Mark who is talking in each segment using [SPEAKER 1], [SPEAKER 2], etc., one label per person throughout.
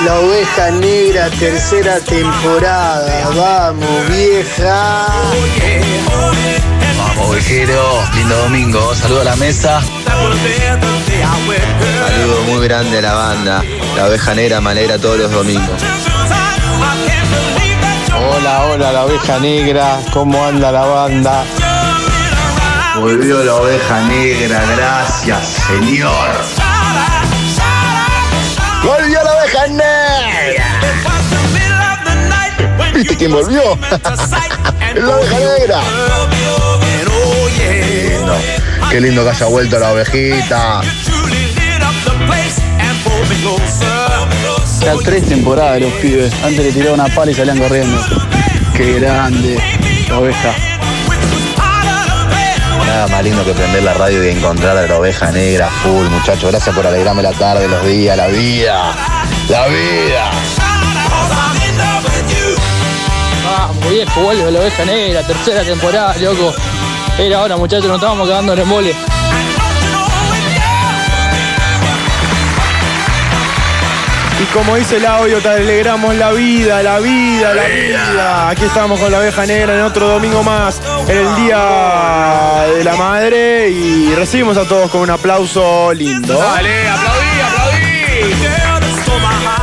[SPEAKER 1] Pantera Negra, tercera temporada. Vamos, vieja.
[SPEAKER 2] Vamos, ovejero. Lindo domingo. Saludo a la mesa.
[SPEAKER 3] Saludo muy grande a la banda. La oveja negra me alegra todos los domingos.
[SPEAKER 4] Hola, hola, la oveja negra. ¿Cómo anda la banda?
[SPEAKER 5] Volvió la oveja negra, gracias, señor.
[SPEAKER 1] Volvió la oveja negra. ¿Viste quién volvió? la oveja negra.
[SPEAKER 5] Qué lindo. Qué lindo que haya vuelto la ovejita.
[SPEAKER 6] Ya tres temporadas los pibes. Antes le tiraban una pala y salían corriendo. Qué grande. La oveja.
[SPEAKER 3] Nada más lindo que prender la radio y encontrar a la oveja negra full, muchachos. Gracias por alegrarme la tarde, los días, la vida. La vida.
[SPEAKER 6] Vamos, viejo, vuelve la oveja negra, tercera temporada, loco. Era ahora, muchachos, nos estábamos quedando en embole.
[SPEAKER 4] Y como dice el audio, te alegramos la vida, la vida, la vida. Aquí estamos con la oveja negra en otro domingo más, en el Día de la Madre. Y recibimos a todos con un aplauso lindo.
[SPEAKER 5] Eh,
[SPEAKER 2] Dale, aplaudí, aplaudí.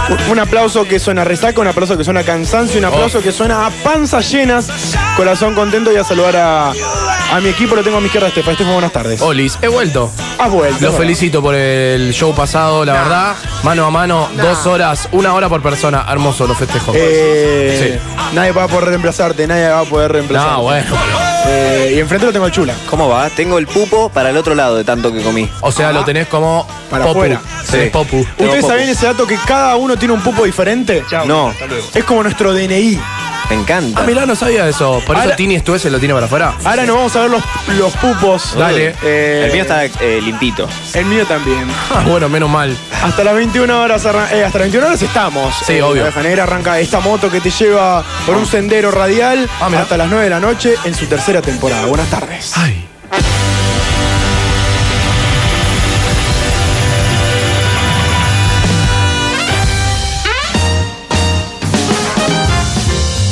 [SPEAKER 4] Un- Un aplauso que suena a resaca, un aplauso que suena a cansancio, un aplauso que suena a panzas llenas. Corazón contento y a saludar a, a mi equipo, lo tengo a mi izquierda, Estefa. Estefa, buenas tardes.
[SPEAKER 7] Olis, Oh, he vuelto.
[SPEAKER 4] Has vuelto.
[SPEAKER 7] Los felicito por el show pasado, la verdad. Mano a mano, dos horas, una hora por persona. Hermoso, los festejos.
[SPEAKER 4] Eh, Nadie va a poder reemplazarte, nadie va a poder reemplazarte.
[SPEAKER 7] no, bueno.
[SPEAKER 4] Eh, y enfrente lo tengo al Chula.
[SPEAKER 8] ¿Cómo va? Tengo el pupo para el otro lado de tanto que comí.
[SPEAKER 7] O sea, lo tenés como
[SPEAKER 4] Ah. Para
[SPEAKER 7] popu.
[SPEAKER 4] afuera.
[SPEAKER 7] Tenés popu.
[SPEAKER 4] ¿Ustedes
[SPEAKER 8] poco.
[SPEAKER 4] saben ese dato que cada uno tiene un pupo diferente?
[SPEAKER 8] No,
[SPEAKER 4] Es como nuestro DNI.
[SPEAKER 8] me encanta.
[SPEAKER 7] Ah, mirá, no sabía eso. Por eso
[SPEAKER 4] Ahora-
[SPEAKER 7] Tini estuve se lo tiene para afuera.
[SPEAKER 4] Ahora nos vamos a ver los, los pupos.
[SPEAKER 7] Dale.
[SPEAKER 4] Eh,
[SPEAKER 8] El mío está eh, limpito.
[SPEAKER 4] El mío también.
[SPEAKER 7] Ah, bueno, menos mal.
[SPEAKER 4] Hasta las 21 horas, arran- eh, hasta las 21 horas estamos.
[SPEAKER 7] Sí,
[SPEAKER 4] Eh,
[SPEAKER 7] obvio.
[SPEAKER 4] La Oveja Negra arranca esta moto que te lleva por un sendero radial
[SPEAKER 7] Ah, mirá.
[SPEAKER 4] hasta las 9 de la noche en su tercera temporada. Buenas tardes.
[SPEAKER 7] Ay. ah,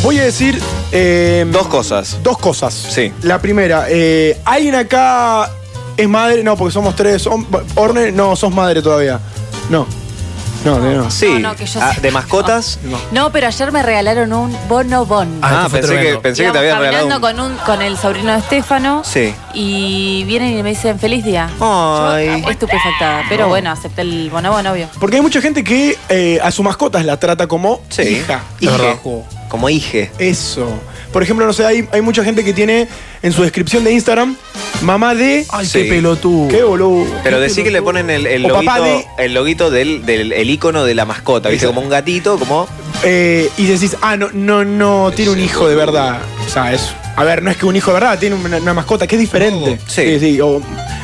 [SPEAKER 4] Voy a decir eh,
[SPEAKER 8] Dos cosas.
[SPEAKER 4] dos cosas.
[SPEAKER 8] Sí.
[SPEAKER 4] La primera, eh, ¿alguien acá es madre? No, porque somos tres. Son- Orne, no, sos madre todavía. No. No, no. no.
[SPEAKER 8] Sí.
[SPEAKER 9] no, que yo
[SPEAKER 8] Ah,
[SPEAKER 9] sé.
[SPEAKER 8] ¿De mascotas?
[SPEAKER 9] No, pero ayer me regalaron un bonobón.
[SPEAKER 7] Ah,
[SPEAKER 8] Ah,
[SPEAKER 7] esto fue
[SPEAKER 8] pensé, que,
[SPEAKER 7] tremendo.
[SPEAKER 8] pensé que
[SPEAKER 9] Íbamos
[SPEAKER 8] te habían regalado
[SPEAKER 9] caminando
[SPEAKER 8] un...
[SPEAKER 9] con, un, con el sobrino de Estefano.
[SPEAKER 8] Sí.
[SPEAKER 9] Y vienen y me dicen feliz día.
[SPEAKER 8] Ay.
[SPEAKER 9] Yo, ah, estupefactada. Pero bueno, acepté el bonobón, obvio.
[SPEAKER 4] Porque hay mucha gente que eh, a sus mascotas la trata como
[SPEAKER 8] Sí.
[SPEAKER 4] hija.
[SPEAKER 8] Hije.
[SPEAKER 4] hijo.
[SPEAKER 8] Como hije.
[SPEAKER 4] Eso. Por ejemplo, no sé, hay, hay mucha gente que tiene en su descripción de Instagram mamá de.
[SPEAKER 7] Ay,
[SPEAKER 8] Sí.
[SPEAKER 7] qué pelotudo.
[SPEAKER 4] ¡Qué boludo!
[SPEAKER 8] Ah. Pero decí que le ponen el, el
[SPEAKER 4] O papá
[SPEAKER 8] loguito,
[SPEAKER 4] de-
[SPEAKER 8] el loguito del, del el icono de la mascota, ¿viste? Como un gatito, como.
[SPEAKER 4] Eh, y decís, ah, no, no, no, tiene un hijo de verdad. O sea, es. A ver, no es que un hijo de verdad, tiene una, una mascota que es diferente.
[SPEAKER 8] Oh, Sí.
[SPEAKER 4] o-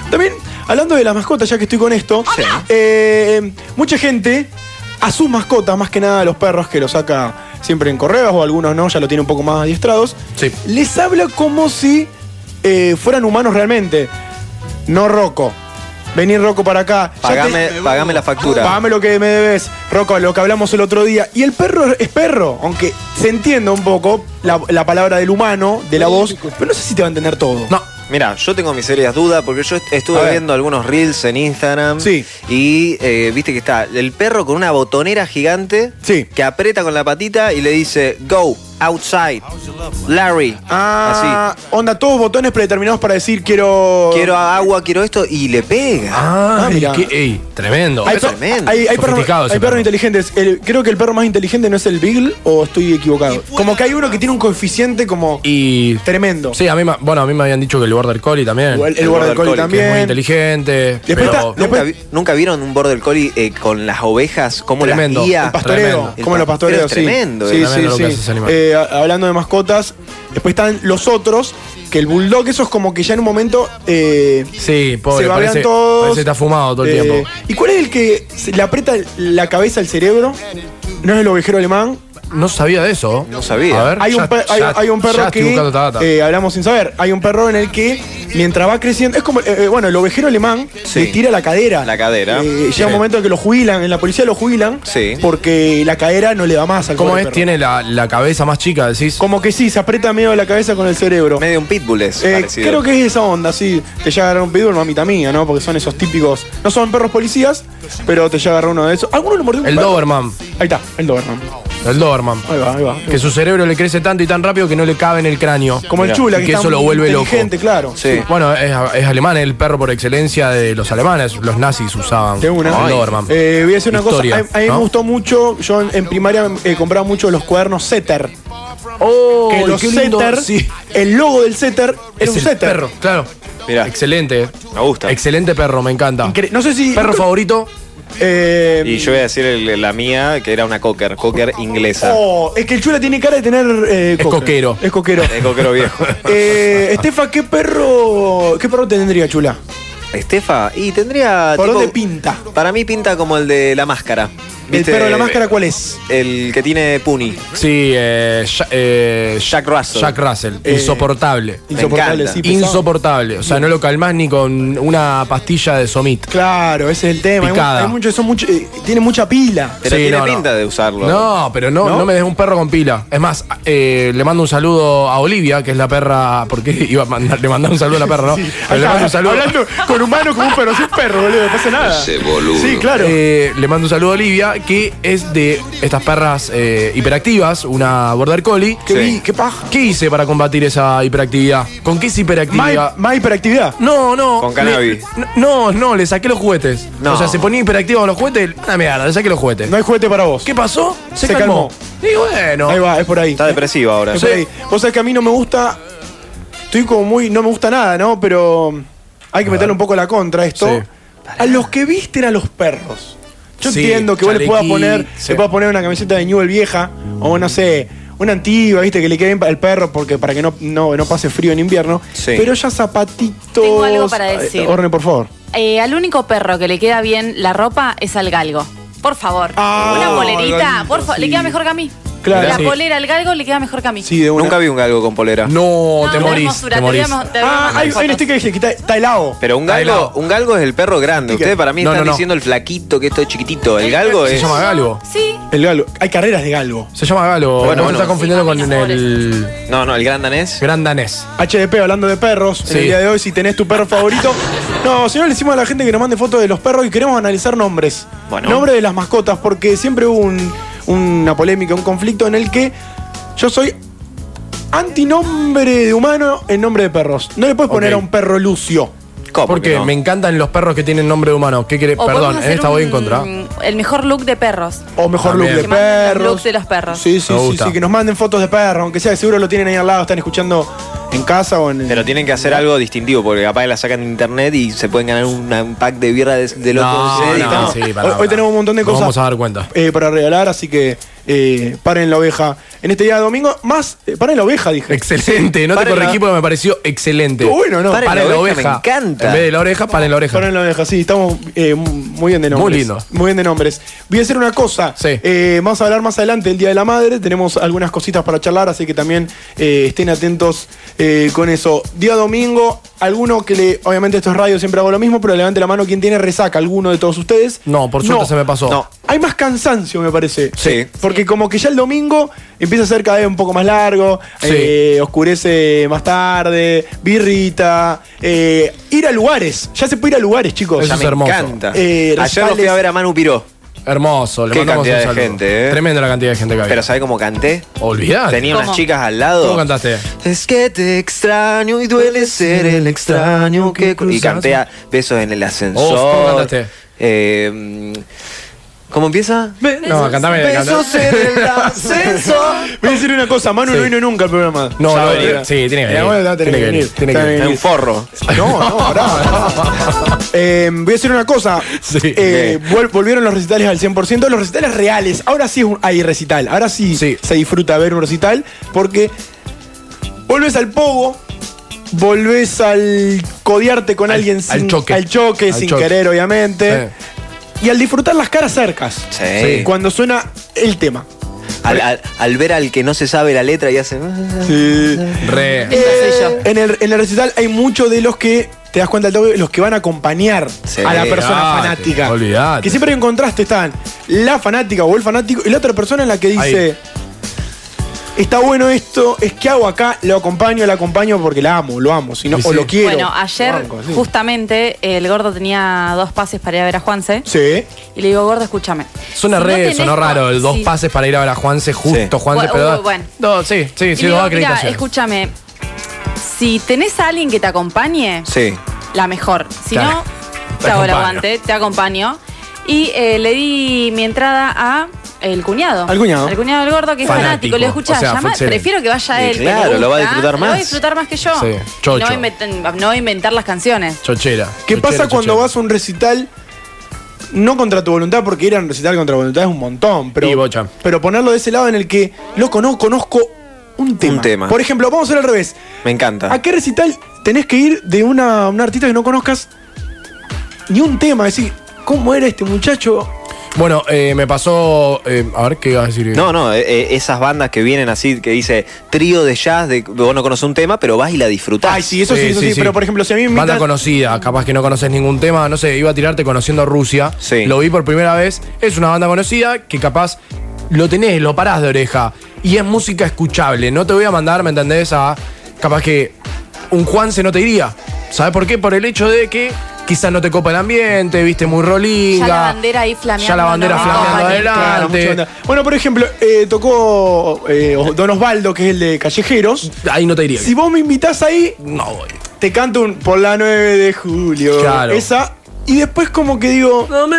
[SPEAKER 4] también, hablando de las mascotas, ya que estoy con esto,
[SPEAKER 8] Sí.
[SPEAKER 4] eh, mucha gente a sus mascotas, más que nada a los perros que los saca siempre en correos o algunos no, ya lo tiene un poco más adiestrados,
[SPEAKER 7] Sí.
[SPEAKER 4] les habla como si eh, fueran humanos realmente. No Rocco. Vení Rocco para acá. Ya te-
[SPEAKER 8] Pagame, pagame la factura.
[SPEAKER 4] Pagame lo que me debes, Rocco, lo que hablamos el otro día. Y el perro es perro, aunque se entienda un poco la, la palabra del humano, de la voz, pero no sé si te va a entender todo.
[SPEAKER 7] No,
[SPEAKER 8] Mira, yo tengo mis serias dudas porque yo est-
[SPEAKER 4] A
[SPEAKER 8] estuve
[SPEAKER 4] ver.
[SPEAKER 8] viendo algunos reels en Instagram.
[SPEAKER 4] Sí.
[SPEAKER 8] Y eh, viste que está el perro con una botonera gigante.
[SPEAKER 4] Sí.
[SPEAKER 8] Que aprieta con la patita y le dice, go, outside, Larry.
[SPEAKER 4] Ah, onda, todos botones predeterminados para decir quiero.
[SPEAKER 8] Así. Quiero agua, quiero esto. Y le pega.
[SPEAKER 7] Ah,
[SPEAKER 4] Ah, mirá.
[SPEAKER 7] qué- ey, tremendo.
[SPEAKER 4] Hay,
[SPEAKER 7] Eso-
[SPEAKER 4] per-
[SPEAKER 8] tremendo.
[SPEAKER 4] hay- hay perros,
[SPEAKER 7] Sofisticado ese
[SPEAKER 4] hay perros
[SPEAKER 7] perro.
[SPEAKER 4] inteligentes. El- creo que el perro más inteligente no es el Beagle, o estoy equivocado. Como que hay uno que tiene un coeficiente como
[SPEAKER 7] y.
[SPEAKER 4] tremendo.
[SPEAKER 7] Sí, a mí, ma- bueno, a mí me habían dicho que el Border Collie también.
[SPEAKER 4] O el, el
[SPEAKER 8] El
[SPEAKER 4] Border
[SPEAKER 8] Border
[SPEAKER 4] Collie
[SPEAKER 8] Collie, que
[SPEAKER 7] que es muy
[SPEAKER 4] también.
[SPEAKER 7] inteligente.
[SPEAKER 4] eh, Después
[SPEAKER 7] pero-
[SPEAKER 4] está-
[SPEAKER 8] ¿Nunca,
[SPEAKER 4] después-
[SPEAKER 8] vi- nunca vieron un border collie eh, con las ovejas? ¿Cómo
[SPEAKER 7] Tremendo.
[SPEAKER 8] las guía?
[SPEAKER 4] El pastoreo,
[SPEAKER 7] Tremendo.
[SPEAKER 4] como
[SPEAKER 8] Ah, El
[SPEAKER 4] los
[SPEAKER 8] pa-
[SPEAKER 4] pastoreos,
[SPEAKER 8] pero es
[SPEAKER 4] sí.
[SPEAKER 8] tremendo,
[SPEAKER 4] sí.
[SPEAKER 7] es tremendo
[SPEAKER 4] sí,
[SPEAKER 7] lo que
[SPEAKER 4] sí.
[SPEAKER 7] hace ese animal.
[SPEAKER 4] Eh, a- hablando de mascotas, después están los otros, que el bulldog, eso es como que ya en un momento eh,
[SPEAKER 7] Sí, pobre,
[SPEAKER 4] se babean
[SPEAKER 7] parece,
[SPEAKER 4] todos.
[SPEAKER 7] parece que está fumado todo el
[SPEAKER 4] Eh,
[SPEAKER 7] tiempo.
[SPEAKER 4] ¿Y cuál es el que se le aprieta la cabeza al cerebro? No es el ovejero alemán,
[SPEAKER 7] no sabía de eso.
[SPEAKER 8] No sabía.
[SPEAKER 7] A ver,
[SPEAKER 4] Hay,
[SPEAKER 7] ya-
[SPEAKER 4] un per- hay-
[SPEAKER 7] ya-
[SPEAKER 4] hay un
[SPEAKER 7] ya
[SPEAKER 4] perro
[SPEAKER 7] estoy buscando data.
[SPEAKER 4] que eh, hablamos sin saber. Hay un perro en el que mientras va creciendo, es como, eh, eh, bueno, el ovejero alemán
[SPEAKER 8] Sí.
[SPEAKER 4] le tira la cadera.
[SPEAKER 8] La cadera.
[SPEAKER 4] Eh,
[SPEAKER 8] Sí.
[SPEAKER 4] Llega un momento en que lo jubilan, en la policía lo jubilan,
[SPEAKER 8] Sí.
[SPEAKER 4] porque la cadera no le da más al
[SPEAKER 7] ¿Cómo
[SPEAKER 4] pobre
[SPEAKER 7] es?
[SPEAKER 4] perro.
[SPEAKER 7] Tiene la, la cabeza más chica, decís.
[SPEAKER 4] Como que sí, se aprieta medio la cabeza con el cerebro.
[SPEAKER 8] Medio un pitbull es.
[SPEAKER 4] Eh,
[SPEAKER 8] parecido.
[SPEAKER 4] creo que es esa onda, sí. Te llega a agarrar un pitbull, mamita mía, ¿no? Porque son esos típicos. No son perros policías, pero te llega a agarrar uno de esos. Alguno lo mordió un
[SPEAKER 7] El
[SPEAKER 4] perro?
[SPEAKER 7] Doberman.
[SPEAKER 4] Ahí está, el Doberman.
[SPEAKER 7] El Doberman.
[SPEAKER 4] Ahí va, ahí va.
[SPEAKER 7] Que su cerebro le crece tanto y tan rápido que no le cabe en el cráneo.
[SPEAKER 4] Como el
[SPEAKER 7] Mirá.
[SPEAKER 4] chula,
[SPEAKER 7] Y
[SPEAKER 4] que,
[SPEAKER 7] que
[SPEAKER 4] está
[SPEAKER 7] eso lo
[SPEAKER 4] muy
[SPEAKER 7] vuelve loco.
[SPEAKER 4] inteligente, claro.
[SPEAKER 8] Sí.
[SPEAKER 7] Bueno, es, es alemán, es el perro por excelencia de los alemanes. Los nazis usaban
[SPEAKER 4] De una.
[SPEAKER 7] el Doberman.
[SPEAKER 4] Eh, voy a decir una
[SPEAKER 7] Historia,
[SPEAKER 4] cosa. A, a mí
[SPEAKER 7] ¿no?
[SPEAKER 4] me gustó mucho. Yo en, en primaria eh, compraba mucho los cuadernos Setter.
[SPEAKER 7] ¡Oh,
[SPEAKER 4] que los
[SPEAKER 7] qué lindo!
[SPEAKER 4] Setter,
[SPEAKER 7] Sí.
[SPEAKER 4] el logo del Setter era
[SPEAKER 7] Es
[SPEAKER 4] un
[SPEAKER 7] el
[SPEAKER 4] Setter.
[SPEAKER 7] perro, claro.
[SPEAKER 8] Mirá.
[SPEAKER 7] Excelente.
[SPEAKER 8] Me gusta.
[SPEAKER 7] Excelente perro, me encanta.
[SPEAKER 4] Incre- no sé si.
[SPEAKER 7] ¿Perro favorito?
[SPEAKER 4] Eh,
[SPEAKER 8] Y yo voy a decir el- la mía, que era una cocker, cocker inglesa.
[SPEAKER 4] oh, es que el chula tiene cara de tener. eh,
[SPEAKER 7] Es coquero.
[SPEAKER 4] Es coquero.
[SPEAKER 8] Es coquero viejo.
[SPEAKER 4] Eh, Estefa, ¿qué perro, ¿qué perro tendría, chula?
[SPEAKER 8] Estefa, y tendría.
[SPEAKER 4] ¿Por
[SPEAKER 8] Ah, tipo-
[SPEAKER 4] dónde pinta?
[SPEAKER 8] Para mí pinta como el de la máscara.
[SPEAKER 4] ¿El
[SPEAKER 8] ¿Viste? eh,
[SPEAKER 4] perro de la máscara cuál es?
[SPEAKER 8] El que tiene Puni.
[SPEAKER 7] Sí, eh, Ja- eh,
[SPEAKER 8] Jack Russell.
[SPEAKER 7] Jack Russell.
[SPEAKER 4] Eh,
[SPEAKER 7] Insoportable.
[SPEAKER 8] Me
[SPEAKER 4] Insoportable,
[SPEAKER 8] encanta.
[SPEAKER 4] sí. pues, pesado.
[SPEAKER 7] Insoportable. O sea, no lo calmás ni con una pastilla de somit.
[SPEAKER 4] Claro, ese es el tema. Hay mu-
[SPEAKER 7] Picada.
[SPEAKER 4] Hay, mucho, son mucho, eh, tiene mucha pila.
[SPEAKER 8] Pero
[SPEAKER 7] Sí,
[SPEAKER 8] tiene
[SPEAKER 7] no, no.
[SPEAKER 8] pinta de usarlo.
[SPEAKER 7] No, pero no,
[SPEAKER 4] ¿No?
[SPEAKER 7] no me des un perro con pila. Es más, eh, le mando un saludo a Olivia, que es la perra. Porque iba a mandar, le mandaba un saludo a la perra, ¿no? Pero le mando un saludo.
[SPEAKER 4] Hablando con humano como un perro, sin perro, boludo, no pasa nada. Sí, claro.
[SPEAKER 7] Eh, le mando un saludo a Olivia, que es de estas perras eh, hiperactivas, una border collie.
[SPEAKER 4] qué,
[SPEAKER 8] sí.
[SPEAKER 4] vi- qué paja.
[SPEAKER 7] ¿Qué hice para combatir esa hiperactividad? ¿Con qué es
[SPEAKER 4] Más,
[SPEAKER 7] hiperactividad?
[SPEAKER 4] más hiperactividad.
[SPEAKER 7] No, no.
[SPEAKER 8] Con cannabis.
[SPEAKER 7] Le- no, no, le saqué los juguetes.
[SPEAKER 8] No.
[SPEAKER 7] O sea, se ponía hiperactivo con los juguetes. Una mierda, le saqué los juguetes.
[SPEAKER 4] No hay juguete para vos.
[SPEAKER 7] ¿Qué pasó? Se,
[SPEAKER 4] Se
[SPEAKER 7] calmó.
[SPEAKER 4] calmó.
[SPEAKER 7] Y bueno.
[SPEAKER 4] Ahí va, es por ahí.
[SPEAKER 8] Está depresivo ahora.
[SPEAKER 4] Es por ahí. Vos sabés que a mí no me gusta. Estoy como muy. No me gusta nada, ¿no? Pero hay que meterle un poco la contra a esto.
[SPEAKER 7] Sí.
[SPEAKER 4] A los que visten a los perros. Yo
[SPEAKER 7] Sí,
[SPEAKER 4] entiendo que vos le puedas
[SPEAKER 7] chalequí,
[SPEAKER 4] poner.
[SPEAKER 7] sí.
[SPEAKER 4] Le puedas poner una camiseta de Newell vieja. O no sé. Una antigua, viste, que le quede bien al perro porque para que no, no, no pase frío en invierno.
[SPEAKER 8] Sí.
[SPEAKER 4] Pero ya zapatitos.
[SPEAKER 9] Tengo algo para
[SPEAKER 4] Ay,
[SPEAKER 9] decir.
[SPEAKER 4] Orne, por favor.
[SPEAKER 9] Eh, al único perro que le queda bien la ropa es al galgo. Por favor.
[SPEAKER 4] Ah,
[SPEAKER 9] una polerita.
[SPEAKER 4] galgo,
[SPEAKER 9] por favor.
[SPEAKER 4] sí.
[SPEAKER 9] Le queda mejor que a mí.
[SPEAKER 4] Claro.
[SPEAKER 9] La
[SPEAKER 7] Sí.
[SPEAKER 9] polera al galgo le queda mejor que a mí.
[SPEAKER 4] Sí, de una.
[SPEAKER 8] Nunca vi un galgo con polera.
[SPEAKER 7] No, te
[SPEAKER 9] una
[SPEAKER 7] morís.
[SPEAKER 9] hermosura,
[SPEAKER 7] Te
[SPEAKER 9] voy a
[SPEAKER 7] morís.
[SPEAKER 9] mo- te voy a
[SPEAKER 4] Ah,
[SPEAKER 9] mandar
[SPEAKER 4] hay, hay un
[SPEAKER 9] fotos.
[SPEAKER 4] sticker que dice que está, está helado.
[SPEAKER 8] Pero un
[SPEAKER 7] Está helado.
[SPEAKER 8] galgo, un galgo es el perro grande. Ustedes para mí
[SPEAKER 7] No,
[SPEAKER 8] están
[SPEAKER 7] no, no.
[SPEAKER 8] diciendo el flaquito, que esto es chiquitito. El galgo
[SPEAKER 7] Se
[SPEAKER 8] es.
[SPEAKER 7] llama Galgo.
[SPEAKER 9] Sí.
[SPEAKER 4] El galgo. Hay carreras de galgo.
[SPEAKER 7] Se llama Galo.
[SPEAKER 8] Bueno,
[SPEAKER 7] Bueno,
[SPEAKER 8] bueno.
[SPEAKER 7] está confundiendo
[SPEAKER 9] Sí,
[SPEAKER 7] con
[SPEAKER 9] amores.
[SPEAKER 7] el
[SPEAKER 8] No, no, el gran danés.
[SPEAKER 7] gran danés.
[SPEAKER 4] Oh, HDP hablando de perros.
[SPEAKER 7] Sí.
[SPEAKER 4] En el día de hoy, si tenés tu perro favorito. No, si no, le decimos a la gente que nos mande fotos de los perros y queremos analizar nombres.
[SPEAKER 8] Bueno.
[SPEAKER 4] Nombre de las mascotas, porque siempre hubo un- una polémica, un conflicto en el que yo soy antinombre de humano en nombre de perros. No le puedes poner
[SPEAKER 7] Ok.
[SPEAKER 4] a un perro Lucio.
[SPEAKER 8] ¿Cómo
[SPEAKER 7] Porque
[SPEAKER 8] que no?
[SPEAKER 7] me encantan los perros que tienen nombre de humano. ¿Qué querés?
[SPEAKER 9] O podemos
[SPEAKER 7] Perdón, en
[SPEAKER 9] hacer
[SPEAKER 7] esta voy en
[SPEAKER 9] un-
[SPEAKER 7] contra.
[SPEAKER 9] El mejor look de perros.
[SPEAKER 4] O mejor
[SPEAKER 7] También.
[SPEAKER 4] look
[SPEAKER 9] Que
[SPEAKER 4] de
[SPEAKER 9] manden los
[SPEAKER 4] perros.
[SPEAKER 9] looks de los perros.
[SPEAKER 4] Sí, sí,
[SPEAKER 7] Me
[SPEAKER 4] sí,
[SPEAKER 7] gusta.
[SPEAKER 4] sí, Que nos manden fotos de perros, aunque sea que seguro lo tienen ahí al lado, están escuchando en casa o en.
[SPEAKER 8] Pero tienen que hacer algo distintivo, porque capaz que la sacan de internet y se pueden ganar una- un pack de birra de, de locos.
[SPEAKER 7] No,
[SPEAKER 8] Sí,
[SPEAKER 7] no,
[SPEAKER 8] no.
[SPEAKER 7] sí,
[SPEAKER 4] Hoy-
[SPEAKER 7] pará,
[SPEAKER 4] hoy
[SPEAKER 7] pará.
[SPEAKER 4] tenemos un montón de
[SPEAKER 7] Nos
[SPEAKER 4] cosas.
[SPEAKER 7] Vamos a dar cuenta.
[SPEAKER 4] eh, para regalar, así que eh, paren la oveja. En este día de domingo, más. eh, paren la oveja, dije.
[SPEAKER 7] Excelente, no
[SPEAKER 8] Paren
[SPEAKER 7] te corregí
[SPEAKER 8] la-
[SPEAKER 7] porque me pareció excelente.
[SPEAKER 4] Estuvo bueno, ¿no?
[SPEAKER 8] Paren
[SPEAKER 7] Para
[SPEAKER 8] la
[SPEAKER 7] la
[SPEAKER 8] oreja,
[SPEAKER 7] oreja.
[SPEAKER 8] me encanta.
[SPEAKER 7] En vez de la oreja, para la oreja.
[SPEAKER 4] Paren la oveja, sí, estamos eh, muy bien de
[SPEAKER 7] Muy
[SPEAKER 4] nombres.
[SPEAKER 7] lindo.
[SPEAKER 4] Muy bien de nombres. Voy a hacer una cosa.
[SPEAKER 7] Sí.
[SPEAKER 4] Eh, vamos a hablar más adelante del Día de la Madre. Tenemos algunas cositas para charlar, así que también eh, estén atentos eh, con eso. Día domingo, alguno que le. Obviamente, esto es radio, siempre hago lo mismo, pero levante la mano quien tiene resaca, alguno de todos ustedes.
[SPEAKER 7] No, por suerte se me pasó.
[SPEAKER 8] No.
[SPEAKER 4] Hay más cansancio, me parece.
[SPEAKER 8] Sí.
[SPEAKER 4] Porque como que ya el domingo empieza a ser cada vez un poco más largo,
[SPEAKER 7] Sí.
[SPEAKER 4] eh, oscurece más tarde, birrita, eh, ir a lugares. Ya se puede ir a lugares, chicos.
[SPEAKER 7] Eso
[SPEAKER 8] Ya
[SPEAKER 7] es
[SPEAKER 8] me
[SPEAKER 7] hermoso.
[SPEAKER 8] encanta.
[SPEAKER 4] Eh,
[SPEAKER 8] Ayer lo fui
[SPEAKER 4] respaldes-
[SPEAKER 8] a ver a Manu Piró,
[SPEAKER 7] Hermoso, le
[SPEAKER 8] Qué
[SPEAKER 7] mandamos
[SPEAKER 8] cantidad
[SPEAKER 7] un
[SPEAKER 8] de
[SPEAKER 7] saludo.
[SPEAKER 8] gente, eh.
[SPEAKER 7] Tremenda la cantidad de gente que había.
[SPEAKER 8] pero ¿sabés cómo canté?
[SPEAKER 7] Olvidate.
[SPEAKER 8] Tenía
[SPEAKER 9] ¿Cómo?
[SPEAKER 8] unas chicas al lado.
[SPEAKER 7] Ah, ¿Cómo cantaste?
[SPEAKER 8] Es que te extraño y duele ser el extraño que cruzaste. Y canté a besos en el ascensor.
[SPEAKER 7] Oh, ¿cómo cantaste?
[SPEAKER 8] Eh, ¿Cómo empieza?
[SPEAKER 7] No, cantame.
[SPEAKER 8] Besos
[SPEAKER 7] cantame.
[SPEAKER 8] en el ascensor.
[SPEAKER 4] Voy a decir una cosa, Manu no vino nunca al programa.
[SPEAKER 7] No,
[SPEAKER 4] Ya
[SPEAKER 7] no,
[SPEAKER 4] venía.
[SPEAKER 7] tiene- sí, tiene que
[SPEAKER 4] Eh,
[SPEAKER 7] venir.
[SPEAKER 4] bueno, tiene que venir.
[SPEAKER 7] Tiene que
[SPEAKER 4] Está
[SPEAKER 7] venir.
[SPEAKER 8] Es un forro.
[SPEAKER 4] No, no, pará. Eh, voy a decir una cosa.
[SPEAKER 7] Sí.
[SPEAKER 4] Eh, vol- volvieron los recitales al 100%, los recitales reales. Ahora sí es un- hay recital. Ahora sí,
[SPEAKER 7] Sí.
[SPEAKER 4] se disfruta ver un recital porque volvés al pogo. Volvés al codearte con
[SPEAKER 7] Al-
[SPEAKER 4] alguien
[SPEAKER 7] al
[SPEAKER 4] sin,
[SPEAKER 7] choque.
[SPEAKER 4] al choque,
[SPEAKER 7] Al
[SPEAKER 4] sin
[SPEAKER 7] choque.
[SPEAKER 4] querer, obviamente.
[SPEAKER 7] Sí.
[SPEAKER 4] Y al disfrutar las caras cercas.
[SPEAKER 8] Sí.
[SPEAKER 4] Cuando suena el tema.
[SPEAKER 8] al, al- al ver al que no se sabe la letra y hace.
[SPEAKER 4] Sí.
[SPEAKER 7] Re.
[SPEAKER 9] Esa soy yo.
[SPEAKER 4] Eh, En el, en el recital hay muchos de los que, te das cuenta del toque, los que van a acompañar
[SPEAKER 8] Sí,
[SPEAKER 4] a la persona
[SPEAKER 7] olvidate,
[SPEAKER 4] fanática.
[SPEAKER 7] olvidate.
[SPEAKER 4] Que siempre hay un contraste, están la fanática o el fanático y la otra persona en la que dice,
[SPEAKER 7] Ahí.
[SPEAKER 4] está bueno esto, es que hago acá, lo acompaño, la acompaño porque la amo, lo amo, si no,
[SPEAKER 7] Y
[SPEAKER 4] o
[SPEAKER 7] sí.
[SPEAKER 4] lo quiero.
[SPEAKER 9] Bueno, ayer
[SPEAKER 4] lo banco, sí.
[SPEAKER 9] justamente eh, el gordo tenía dos pases para ir a ver a Juanse.
[SPEAKER 4] Sí.
[SPEAKER 9] Y le digo, gordo, escúchame.
[SPEAKER 7] Suena
[SPEAKER 9] si no
[SPEAKER 7] re,
[SPEAKER 9] tenés
[SPEAKER 7] sonó
[SPEAKER 9] co-
[SPEAKER 7] raro. El dos
[SPEAKER 9] sí.
[SPEAKER 7] pases para ir a ver a Juanse, justo
[SPEAKER 8] Sí.
[SPEAKER 7] Juanse,
[SPEAKER 9] Bu-
[SPEAKER 7] pero.
[SPEAKER 9] uh,
[SPEAKER 7] da-
[SPEAKER 9] bueno.
[SPEAKER 7] No, sí, sí,
[SPEAKER 9] Y
[SPEAKER 7] sí,
[SPEAKER 9] le
[SPEAKER 7] dos
[SPEAKER 9] digo, "Mirá,
[SPEAKER 7] acreditaciones.
[SPEAKER 9] escúchame, si tenés a alguien que te acompañe,
[SPEAKER 8] Sí.
[SPEAKER 9] la mejor. Si
[SPEAKER 7] Claro.
[SPEAKER 9] no,
[SPEAKER 7] Te
[SPEAKER 9] te hago el
[SPEAKER 7] acompaño.
[SPEAKER 9] aguante, te acompaño. Y eh, le di mi entrada a el cuñado.
[SPEAKER 4] Al cuñado.
[SPEAKER 9] Al cuñado del gordo, que es
[SPEAKER 7] Fanático.
[SPEAKER 9] fanático. Le digo, escuchá,
[SPEAKER 7] O sea, fue
[SPEAKER 9] llama-
[SPEAKER 7] excelente.
[SPEAKER 9] prefiero que vaya
[SPEAKER 8] Y
[SPEAKER 9] él. que le
[SPEAKER 8] claro, lo va a
[SPEAKER 9] gusta,
[SPEAKER 8] disfrutar
[SPEAKER 9] Lo va a
[SPEAKER 8] más.
[SPEAKER 9] disfrutar más que yo.
[SPEAKER 7] Sí,
[SPEAKER 9] Y
[SPEAKER 7] chocho.
[SPEAKER 9] No, va a invent- no va a inventar las canciones.
[SPEAKER 7] Chochera.
[SPEAKER 4] ¿Qué
[SPEAKER 7] chochera,
[SPEAKER 4] pasa
[SPEAKER 7] chochera.
[SPEAKER 4] cuando vas a un recital? No contra tu voluntad, porque ir a un recital contra voluntad es un montón. Pero,
[SPEAKER 7] Y bocha.
[SPEAKER 4] pero ponerlo de ese lado en el que, loco, no conozco un tema.
[SPEAKER 8] tema.
[SPEAKER 4] Por ejemplo, vamos a hacer al revés.
[SPEAKER 8] Me encanta.
[SPEAKER 4] ¿A qué recital tenés que ir de una, un artista que no conozcas ni un tema? Decir, ¿cómo era este muchacho?
[SPEAKER 7] Bueno, eh, me pasó. eh, a ver qué iba a decir.
[SPEAKER 8] No, no, eh, eh, esas bandas que vienen así, que dice trío de jazz, de, vos no conoces un tema, pero vas y la disfrutás.
[SPEAKER 4] Ay, sí, eso sí, eso sí. Pero, por ejemplo, si a mí me
[SPEAKER 7] Banda
[SPEAKER 4] invitan-
[SPEAKER 7] conocida, capaz que no conoces ningún tema, no sé, iba a tirarte conociendo a Rusia.
[SPEAKER 8] Sí.
[SPEAKER 7] Lo vi por primera vez. Es una banda conocida que capaz lo tenés, lo parás de oreja. Y es música escuchable. No te voy a mandar, ¿me entendés? A capaz que un Juanse no te iría. ¿Sabes por qué? Por el hecho de que quizás no te copa el ambiente, viste muy rolinga.
[SPEAKER 9] Ya la bandera ahí flameando,
[SPEAKER 7] Ya la bandera
[SPEAKER 9] no me
[SPEAKER 7] flameando
[SPEAKER 9] copa ni-
[SPEAKER 4] Claro, mucha
[SPEAKER 7] adelante.
[SPEAKER 4] banda. bueno, por ejemplo, eh, tocó eh, Don Osvaldo, que es el de Callejeros.
[SPEAKER 7] Ahí no te iría.
[SPEAKER 4] Si vos me invitás ahí,
[SPEAKER 7] No voy.
[SPEAKER 4] te canto un por la 9 de julio.
[SPEAKER 7] Claro.
[SPEAKER 4] Esa. Y después como que digo.
[SPEAKER 7] No me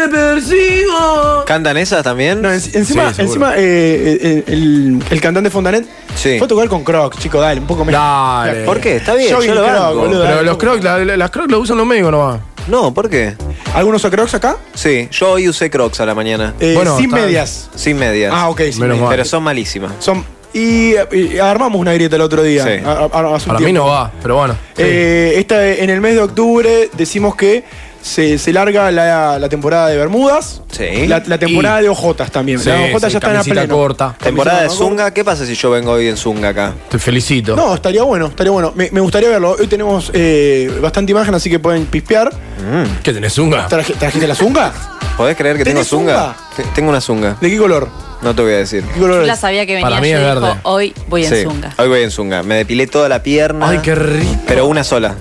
[SPEAKER 7] persigo.
[SPEAKER 8] ¿Cantan esas también?
[SPEAKER 4] No, en- encima,
[SPEAKER 7] Sí, seguro.
[SPEAKER 4] encima eh, eh, el, el cantante Fontanet
[SPEAKER 8] Sí.
[SPEAKER 4] fue a tocar con Crocs, chico, dale, un poco menos.
[SPEAKER 7] Dale.
[SPEAKER 8] ¿Por qué? Está bien,
[SPEAKER 4] Jogging
[SPEAKER 8] yo lo
[SPEAKER 4] Crocs,
[SPEAKER 8] banco.
[SPEAKER 4] boludo.
[SPEAKER 7] Pero los crocs, la- la- las crocs lo usan los médicos nomás.
[SPEAKER 8] No, ¿por qué?
[SPEAKER 4] ¿Algunos a Crocs acá?
[SPEAKER 8] Sí, yo hoy usé Crocs a la mañana.
[SPEAKER 4] Eh,
[SPEAKER 7] Bueno,
[SPEAKER 4] sin
[SPEAKER 7] está-
[SPEAKER 4] medias.
[SPEAKER 8] Sin medias.
[SPEAKER 4] Ah, ok, sin
[SPEAKER 7] Menos
[SPEAKER 4] medias.
[SPEAKER 7] mal.
[SPEAKER 8] Pero son malísimas.
[SPEAKER 4] Son, y, y armamos una grieta el otro día.
[SPEAKER 8] Sí.
[SPEAKER 4] a- a- hace un
[SPEAKER 7] Para mí
[SPEAKER 4] tiempo.
[SPEAKER 7] no va, pero bueno.
[SPEAKER 4] Eh, esta, en el mes de octubre decimos que se, se larga la, la temporada de Bermudas.
[SPEAKER 8] Sí.
[SPEAKER 4] La, la temporada
[SPEAKER 7] Y-
[SPEAKER 4] de Ojotas también.
[SPEAKER 7] Sí,
[SPEAKER 4] las Ojotas
[SPEAKER 7] sí,
[SPEAKER 4] ya están a
[SPEAKER 7] camisita
[SPEAKER 4] pleno.
[SPEAKER 7] corta.
[SPEAKER 8] Temporada de
[SPEAKER 4] Camiseta corta.
[SPEAKER 8] Zunga, ¿qué pasa si yo vengo hoy en Zunga acá?
[SPEAKER 7] Te felicito.
[SPEAKER 4] No, estaría bueno, estaría bueno. Me, me gustaría verlo. Hoy tenemos eh, bastante imagen, así que pueden pispear.
[SPEAKER 7] ¿Qué tenés, Zunga?
[SPEAKER 4] Traje- ¿Trajiste la zunga?
[SPEAKER 8] ¿Podés creer que tengo
[SPEAKER 4] ¿Tenés
[SPEAKER 8] Zunga? T- Tengo una Zunga,
[SPEAKER 4] ¿De qué color?
[SPEAKER 8] no te voy a decir.
[SPEAKER 4] ¿Qué color
[SPEAKER 9] Yo
[SPEAKER 4] es?
[SPEAKER 9] la sabía que venía.
[SPEAKER 7] Para mí
[SPEAKER 9] yo
[SPEAKER 7] es
[SPEAKER 9] dijo,
[SPEAKER 7] verde.
[SPEAKER 9] Hoy voy en
[SPEAKER 8] Sí,
[SPEAKER 9] Zunga.
[SPEAKER 8] hoy voy en Zunga. Me depilé toda la pierna.
[SPEAKER 7] Ay, qué rico.
[SPEAKER 8] Pero una sola.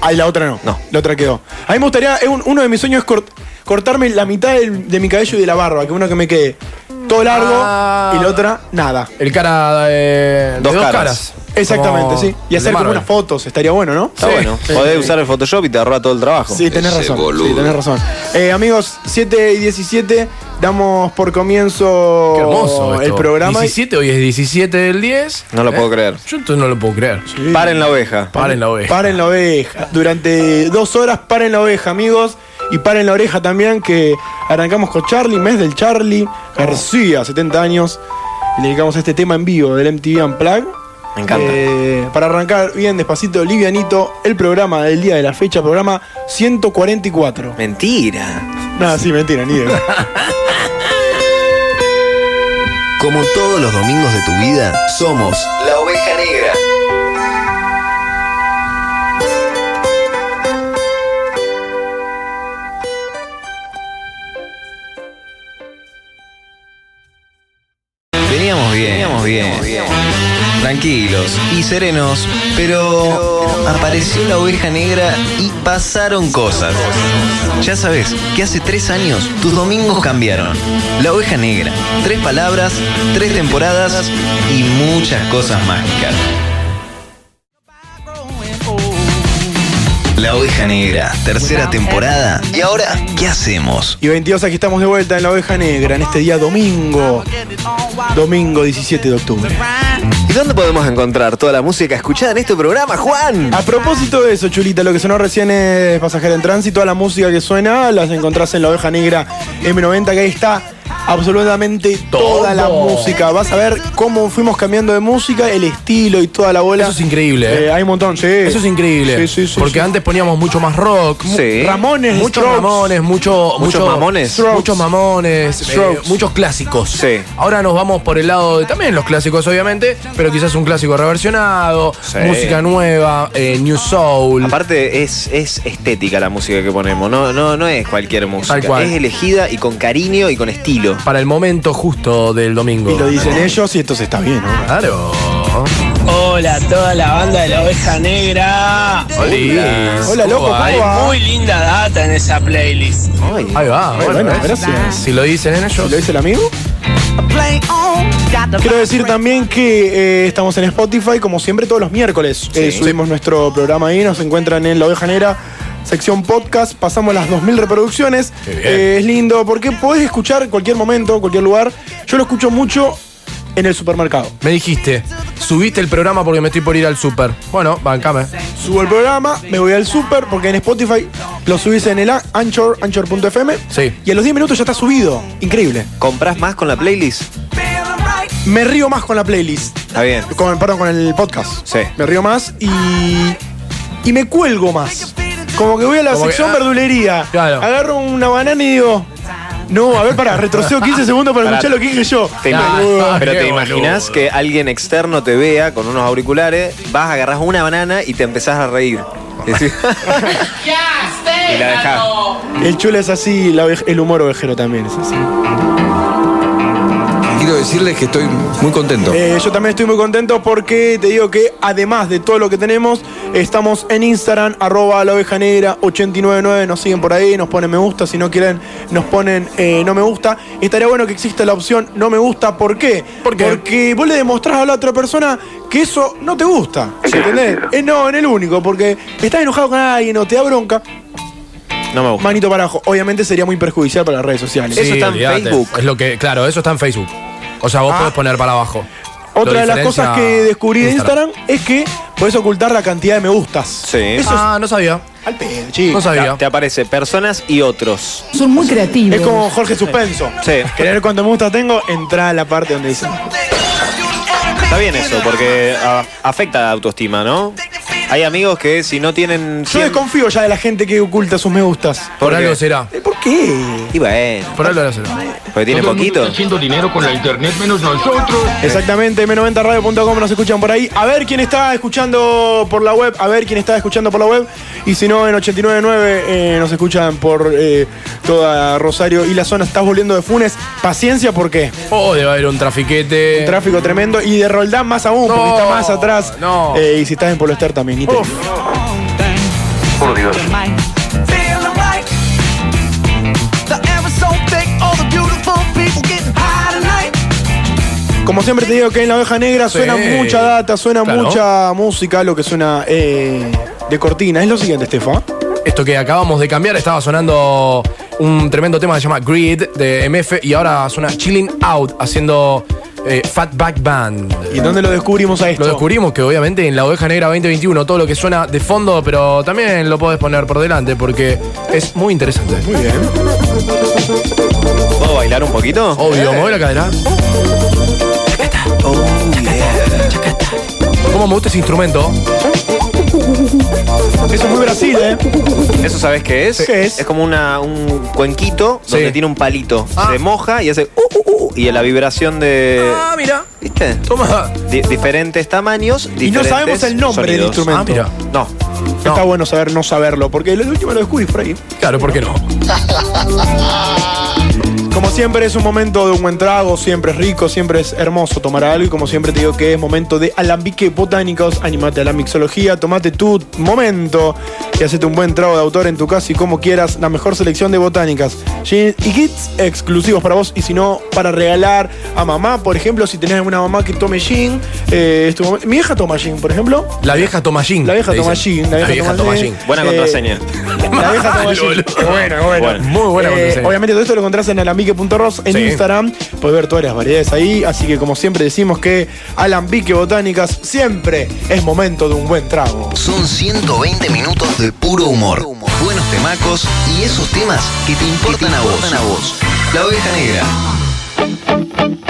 [SPEAKER 4] Ah, y la otra no.
[SPEAKER 8] No.
[SPEAKER 4] La otra quedó. A mí me gustaría, es un- uno de mis sueños es cort- cortarme la mitad del- de mi cabello y de la barba, que uno que me quede todo largo
[SPEAKER 7] Ah.
[SPEAKER 4] y la otra nada.
[SPEAKER 7] El cara eh, de
[SPEAKER 8] Dos
[SPEAKER 7] dos,
[SPEAKER 8] caras.
[SPEAKER 7] caras.
[SPEAKER 4] Exactamente,
[SPEAKER 7] Como
[SPEAKER 4] sí. Y
[SPEAKER 7] el de
[SPEAKER 4] hacer como
[SPEAKER 7] Marvel.
[SPEAKER 4] unas fotos, estaría bueno, ¿no?
[SPEAKER 8] Está bueno. Podés usar el Photoshop y te ahorra todo el trabajo.
[SPEAKER 4] Sí, tenés razón. Sí, tenés razón. Eh, amigos, 7 y 17, damos por comienzo
[SPEAKER 7] Qué hermoso esto.
[SPEAKER 4] el programa.
[SPEAKER 7] 17, hoy es 17 del 10.
[SPEAKER 8] No lo puedo creer.
[SPEAKER 7] Yo entonces no lo puedo creer.
[SPEAKER 8] Paren la oveja.
[SPEAKER 7] Paren la
[SPEAKER 8] Este.
[SPEAKER 7] oveja.
[SPEAKER 4] Paren la oveja. Durante dos horas paren la oveja, amigos. Y paren la oreja también, que arrancamos con Charlie, mes del Charlie García, 70 años. Y le dedicamos este tema en vivo del MTV Unplugged.
[SPEAKER 8] Me encanta.
[SPEAKER 4] Eh, para arrancar bien despacito, livianito, el programa del día de la fecha, programa 144.
[SPEAKER 8] Mentira.
[SPEAKER 4] Nada, sí, mentira, ni idea.
[SPEAKER 10] Como todos los domingos de tu vida, somos
[SPEAKER 8] La oveja negra. Veníamos bien, veníamos bien. Tranquilos y serenos, pero apareció la oveja negra y pasaron cosas. Ya sabes que hace tres años tus domingos cambiaron. La oveja negra, tres palabras, tres temporadas y muchas cosas mágicas. La oveja negra, tercera temporada. ¿Y ahora qué hacemos?
[SPEAKER 4] Y 22, aquí estamos de vuelta en la Oveja Negra, en este día domingo, domingo 17 de octubre.
[SPEAKER 8] ¿Y dónde podemos encontrar toda la música escuchada en este programa, Juan?
[SPEAKER 4] A propósito de eso, Chulita, lo que sonó recién es Pasajera en Tránsito, toda la música que suena las encontrás en la Oveja Negra M90, que ahí está absolutamente toda la
[SPEAKER 7] Todo.
[SPEAKER 4] música. Vas a ver cómo fuimos cambiando de música, el estilo y toda la bola.
[SPEAKER 7] Eso es increíble, ¿eh?
[SPEAKER 4] Eh, hay un montón, sí.
[SPEAKER 7] Eso es increíble.
[SPEAKER 4] Sí, sí, sí,
[SPEAKER 7] porque
[SPEAKER 4] sí.
[SPEAKER 7] antes poníamos mucho más rock. mu-
[SPEAKER 3] Sí.
[SPEAKER 4] Ramones,
[SPEAKER 7] Muchos
[SPEAKER 4] Strokes.
[SPEAKER 7] ramones, mucho,
[SPEAKER 3] Muchos mamones.
[SPEAKER 7] Strokes. Muchos mamones, eh,
[SPEAKER 4] Strokes.
[SPEAKER 7] muchos clásicos.
[SPEAKER 3] Sí.
[SPEAKER 7] Ahora nos vamos por el lado de también los clásicos, obviamente, pero quizás un clásico reversionado,
[SPEAKER 3] Sí.
[SPEAKER 7] música nueva, eh, New Soul.
[SPEAKER 3] Aparte es, es estética la música que ponemos, no, no, no es cualquier música,
[SPEAKER 7] Tal cual.
[SPEAKER 3] es elegida y con cariño y con estilo.
[SPEAKER 7] Para el momento justo del domingo.
[SPEAKER 4] Y lo dicen ellos y entonces está bien, ¿no?
[SPEAKER 7] Claro.
[SPEAKER 1] Hola, toda la banda de la oveja negra.
[SPEAKER 7] Olis.
[SPEAKER 4] Hola, loco, ¿cómo
[SPEAKER 7] Ay,
[SPEAKER 4] va?
[SPEAKER 1] Muy linda data en esa playlist.
[SPEAKER 3] Ay,
[SPEAKER 7] Ahí va.
[SPEAKER 4] Bueno,
[SPEAKER 7] bueno, ¿ves?
[SPEAKER 4] gracias.
[SPEAKER 7] Si lo dicen en ellos.
[SPEAKER 4] ¿Lo dice el amigo? Quiero decir también que eh, estamos en Spotify, como siempre, todos los miércoles. Eh, subimos nuestro programa ahí, nos encuentran en La Oveja Negra, sección podcast, pasamos las 2.000 reproducciones.
[SPEAKER 7] Qué bien.
[SPEAKER 4] Eh, es lindo, porque podés escuchar en cualquier momento, cualquier lugar. Yo lo escucho mucho en el supermercado.
[SPEAKER 7] Me dijiste, subiste el programa porque me estoy por ir al súper. Bueno, bancame.
[SPEAKER 4] Subo el programa, me voy al super, porque en Spotify lo subís en el a- Anchor, anchor.fm.
[SPEAKER 7] Sí.
[SPEAKER 4] Y a los 10 minutos ya está subido. Increíble.
[SPEAKER 3] ¿Comprás más con la playlist?
[SPEAKER 4] Me río más con la playlist.
[SPEAKER 3] Está bien.
[SPEAKER 4] Con, perdón, con el podcast.
[SPEAKER 3] Sí.
[SPEAKER 4] Me río más y. Y me cuelgo más. Como que voy a la
[SPEAKER 7] Como que,
[SPEAKER 4] sección
[SPEAKER 7] ah,
[SPEAKER 4] verdulería.
[SPEAKER 7] claro.
[SPEAKER 4] Agarro una banana y digo. No, a ver, para, retrocedo 15 segundos para escuchar lo que dije yo.
[SPEAKER 3] Te
[SPEAKER 7] Ah,
[SPEAKER 3] imag-
[SPEAKER 7] ah,
[SPEAKER 3] pero
[SPEAKER 7] qué
[SPEAKER 3] te imaginas
[SPEAKER 7] boludo.
[SPEAKER 3] que alguien externo te vea con unos auriculares, vas, agarrás una banana y te empezás a reír. Decís- y la dejás.
[SPEAKER 4] El chulo es así, la oveja- el humor ovejero también es así.
[SPEAKER 11] Quiero decirles que estoy muy contento.
[SPEAKER 4] Eh, yo también estoy muy contento porque te digo que además de todo lo que tenemos, estamos en Instagram, arroba la oveja negra 899, nos siguen por ahí, nos ponen me gusta, si no quieren nos ponen eh, no me gusta. Estaría bueno que exista la opción no me gusta, ¿por qué?
[SPEAKER 7] ¿Por qué?
[SPEAKER 4] Porque vos le demostrás a la otra persona que eso no te gusta, ¿entendés? Eh, no, en el único, porque estás enojado con alguien o te da bronca,
[SPEAKER 3] No me gusta.
[SPEAKER 4] manito para abajo. Obviamente sería muy perjudicial para las redes sociales.
[SPEAKER 3] Eso está en
[SPEAKER 7] olvídate.
[SPEAKER 3] Facebook.
[SPEAKER 7] Es lo que, claro, eso está en Facebook. O sea, vos
[SPEAKER 4] Ah.
[SPEAKER 7] podés poner para abajo.
[SPEAKER 4] Otra
[SPEAKER 7] Lo
[SPEAKER 4] de las
[SPEAKER 7] diferencia
[SPEAKER 4] cosas que descubrí de Instagram es que podés ocultar la cantidad de me gustas.
[SPEAKER 3] Sí. Ah,
[SPEAKER 4] Eso es
[SPEAKER 7] Ah, no sabía.
[SPEAKER 4] al pedo, chico.
[SPEAKER 7] No sabía.
[SPEAKER 3] Te aparece personas y otros.
[SPEAKER 8] Son muy creativos.
[SPEAKER 4] Es como Jorge Suspenso.
[SPEAKER 3] Sí.
[SPEAKER 4] Querer ver cuánto me gusta tengo, entra a la parte donde dice.
[SPEAKER 3] Está bien eso, porque ah, afecta la autoestima, ¿no? Hay amigos que si no tienen...
[SPEAKER 4] Yo
[SPEAKER 3] 100
[SPEAKER 4] desconfío ya de la gente que oculta sus me gustas.
[SPEAKER 7] Por
[SPEAKER 3] ¿Por
[SPEAKER 7] algo
[SPEAKER 3] qué?
[SPEAKER 7] será.
[SPEAKER 4] Eh, ¿Por qué?
[SPEAKER 3] Y bueno,
[SPEAKER 7] Por algo será.
[SPEAKER 3] porque tiene poquito.
[SPEAKER 2] dinero con la internet menos nosotros.
[SPEAKER 4] Exactamente, m90radio.com nos escuchan por ahí. A ver quién está escuchando por la web, a ver quién está escuchando por la web. Y si no, en 899 eh, nos escuchan por eh, toda Rosario y la zona. Estás volviendo de Funes. Paciencia porque
[SPEAKER 7] Oh, debe haber un trafiquete.
[SPEAKER 4] tráfico tremendo. Y de Roldán más aún, porque
[SPEAKER 7] Eh, No,
[SPEAKER 4] está más atrás.
[SPEAKER 7] no.
[SPEAKER 4] Eh, y si estás en Polester también. ni te
[SPEAKER 7] Uf.
[SPEAKER 4] digo. Como siempre te digo que en la oveja negra
[SPEAKER 7] Sí.
[SPEAKER 4] suena mucha data, suena
[SPEAKER 7] Claro.
[SPEAKER 4] mucha música, lo que suena eh, de cortina. Es lo siguiente, Estefa.
[SPEAKER 7] Esto que acabamos de cambiar estaba sonando un tremendo tema que se llama Grid de MF y ahora suena Chilling Out haciendo eh, Fatback Band.
[SPEAKER 4] ¿Y dónde lo descubrimos a esto?
[SPEAKER 7] Lo descubrimos que obviamente en la oveja negra 2021 todo lo que suena de fondo, pero también lo podés poner por delante porque es muy interesante.
[SPEAKER 4] Muy bien.
[SPEAKER 3] ¿Puedo bailar un poquito?
[SPEAKER 7] Obvio, mueve la cadera. ¿Cómo me gusta ese instrumento?
[SPEAKER 4] Eso es muy Brasil, ¿eh?
[SPEAKER 3] ¿Eso sabes qué es?
[SPEAKER 4] ¿Qué es?
[SPEAKER 3] como una, un cuenquito
[SPEAKER 7] Sí.
[SPEAKER 3] donde tiene un palito.
[SPEAKER 7] Ah.
[SPEAKER 3] Se moja y hace... Uh, uh, uh, y la vibración de...
[SPEAKER 7] Ah, mira.
[SPEAKER 3] ¿Viste?
[SPEAKER 7] Toma. Ah,
[SPEAKER 3] Di- diferentes tamaños,
[SPEAKER 4] Y no
[SPEAKER 3] diferentes
[SPEAKER 4] sabemos el nombre del
[SPEAKER 3] sonidos.
[SPEAKER 4] instrumento.
[SPEAKER 7] Ah, mira.
[SPEAKER 3] No.
[SPEAKER 7] No.
[SPEAKER 4] Está bueno saber no saberlo, porque el último lo descubrís por ahí.
[SPEAKER 7] Claro, ¿por qué no?
[SPEAKER 4] Como siempre es un momento de un buen trago, siempre es rico, siempre es hermoso tomar algo y como siempre te digo que es momento de alambique botánicos, animate a la mixología, tomate tu momento y hacete un buen trago de autor en tu casa y como quieras, la mejor selección de botánicas. Jeans y kits exclusivos para vos y si no, para regalar a mamá, por ejemplo, si tenés alguna mamá que tome gin, eh, es tu momento. mi hija toma gin, por ejemplo.
[SPEAKER 7] La vieja toma gin.
[SPEAKER 4] La vieja
[SPEAKER 7] le
[SPEAKER 4] toma
[SPEAKER 7] dicen.
[SPEAKER 4] gin, la vieja toma gin.
[SPEAKER 3] Buena
[SPEAKER 4] Eh,
[SPEAKER 3] contraseña.
[SPEAKER 4] La vieja toma gin. Bueno, bueno.
[SPEAKER 3] Bueno.
[SPEAKER 7] Muy buena
[SPEAKER 4] Eh,
[SPEAKER 7] contraseña.
[SPEAKER 4] Obviamente todo esto lo encontrás en alambique.ros en
[SPEAKER 7] Sí.
[SPEAKER 4] Instagram. Podés ver todas las variedades ahí. Así que como siempre decimos que Alambique Botánicas siempre es momento de un buen trago.
[SPEAKER 11] Son 120 minutos de puro humor, buenos temacos y esos temas que te importan, a, vos. La oveja negra.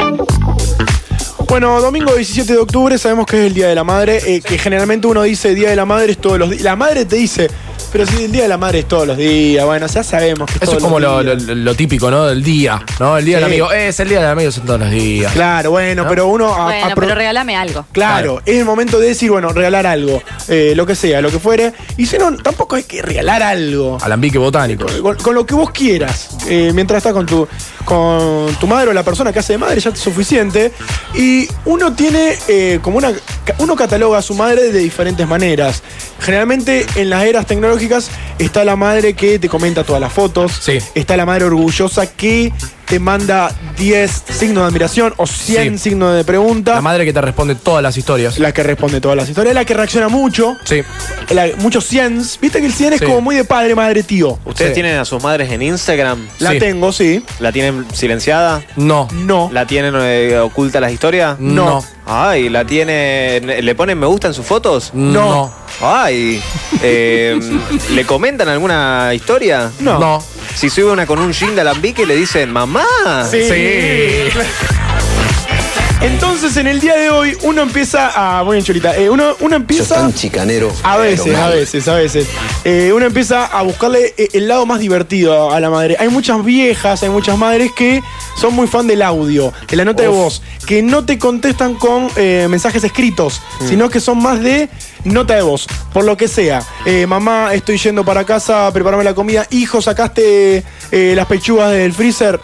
[SPEAKER 4] Bueno, domingo 17 de octubre sabemos que es el Día de la Madre, eh, que generalmente uno dice Día de la Madre es todos los días. La madre te dice, pero si el Día de la Madre es todos los días, bueno, ya sabemos que
[SPEAKER 7] Eso es como lo, lo- lo típico, ¿no? Del día, ¿no? El día del
[SPEAKER 4] Sí.
[SPEAKER 7] amigo. Eh, es el día del amigo, son todos los días.
[SPEAKER 4] Claro, bueno, pero uno... a-
[SPEAKER 12] Bueno,
[SPEAKER 4] apro-
[SPEAKER 12] pero regálame algo.
[SPEAKER 4] Claro, es el momento de decir, bueno, regalar algo, eh, lo que sea, lo que fuere. Y si no, tampoco hay que regalar algo.
[SPEAKER 7] Alambique botánico.
[SPEAKER 4] Eh, Con, con lo que vos quieras, eh, mientras estás con tu, con tu madre o la persona que hace de madre, ya es suficiente. Y uno tiene eh, como una. ca- Uno cataloga a su madre de diferentes maneras. Generalmente en las eras tecnológicas está la madre que te comenta todas las fotos. Está la madre orgullosa que te manda 10 signos de admiración o 100 signos de pregunta.
[SPEAKER 7] La madre que te responde todas las historias.
[SPEAKER 4] La que responde todas las historias, la que reacciona mucho.
[SPEAKER 7] Sí.
[SPEAKER 4] La- muchos 100. Viste que el 100
[SPEAKER 8] Sí.
[SPEAKER 4] es como muy de padre, madre, tío.
[SPEAKER 8] ¿Ustedes tienen a sus madres en Instagram?
[SPEAKER 4] La tengo, sí.
[SPEAKER 8] ¿La tienen silenciada?
[SPEAKER 7] No.
[SPEAKER 4] No.
[SPEAKER 8] ¿La tienen eh, oculta las historias?
[SPEAKER 4] No.
[SPEAKER 8] Ay, ¿la tienen. ¿Le ponen me gusta en sus fotos?
[SPEAKER 4] No.
[SPEAKER 8] Ay. eh, ¿Le comentan alguna historia?
[SPEAKER 4] No. No.
[SPEAKER 8] Si sube una con un jean de alambique, le dicen, mamá.
[SPEAKER 4] Entonces, en el día de hoy, uno empieza a. Muy bien, Chulita. Eh, uno, uno empieza.
[SPEAKER 11] chicanero.
[SPEAKER 4] A veces,
[SPEAKER 11] pero
[SPEAKER 4] a
[SPEAKER 11] mal.
[SPEAKER 4] veces, a veces. Eh, uno empieza a buscarle eh, el lado más divertido a a la madre. Hay muchas viejas, hay muchas madres que son muy fan del audio, de la nota de
[SPEAKER 8] Uf.
[SPEAKER 4] voz, que no te contestan con eh, mensajes escritos,
[SPEAKER 8] Mm.
[SPEAKER 4] sino que son más de nota de voz, por lo que sea. Eh, mamá, estoy yendo para casa, preparame la comida. Hijo, sacaste eh, las pechugas del freezer.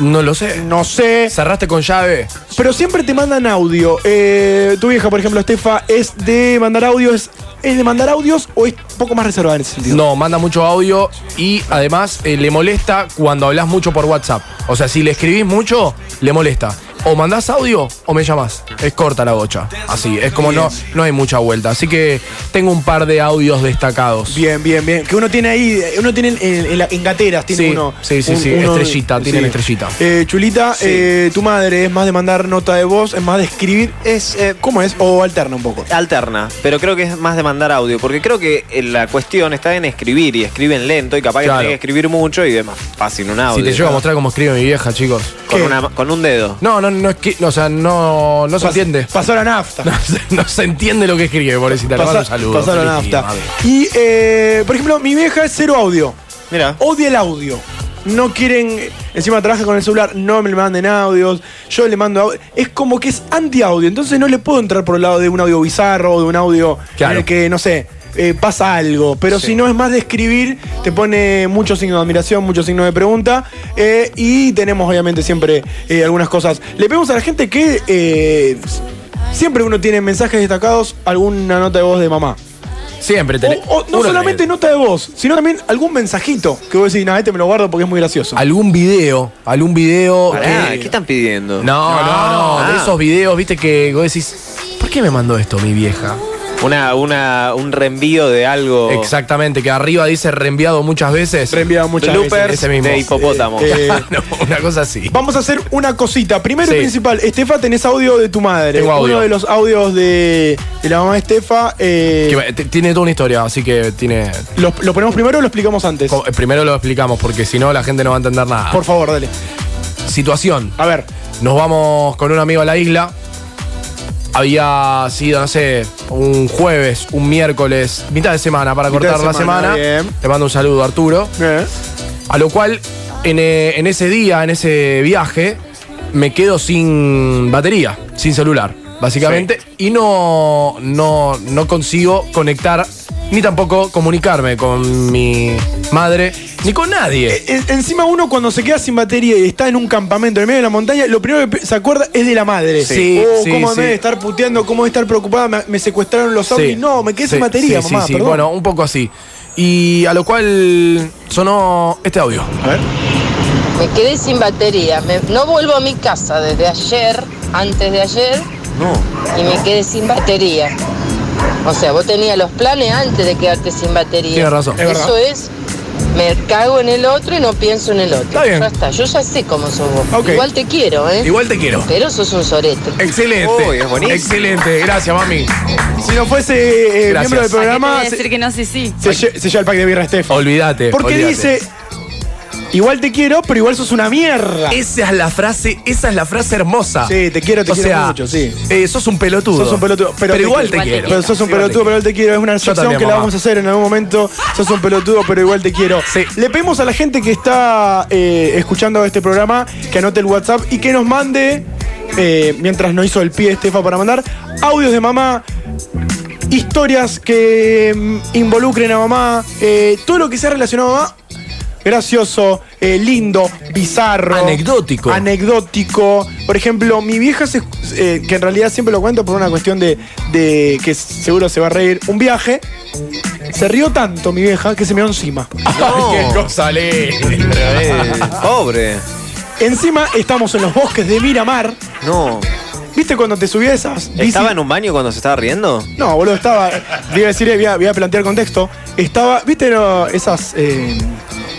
[SPEAKER 7] No lo sé.
[SPEAKER 4] No sé.
[SPEAKER 7] ¿Cerraste con llave?
[SPEAKER 4] Pero siempre te mandan audio. Eh, tu vieja, por ejemplo, Estefa, ¿es de mandar audios? ¿Es de mandar audios o es un poco más reservada en ese sentido?
[SPEAKER 7] No, manda mucho audio y además eh, le molesta cuando hablas mucho por WhatsApp. O sea, si le escribís mucho, le molesta. O mandás audio o me llamás. Es corta la bocha. Así, es como no, no hay mucha vuelta. Así que tengo un par de audios destacados.
[SPEAKER 4] Bien, bien, bien. Que uno tiene ahí, uno tiene en, en la- en gateras, tiene
[SPEAKER 7] Sí,
[SPEAKER 4] uno.
[SPEAKER 7] sí, sí,
[SPEAKER 4] un-
[SPEAKER 7] sí,
[SPEAKER 4] uno-
[SPEAKER 7] estrellita, tienen
[SPEAKER 4] sí.
[SPEAKER 7] estrellita.
[SPEAKER 4] Eh, Chulita, eh, tu madre es más de mandar nota de voz, es más de escribir. Es, eh, ¿Cómo es? ¿O alterna un poco?
[SPEAKER 8] Alterna, pero creo que es más de mandar audio, porque creo que eh, la cuestión está en escribir y escriben lento y capaz
[SPEAKER 7] Claro.
[SPEAKER 8] que tenés que escribir mucho y es más fácil un audio.
[SPEAKER 7] Si te llego a mostrar cómo escribe mi vieja, chicos.
[SPEAKER 8] con, una- con un dedo.
[SPEAKER 7] No, no, no es que. O sea, no, no se entiende.
[SPEAKER 4] Pasó la nafta.
[SPEAKER 7] No, se- no se entiende lo que escribe, pobrecita. Le mando
[SPEAKER 4] Pasa-
[SPEAKER 7] un saludo.
[SPEAKER 4] pasó la
[SPEAKER 7] Feliz día,
[SPEAKER 4] nafta.
[SPEAKER 7] madre.
[SPEAKER 4] Y, eh, por ejemplo, mi vieja es cero audio.
[SPEAKER 8] Mira.
[SPEAKER 4] Odia el audio. No quieren. Encima trabaja con el celular, no me le manden audios. Yo le mando audio. Es como que es anti-audio. Entonces no le puedo entrar por el lado de un audio bizarro o de un audio en el que, no sé. eh, pasa algo, pero si no es más de escribir, te pone muchos signos de admiración, muchos signos de pregunta, eh, y tenemos obviamente siempre eh, algunas cosas. Le pedimos a la gente que eh, siempre uno tiene mensajes destacados, alguna nota de voz de mamá.
[SPEAKER 7] Siempre te
[SPEAKER 4] O- o no solamente nota de voz, sino también algún mensajito que vos decís, nada, este me lo guardo porque es muy gracioso.
[SPEAKER 7] Algún video, algún video.
[SPEAKER 8] Pará,
[SPEAKER 7] que-
[SPEAKER 8] ¿qué están pidiendo?
[SPEAKER 7] No, no, no. De
[SPEAKER 8] Ah.
[SPEAKER 7] esos videos, viste, que vos decís, ¿por qué me mandó esto mi vieja?
[SPEAKER 8] Una, una, un reenvío de
[SPEAKER 4] Oh.
[SPEAKER 8] algo.
[SPEAKER 7] Exactamente, que arriba dice reenviado muchas veces. Reenviado
[SPEAKER 4] muchas
[SPEAKER 8] Bloopers
[SPEAKER 7] Ese mismo.
[SPEAKER 8] de hipopótamo.
[SPEAKER 4] Eh,
[SPEAKER 7] No, una cosa así.
[SPEAKER 4] Vamos a hacer una cosita. Primero y
[SPEAKER 7] Sí.
[SPEAKER 4] principal, Estefa, tenés audio de tu madre.
[SPEAKER 7] Tengo audio.
[SPEAKER 4] Uno de los audios de, de la mamá de Estefa. eh,
[SPEAKER 7] Que va- t- tiene toda una historia, así que tiene.
[SPEAKER 4] ¿lo, lo ponemos primero o lo explicamos antes?
[SPEAKER 7] co- Primero lo explicamos, porque si no, la gente no va a entender nada.
[SPEAKER 4] Por favor, dale.
[SPEAKER 7] Situación.
[SPEAKER 4] A ver.
[SPEAKER 7] Nos vamos con un amigo a la isla. Había sido, no sé, un jueves, un miércoles, mitad de semana para
[SPEAKER 4] Mitad de
[SPEAKER 7] cortar
[SPEAKER 4] semana,
[SPEAKER 7] la semana.
[SPEAKER 4] bien.
[SPEAKER 7] Te mando un saludo, Arturo. A lo cual, en, eh, en ese día, en ese viaje, me quedo sin batería, sin celular, básicamente. Y no, no, no consigo conectar, ni tampoco comunicarme con mi madre, ni con nadie.
[SPEAKER 4] En- encima uno cuando se queda sin batería y está en un campamento en el medio de la montaña, lo primero que pe- se acuerda es de la madre.
[SPEAKER 7] Sí,
[SPEAKER 4] oh,
[SPEAKER 7] sí,
[SPEAKER 4] cómo
[SPEAKER 7] sí.
[SPEAKER 4] me debe estar puteando, cómo debe estar preocupada, me, me secuestraron los
[SPEAKER 7] Sí.
[SPEAKER 4] zombies. No, me quedé
[SPEAKER 7] Sí,
[SPEAKER 4] sin batería,
[SPEAKER 7] sí,
[SPEAKER 4] mamá,
[SPEAKER 7] sí, sí.
[SPEAKER 4] perdón.
[SPEAKER 7] Bueno, un poco así. Y a lo cual sonó este audio. A ver.
[SPEAKER 6] Me quedé sin batería. Me- no vuelvo a mi casa desde ayer, antes de ayer, y me quedé sin batería. O sea, vos tenías los planes antes de quedarte sin batería.
[SPEAKER 7] Tienes razón. Es
[SPEAKER 6] Eso
[SPEAKER 7] verdad.
[SPEAKER 6] es, me cago en el otro y no pienso en el otro.
[SPEAKER 7] Está bien.
[SPEAKER 6] Ya está, yo ya sé cómo sos vos.
[SPEAKER 7] Ok.
[SPEAKER 6] Igual te quiero, ¿eh?
[SPEAKER 7] Igual te quiero.
[SPEAKER 6] Pero sos un sorete.
[SPEAKER 7] Excelente. Excelente. Gracias, mami.
[SPEAKER 4] Si no fuese eh,
[SPEAKER 7] Gracias.
[SPEAKER 4] miembro del
[SPEAKER 12] ¿A qué te voy
[SPEAKER 4] programa,
[SPEAKER 12] a
[SPEAKER 4] se,
[SPEAKER 12] decir que no, sí, sí.
[SPEAKER 4] se lle- se lleva el pack de birra Estefa.
[SPEAKER 7] Olvídate.
[SPEAKER 4] Porque
[SPEAKER 7] olvídate.
[SPEAKER 4] dice. Igual te quiero, pero igual sos una mierda.
[SPEAKER 7] Esa es la frase, esa es la frase hermosa.
[SPEAKER 4] Ah. Sí, te quiero, te
[SPEAKER 7] O
[SPEAKER 4] quiero
[SPEAKER 7] sea,
[SPEAKER 4] mucho, sí.
[SPEAKER 7] eh, sos un pelotudo.
[SPEAKER 4] Sos un pelotudo. Pero,
[SPEAKER 7] igual te quiero.
[SPEAKER 4] Pero sos un
[SPEAKER 7] Igual te
[SPEAKER 4] pelotudo, pero igual te quiero. Es una sección
[SPEAKER 7] también,
[SPEAKER 4] que la
[SPEAKER 7] mamá.
[SPEAKER 4] vamos a hacer en algún momento. Sos un pelotudo, pero igual te quiero. Le pedimos a la gente que está eh, escuchando este programa que anote el WhatsApp y que nos mande, eh, mientras no hizo el pie Estefa para mandar, audios de mamá. Historias que mm, involucren a mamá, eh, todo lo que sea relacionado a mamá, gracioso, eh, lindo, bizarro. Anecdótico. Anecdótico. Por ejemplo, mi vieja, se- eh, que en realidad siempre lo cuento por una cuestión de, de que seguro se va a reír, un viaje. Se rió tanto mi vieja que se me dio encima. eh,
[SPEAKER 7] ¡Qué cosa alegre!
[SPEAKER 8] Pobre.
[SPEAKER 4] Encima estamos en los bosques de Miramar.
[SPEAKER 8] No.
[SPEAKER 4] ¿Viste cuando te subí a esas? bicis?
[SPEAKER 8] ¿Estaba en un baño cuando se estaba riendo?
[SPEAKER 4] No, boludo, estaba. Voy a decir, voy a, voy a plantear contexto. Estaba, ¿viste no, esas eh,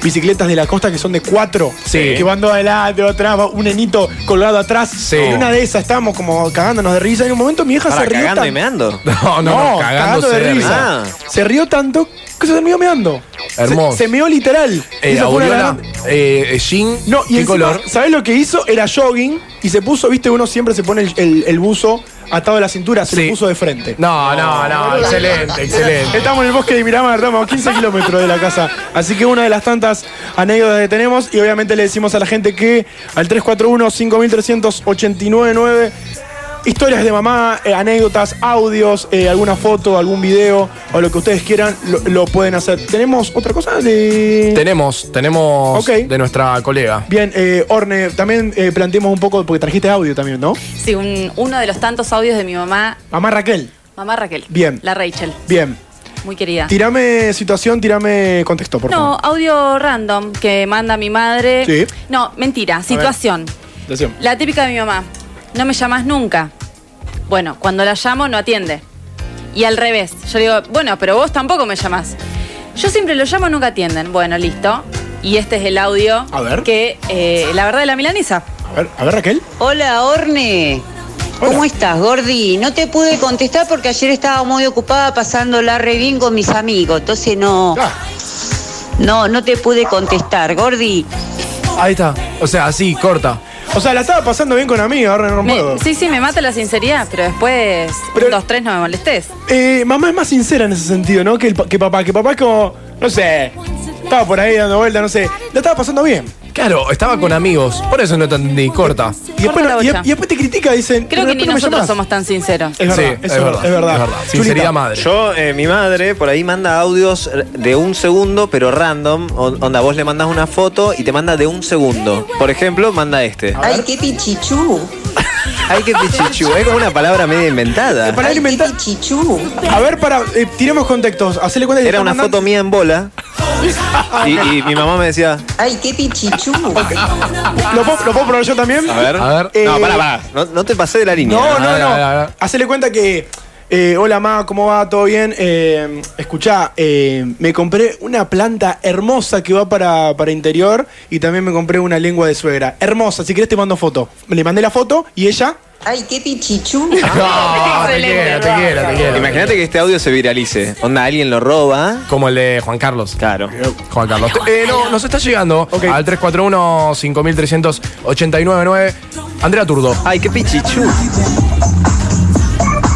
[SPEAKER 4] bicicletas de la costa que son de cuatro?
[SPEAKER 7] Sí.
[SPEAKER 4] Que van dos adelante, dos atrás, va un nenito colgado atrás.
[SPEAKER 7] Sí.
[SPEAKER 4] En una de esas estábamos como cagándonos de risa. Y en un momento mi hija
[SPEAKER 8] Para,
[SPEAKER 4] se rió.
[SPEAKER 8] cagando
[SPEAKER 4] tan-
[SPEAKER 8] y meando. Ah.
[SPEAKER 7] No, no, no,
[SPEAKER 4] cagando
[SPEAKER 7] cagándose
[SPEAKER 4] de
[SPEAKER 7] risa.
[SPEAKER 4] risa. Se rió tanto que se terminó meando.
[SPEAKER 7] Hermoso.
[SPEAKER 4] Se, se meó literal.
[SPEAKER 7] Eh,
[SPEAKER 4] Eso fue una
[SPEAKER 7] Aurora,
[SPEAKER 4] gran-
[SPEAKER 7] eh, eh, jean,
[SPEAKER 4] no,
[SPEAKER 7] ¿qué
[SPEAKER 4] y encima,
[SPEAKER 7] color?
[SPEAKER 4] ¿Sabés lo que hizo? Era jogging y se puso, viste, uno siempre se pone el, el- el buzo atado a la cintura, se lo puso de frente.
[SPEAKER 7] No, no, no, excelente, excelente.
[SPEAKER 4] Estamos en el bosque de Miramar, estamos a 15 kilómetros de la casa. Así que una de las tantas anécdotas que tenemos y obviamente le decimos a la gente que al 341-53899, historias de mamá, eh, anécdotas, audios, eh, alguna foto, algún video o lo que ustedes quieran, lo, lo pueden hacer. ¿Tenemos otra cosa? De...
[SPEAKER 7] Tenemos, tenemos
[SPEAKER 4] Ok.
[SPEAKER 7] de nuestra colega.
[SPEAKER 4] Bien, eh, Orne, también eh, planteemos un poco, porque trajiste audio también, ¿no?
[SPEAKER 12] Sí, un- uno de los tantos audios de mi mamá,
[SPEAKER 4] Mamá Raquel.
[SPEAKER 12] mamá Raquel.
[SPEAKER 4] Bien.
[SPEAKER 12] La Rachel,
[SPEAKER 4] Bien,
[SPEAKER 12] muy querida.
[SPEAKER 4] tirame situación, tirame contexto, por
[SPEAKER 12] No,
[SPEAKER 4] favor.
[SPEAKER 12] audio random que manda mi madre.
[SPEAKER 4] Sí.
[SPEAKER 12] No, mentira, situación.
[SPEAKER 4] Situación.
[SPEAKER 12] La típica de mi mamá. No me llamas nunca. Bueno, cuando la llamo no atiende. Y al revés. Yo digo, bueno, pero vos tampoco me llamás. Yo siempre lo llamo, nunca atienden. Bueno, listo. Y este es el audio
[SPEAKER 4] A ver.
[SPEAKER 12] que eh, la verdad de la milanesa.
[SPEAKER 4] A ver, a ver Raquel.
[SPEAKER 13] Hola, Orne. ¿Cómo estás, Gordi? No te pude contestar porque ayer estaba muy ocupada pasándola re bien con mis amigos. Entonces no. No, no te pude contestar, Gordi.
[SPEAKER 7] Ahí está. O sea, así, corta.
[SPEAKER 4] O sea, la estaba pasando bien con amigos, ahora no
[SPEAKER 12] Me-
[SPEAKER 4] puedo.
[SPEAKER 12] sí, sí, me mata la sinceridad, pero después, un, dos, tres, no me molestes.
[SPEAKER 4] Eh, mamá es más sincera en ese sentido, ¿no? Que, el pa- que papá, que papá es como, no sé, estaba por ahí dando vuelta, no sé, la estaba pasando bien.
[SPEAKER 7] Claro, estaba con amigos. Por eso no te entendí, corta.
[SPEAKER 4] Y después,
[SPEAKER 12] la
[SPEAKER 4] no- y-
[SPEAKER 12] bocha.
[SPEAKER 4] y después te critica, dicen.
[SPEAKER 12] Creo
[SPEAKER 4] "Pero
[SPEAKER 12] que
[SPEAKER 4] después
[SPEAKER 12] ni
[SPEAKER 4] no me
[SPEAKER 12] nosotros
[SPEAKER 4] llamás".
[SPEAKER 12] somos tan sinceros.
[SPEAKER 4] Es verdad,
[SPEAKER 7] Sí,
[SPEAKER 4] eso
[SPEAKER 7] es
[SPEAKER 4] es
[SPEAKER 7] verdad,
[SPEAKER 4] verdad, es verdad.
[SPEAKER 7] es verdad. Sinceridad madre.
[SPEAKER 8] Yo, eh, mi madre, por ahí manda audios de un segundo, pero random. On- Onda, vos le mandas una foto y te manda de un segundo. Por ejemplo, manda este.
[SPEAKER 14] Ay, qué pichichú.
[SPEAKER 8] Hay que pichichu. Es como una palabra medio inventada.
[SPEAKER 4] Para alimentar. A ver, para, eh, tiremos contextos, hacele cuenta que
[SPEAKER 8] Era
[SPEAKER 4] está
[SPEAKER 8] una
[SPEAKER 4] mandando-
[SPEAKER 8] foto mía en bola. Y, y mi mamá me decía,
[SPEAKER 14] Ay, qué pichichú.
[SPEAKER 11] Ah,
[SPEAKER 4] ¿Lo puedo, lo puedo probar yo también?
[SPEAKER 8] a ver.
[SPEAKER 4] Eh,
[SPEAKER 8] No, pará, pará. No, no te pasé de la línea.
[SPEAKER 4] No, no, no. Hacele cuenta que. eh, hola, ma, ¿cómo va? ¿Todo bien? Eh, escuchá, eh, me compré una planta hermosa que va para, para interior y también me compré una lengua de suegra. Hermosa, si querés te mando foto. Le mandé la foto y ella.
[SPEAKER 14] Ay, qué pichichú.
[SPEAKER 7] Ah,
[SPEAKER 8] Imagínate que este audio se viralice. Onda, alguien lo roba.
[SPEAKER 7] Como el de Juan Carlos.
[SPEAKER 8] Claro.
[SPEAKER 7] Juan Carlos. Eh, no, nos está llegando al 341-5389-9. Andrea Turdo.
[SPEAKER 8] Ay, qué pichichu.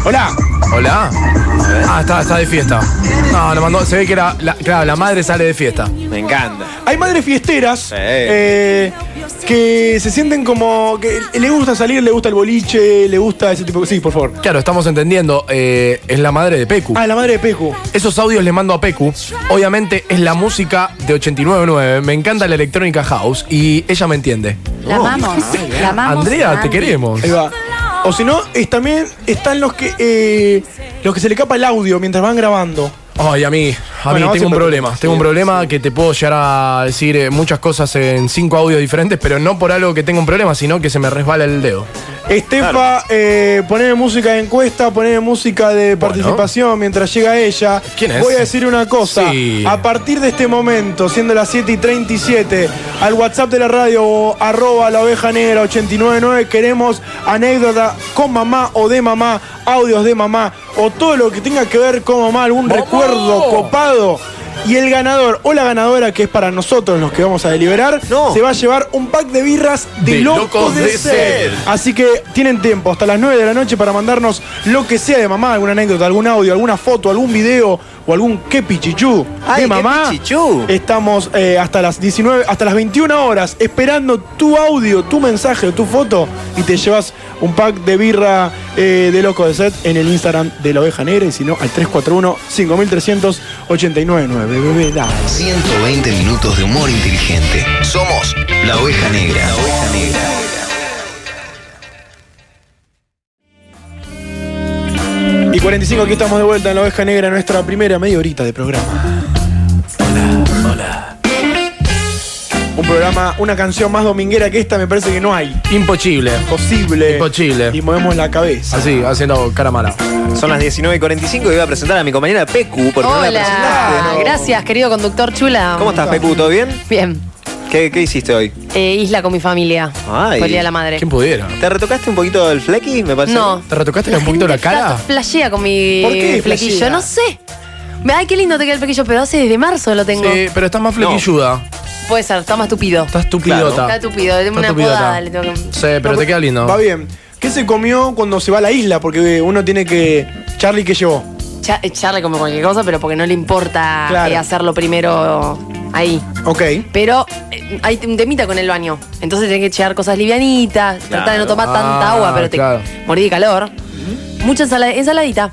[SPEAKER 4] Hola.
[SPEAKER 7] Hola. Ah, está, está de fiesta. No, lo mandó. Se ve que era. la- claro, la madre sale de fiesta.
[SPEAKER 8] Me encanta.
[SPEAKER 4] Hay madres fiesteras eh, que se sienten como. que le gusta salir, le gusta el boliche, le gusta ese tipo de. Sí, por favor.
[SPEAKER 7] Claro, estamos entendiendo. eh, es la madre de Pecu.
[SPEAKER 4] Ah, la madre de Pecu.
[SPEAKER 7] Esos audios les mando a Pecu. Obviamente es la música de 89.9. Me encanta la electrónica house y ella me entiende.
[SPEAKER 12] La amamos, la amamos.
[SPEAKER 7] Andrea, te
[SPEAKER 12] Andy.
[SPEAKER 7] queremos.
[SPEAKER 4] Ahí va. O si no, es, también están los que eh, los que se le capa el audio mientras van grabando.
[SPEAKER 7] Ay, a mí, a
[SPEAKER 4] Bueno,
[SPEAKER 7] mí tengo
[SPEAKER 4] vos
[SPEAKER 7] un
[SPEAKER 4] siempre-
[SPEAKER 7] problema.
[SPEAKER 4] sí,
[SPEAKER 7] tengo un problema que te puedo llegar a decir eh, muchas cosas en cinco audios diferentes, pero no por algo que tenga un problema, sino que se me resbala el dedo.
[SPEAKER 4] Estefa, eh, poneme música de encuesta, poneme música de participación mientras llega ella.
[SPEAKER 7] ¿Quién es?
[SPEAKER 4] Voy a decir una cosa.
[SPEAKER 7] Sí.
[SPEAKER 4] A partir de este momento, siendo las 7 y 37, al WhatsApp de la radio o arroba la oveja negra 899, queremos anécdota con mamá o de mamá, audios de mamá o todo lo que tenga que ver con mamá, algún recuerdo copado. Y el ganador o la ganadora, que es para nosotros los que vamos a deliberar, se va a llevar un pack de birras de,
[SPEAKER 7] De
[SPEAKER 4] locos,
[SPEAKER 7] Locos
[SPEAKER 4] de,
[SPEAKER 7] de
[SPEAKER 4] sed.
[SPEAKER 7] Sed.
[SPEAKER 4] Así que tienen tiempo hasta las 9 de la noche para mandarnos lo que sea de mamá, alguna anécdota, algún audio, alguna foto, algún video o algún qué pichichú
[SPEAKER 8] Ay, qué
[SPEAKER 4] de mamá. Estamos eh, hasta las 19, hasta las 21 horas esperando tu audio, tu mensaje o tu foto y te llevas un pack de birra eh, de loco de set en el Instagram de la oveja negra y si no al 341 53899 bebé dale.
[SPEAKER 3] 120 minutos de humor inteligente. Somos la oveja negra. La oveja negra.
[SPEAKER 4] Y 45 aquí estamos de vuelta en la oveja negra nuestra primera media horita de programa. Un programa, una canción más dominguera que esta me parece que no hay.
[SPEAKER 7] Imposible.
[SPEAKER 4] Posible.
[SPEAKER 7] Imposible.
[SPEAKER 4] Y movemos la cabeza.
[SPEAKER 7] Así, haciendo cara mala.
[SPEAKER 8] Son las 19.45 y voy a presentar a mi compañera Pecu. Porque no la presentaste.
[SPEAKER 9] Hola, gracias querido conductor chula.
[SPEAKER 8] ¿Cómo estás, Pecu? ¿Todo bien?
[SPEAKER 9] Bien.
[SPEAKER 8] ¿Qué, qué hiciste hoy?
[SPEAKER 9] Eh, isla con mi familia.
[SPEAKER 8] Ay.
[SPEAKER 9] Por el Día de la madre.
[SPEAKER 7] pudiera?
[SPEAKER 8] ¿Te retocaste un poquito el flequi, me parece?
[SPEAKER 9] No.
[SPEAKER 7] ¿Te retocaste un poquito la cara?
[SPEAKER 9] Flashea con mi
[SPEAKER 7] ¿Por qué
[SPEAKER 9] flequillo,
[SPEAKER 7] flashea?
[SPEAKER 9] no sé. Ay, qué lindo te queda el flequillo, pero hace desde marzo lo tengo.
[SPEAKER 7] Sí, pero estás más flequilluda.
[SPEAKER 9] Puede ser, está más tupido.
[SPEAKER 7] Estás tupidota.
[SPEAKER 9] Está tupido, es una
[SPEAKER 7] tupidota.
[SPEAKER 9] podada le tengo que-
[SPEAKER 7] Sí, pero te queda lindo.
[SPEAKER 4] Va bien. ¿Qué se comió cuando se va a la isla? Porque eh, uno tiene que. Charlie, ¿qué llevó?
[SPEAKER 9] Cha- Charlie como cualquier cosa, pero porque no le importa
[SPEAKER 4] Claro.
[SPEAKER 9] eh, hacerlo primero ahí.
[SPEAKER 4] Ok.
[SPEAKER 9] Pero eh, hay un temita con el baño. Entonces tenés que echar cosas livianitas, tratar de no tomar
[SPEAKER 7] Ah,
[SPEAKER 9] tanta agua, pero te
[SPEAKER 7] claro.
[SPEAKER 9] morí de calor. Mucha ensala- ensaladita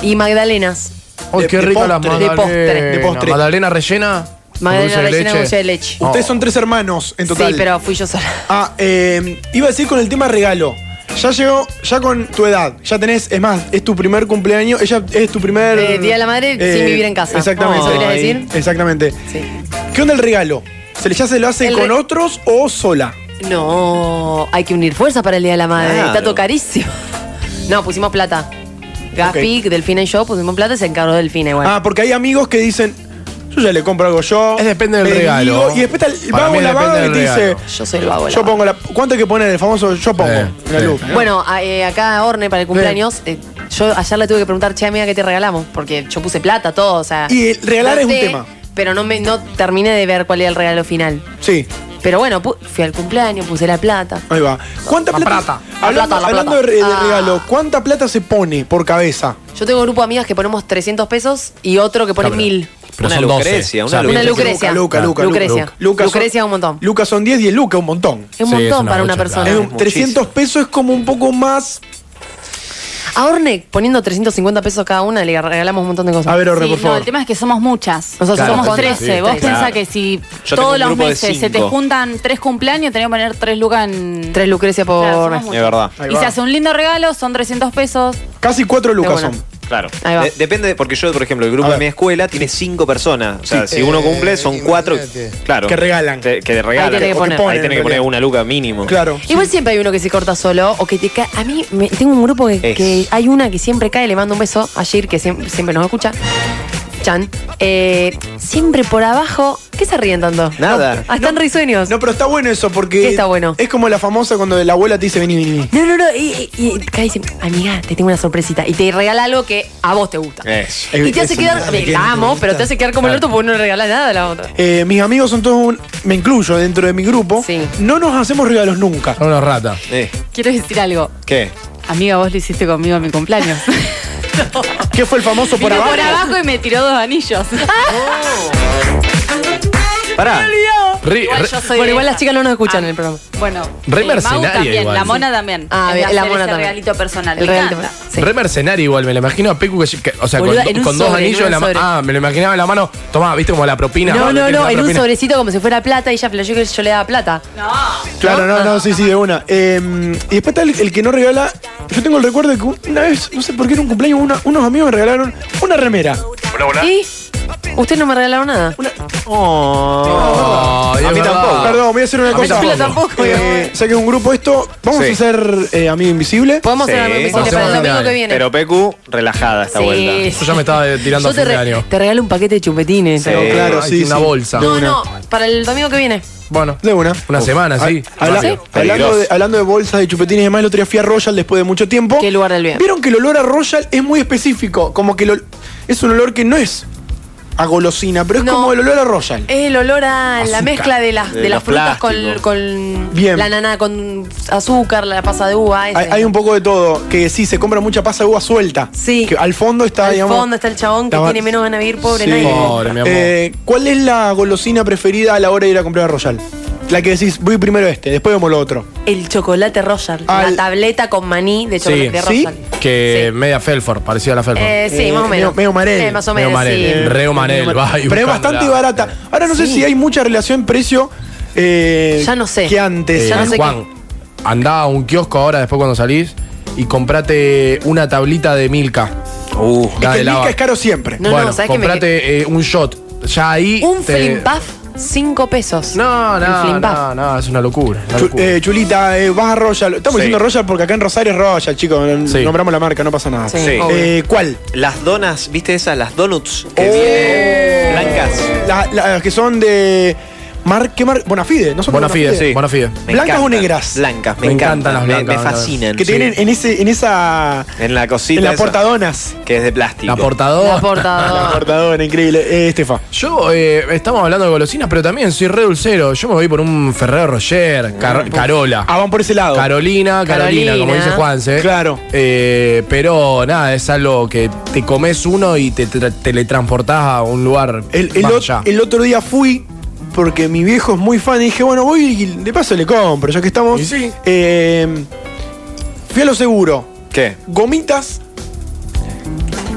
[SPEAKER 9] y magdalenas.
[SPEAKER 7] Ay, Oh, qué rica la magdalena.
[SPEAKER 9] De postre.
[SPEAKER 4] De postre.
[SPEAKER 7] Magdalena rellena.
[SPEAKER 9] Magdalena
[SPEAKER 7] con dulce de
[SPEAKER 9] rellena con
[SPEAKER 7] leche.
[SPEAKER 9] dulce de leche.
[SPEAKER 4] Ustedes son tres hermanos en total.
[SPEAKER 9] Sí, pero fui yo sola.
[SPEAKER 4] Ah, eh, iba a decir con el tema regalo. Ya llegó, ya con tu edad, ya tenés, es más, es tu primer cumpleaños, ella es tu primer.
[SPEAKER 9] Eh, Día de la Madre sin vivir en casa.
[SPEAKER 4] Exactamente.
[SPEAKER 9] Oh. ¿Querías decir?
[SPEAKER 4] Exactamente.
[SPEAKER 9] Sí.
[SPEAKER 4] ¿Qué onda el regalo? ¿Se le, ya se lo hace
[SPEAKER 9] El
[SPEAKER 4] con
[SPEAKER 9] re-
[SPEAKER 4] otros o sola?
[SPEAKER 9] No, hay que unir fuerzas para el Día de la Madre.
[SPEAKER 4] Claro.
[SPEAKER 9] Está todo carísimo. No, pusimos plata. Gaspi, Delfina y yo pusimos plata y se encargó Delfina igual.
[SPEAKER 4] Ah, porque hay amigos que dicen, yo ya le compro algo yo. Es depende
[SPEAKER 7] del regalo.
[SPEAKER 4] y después está el
[SPEAKER 7] Para
[SPEAKER 4] vago
[SPEAKER 7] mí
[SPEAKER 4] en la
[SPEAKER 7] depende
[SPEAKER 4] vaga que
[SPEAKER 7] del
[SPEAKER 4] te dice,
[SPEAKER 7] regalo.
[SPEAKER 9] Yo soy el vago de la
[SPEAKER 4] Yo pongo la. ¿Cuánto hay que poner? El famoso yo pongo. en la luz.
[SPEAKER 9] Bueno, a- eh, acá Orne para el cumpleaños, eh, yo ayer le tuve que preguntar, che, amiga, ¿qué te regalamos? Porque yo puse plata, todo, o sea.
[SPEAKER 4] Y el regalar es un
[SPEAKER 9] gasté,
[SPEAKER 4] tema.
[SPEAKER 9] Pero no, me, no terminé de ver cuál era el regalo final.
[SPEAKER 4] Sí.
[SPEAKER 9] Pero bueno, pu- fui al cumpleaños, puse la plata.
[SPEAKER 4] Ahí va. ¿Cuánta
[SPEAKER 9] La
[SPEAKER 4] plata?
[SPEAKER 9] plata. La
[SPEAKER 4] Hablando,
[SPEAKER 9] plata, la
[SPEAKER 4] hablando
[SPEAKER 9] plata.
[SPEAKER 4] de, re- de
[SPEAKER 9] Ah.
[SPEAKER 4] regalo, ¿cuánta plata se pone por cabeza?
[SPEAKER 9] Yo tengo un grupo de amigas que ponemos 300 pesos y otro que pone
[SPEAKER 4] Está bien.
[SPEAKER 9] mil.
[SPEAKER 4] Pero Una son Lucrecia, 12. una
[SPEAKER 9] una
[SPEAKER 4] Lucrecia.
[SPEAKER 9] Lucrecia.
[SPEAKER 4] Luca, Luca, Luca,
[SPEAKER 9] Lucrecia.
[SPEAKER 4] Luca. Lucas son-
[SPEAKER 9] Lucrecia un montón.
[SPEAKER 4] Lucas son 10, 10 lucas, un montón.
[SPEAKER 9] Es un Sí, montón es una para una mucha persona. plata.
[SPEAKER 4] Es un- 300 pesos es como un poco más.
[SPEAKER 9] A Orne, poniendo 350 pesos cada una, le regalamos un montón de cosas.
[SPEAKER 4] A ver, Orne,
[SPEAKER 12] Sí, no, el tema es que somos muchas.
[SPEAKER 9] Nosotros
[SPEAKER 12] Nosotros
[SPEAKER 9] somos
[SPEAKER 12] somos
[SPEAKER 9] cuatro,
[SPEAKER 12] 13.
[SPEAKER 9] sí,
[SPEAKER 12] Vos
[SPEAKER 9] trece.
[SPEAKER 12] pensás
[SPEAKER 9] Claro.
[SPEAKER 12] que
[SPEAKER 9] Yo
[SPEAKER 12] si
[SPEAKER 9] tengo
[SPEAKER 12] todos
[SPEAKER 9] un
[SPEAKER 12] los
[SPEAKER 9] grupo de
[SPEAKER 12] meses se te
[SPEAKER 9] cinco.
[SPEAKER 12] juntan tres cumpleaños, tenés que poner tres lucas en.
[SPEAKER 9] Tres Lucrecia por
[SPEAKER 12] Claro, somos
[SPEAKER 9] mes.
[SPEAKER 8] Es verdad.
[SPEAKER 12] Y se hace un lindo regalo, son 300 pesos.
[SPEAKER 4] Casi 4
[SPEAKER 8] lucas
[SPEAKER 4] son.
[SPEAKER 8] Claro.
[SPEAKER 12] Ahí va.
[SPEAKER 8] De- depende, porque yo, por ejemplo, el grupo de mi escuela tiene cinco personas. O sea,
[SPEAKER 4] Sí.
[SPEAKER 8] si uno cumple, son cuatro. Claro.
[SPEAKER 4] Que regalan.
[SPEAKER 8] Te- que regalan.
[SPEAKER 9] Ahí tenés que
[SPEAKER 8] O
[SPEAKER 9] poner.
[SPEAKER 8] Ahí tenés que poner una luca mínimo.
[SPEAKER 4] Claro.
[SPEAKER 9] Igual siempre hay uno que se corta solo o que te cae. A mí me- tengo un grupo que,
[SPEAKER 8] Es.
[SPEAKER 9] que hay una que siempre cae, le mando un beso a Gir, que siempre, siempre nos escucha. Chan. Eh, siempre por abajo. ¿Qué se ríen tanto?
[SPEAKER 4] Nada.
[SPEAKER 9] Ah, están risueños.
[SPEAKER 4] No, pero está bueno eso porque.
[SPEAKER 9] ¿Qué está bueno?
[SPEAKER 4] Es como la famosa cuando la abuela te dice vení, vení, vení.
[SPEAKER 9] No, no, no. Y, y- y cae y dice, amiga, te tengo una sorpresita. Y te regala algo que a vos te gusta.
[SPEAKER 8] Eh,
[SPEAKER 9] y te hace quedar. me La amo, pero te hace quedar como el orto porque no le regalás nada a la otra.
[SPEAKER 4] Eh, mis amigos son todos un- Me incluyo dentro de mi grupo. No nos hacemos regalos nunca.
[SPEAKER 7] Son una rata.
[SPEAKER 12] Quiero decir algo.
[SPEAKER 8] Eh, ¿Qué?
[SPEAKER 12] Amiga, vos lo hiciste conmigo en mi cumpleaños.
[SPEAKER 4] ¿Qué fue el famoso por
[SPEAKER 12] Vino
[SPEAKER 4] abajo?
[SPEAKER 12] por abajo y me tiró dos anillos.
[SPEAKER 8] Pará.
[SPEAKER 7] Ri-
[SPEAKER 12] Igual
[SPEAKER 7] re-
[SPEAKER 12] yo soy
[SPEAKER 9] Bueno,
[SPEAKER 12] de
[SPEAKER 9] igual
[SPEAKER 12] esa.
[SPEAKER 9] las chicas no nos escuchan en el programa.
[SPEAKER 12] Bueno,
[SPEAKER 7] Re
[SPEAKER 12] el Mau
[SPEAKER 7] mercenaria
[SPEAKER 12] también,
[SPEAKER 7] igual.
[SPEAKER 12] la mona también.
[SPEAKER 9] Ah,
[SPEAKER 12] Es
[SPEAKER 9] bien,
[SPEAKER 12] de
[SPEAKER 9] la
[SPEAKER 12] hacer
[SPEAKER 9] mona
[SPEAKER 12] ese
[SPEAKER 9] también.
[SPEAKER 12] regalito personal.
[SPEAKER 9] El
[SPEAKER 12] me
[SPEAKER 9] regalito
[SPEAKER 12] encanta.
[SPEAKER 7] Re mercenario igual, me lo imagino a Pecu que, que- o sea,
[SPEAKER 9] Boluda,
[SPEAKER 7] con,
[SPEAKER 9] en un
[SPEAKER 7] con dos
[SPEAKER 9] sobre, en
[SPEAKER 7] anillos
[SPEAKER 9] un
[SPEAKER 7] en la mano.
[SPEAKER 9] sobre.
[SPEAKER 7] Ah, me lo imaginaba en la mano. Tomá, viste como la propina. Ah,
[SPEAKER 9] No, no,
[SPEAKER 7] Tienes
[SPEAKER 9] no,
[SPEAKER 7] la
[SPEAKER 9] en un
[SPEAKER 7] propina.
[SPEAKER 9] sobrecito como si fuera plata y ya yo, yo le daba plata.
[SPEAKER 4] Claro, no, no, sí, sí, de una. Eh, y después está el, el que no regala. Yo tengo el recuerdo de que una vez, no sé por qué era un cumpleaños, una- unos amigos me regalaron una remera.
[SPEAKER 9] ¿Y? ¿Usted no me regalaron nada?
[SPEAKER 4] Oh,
[SPEAKER 8] a mí tampoco.
[SPEAKER 4] Perdón, voy a hacer una
[SPEAKER 8] A mí
[SPEAKER 4] cosa.
[SPEAKER 8] tampoco.
[SPEAKER 4] Eh, sé que es un grupo esto. Vamos
[SPEAKER 8] Sí.
[SPEAKER 4] a hacer eh, Amigo Invisible.
[SPEAKER 9] Podemos
[SPEAKER 8] Sí.
[SPEAKER 9] hacer algo invisible para el domingo que viene.
[SPEAKER 8] Pero Pecu, relajada esta
[SPEAKER 9] Sí.
[SPEAKER 8] vuelta.
[SPEAKER 9] Yo ya me
[SPEAKER 7] estaba
[SPEAKER 9] Yo te, re- te regalo un paquete de chupetines.
[SPEAKER 8] Sí,
[SPEAKER 9] Pero
[SPEAKER 8] claro, sí,
[SPEAKER 7] una
[SPEAKER 8] sí.
[SPEAKER 7] bolsa.
[SPEAKER 8] De
[SPEAKER 9] No,
[SPEAKER 8] una.
[SPEAKER 9] no, para el domingo que viene.
[SPEAKER 7] Bueno,
[SPEAKER 4] de una.
[SPEAKER 7] Una semana, sí.
[SPEAKER 4] Ah, habla-
[SPEAKER 7] Rápido.
[SPEAKER 4] hablando, de, hablando de bolsas, de chupetines y demás, el otro día fui a Royal después de mucho tiempo. ¿Qué lugar del bien? Vieron que el olor a Royal es muy específico. Como que el ol- es un olor que no es a golosina, pero es como el olor a Royal.
[SPEAKER 9] Es el olor a la
[SPEAKER 4] Azúcar.
[SPEAKER 9] mezcla de las, de
[SPEAKER 4] De
[SPEAKER 9] las
[SPEAKER 4] los
[SPEAKER 9] frutas con,
[SPEAKER 4] plásticos.
[SPEAKER 9] con
[SPEAKER 4] Bien.
[SPEAKER 9] la nana con azúcar, la pasa de uva. ese.
[SPEAKER 4] Hay, hay un poco de todo, que sí, se compra mucha pasa de uva suelta. Sí. Que al fondo está,
[SPEAKER 9] Al
[SPEAKER 4] digamos.
[SPEAKER 9] fondo está el chabón que
[SPEAKER 4] la-
[SPEAKER 9] tiene menos ganas de vivir, pobre
[SPEAKER 4] Sí.
[SPEAKER 9] nadie.
[SPEAKER 4] Eh, ¿Cuál es la golosina preferida a la hora de ir a comprar a Royal? La que decís, voy primero este, después vemos lo otro.
[SPEAKER 9] El chocolate Royal.
[SPEAKER 4] Al-
[SPEAKER 9] La tableta con maní de
[SPEAKER 7] Sí,
[SPEAKER 9] chocolate Royal.
[SPEAKER 7] que media Felford, parecida a la Felford.
[SPEAKER 9] Eh, sí, más o menos.
[SPEAKER 4] medio- medio Marel.
[SPEAKER 9] Eh, más o
[SPEAKER 7] Medio
[SPEAKER 9] menos,
[SPEAKER 7] Marel,
[SPEAKER 9] sí.
[SPEAKER 7] eh, Reo Marel, va y
[SPEAKER 4] Pero
[SPEAKER 7] buscándola.
[SPEAKER 4] es bastante barata. Ahora no sé si hay mucha relación precio. eh,
[SPEAKER 9] Ya no sé.
[SPEAKER 4] Que antes.
[SPEAKER 7] Eh, Juan, andá a un kiosco ahora después cuando salís y comprate una tablita de Milka.
[SPEAKER 8] Uh,
[SPEAKER 4] Es que el Milka es caro siempre.
[SPEAKER 9] No, no,
[SPEAKER 7] bueno,
[SPEAKER 9] ¿sabés qué me
[SPEAKER 7] comprate eh, un shot. Ya ahí.
[SPEAKER 9] Un
[SPEAKER 7] te-
[SPEAKER 9] flim puff, 5 pesos.
[SPEAKER 7] No,
[SPEAKER 9] El
[SPEAKER 7] no,
[SPEAKER 9] flim puff.
[SPEAKER 7] no, no, es una locura. una
[SPEAKER 4] Chu-
[SPEAKER 7] locura.
[SPEAKER 4] eh, Chulita, eh, vas a Royal. Estamos
[SPEAKER 7] Sí.
[SPEAKER 4] diciendo Royal porque acá en Rosario es Royal, chicos. N-
[SPEAKER 7] Sí.
[SPEAKER 4] Nombramos la marca, no pasa nada.
[SPEAKER 8] Sí.
[SPEAKER 4] Eh, ¿Cuál?
[SPEAKER 8] Las donas, ¿viste esas? Las donuts que vienen blancas.
[SPEAKER 4] La- la- las que son de. Mar, ¿Qué mar? Bonafide, ¿no son de
[SPEAKER 7] Bonafide, sí, Bonafide. Me
[SPEAKER 4] ¿Blancas o
[SPEAKER 8] encantan.
[SPEAKER 4] negras?
[SPEAKER 8] Blancas, me,
[SPEAKER 7] Me encantan
[SPEAKER 8] encantan.
[SPEAKER 7] las
[SPEAKER 8] me-
[SPEAKER 7] blancas,
[SPEAKER 8] Me,
[SPEAKER 7] blancas.
[SPEAKER 8] fascinan.
[SPEAKER 4] Que
[SPEAKER 8] sí.
[SPEAKER 4] tienen en, ese, en esa.
[SPEAKER 8] En la cosita.
[SPEAKER 4] en la
[SPEAKER 8] esa,
[SPEAKER 4] portadonas.
[SPEAKER 8] Que es de plástico.
[SPEAKER 7] La portadora.
[SPEAKER 9] La portadora.
[SPEAKER 4] Portadona, increíble. Eh, Estefa.
[SPEAKER 7] Yo, eh, estamos hablando de golosinas, pero también soy re dulcero. Yo me voy por un Ferrero Rocher, Car- Carola.
[SPEAKER 4] Ah, van por ese lado.
[SPEAKER 7] Carolina, Carolina,
[SPEAKER 9] Carolina.
[SPEAKER 7] como dice Juanse.
[SPEAKER 4] Claro.
[SPEAKER 7] Eh, pero nada, es algo que te comes uno y te tra- teletransportás a un lugar
[SPEAKER 4] El, el
[SPEAKER 7] más
[SPEAKER 4] ot-
[SPEAKER 7] allá.
[SPEAKER 4] el otro día fui porque mi viejo es muy fan y dije, bueno, voy y de paso le compro, ya que estamos.
[SPEAKER 7] Y sí.
[SPEAKER 4] Eh, fui a lo seguro.
[SPEAKER 8] ¿Qué?
[SPEAKER 4] Gomitas.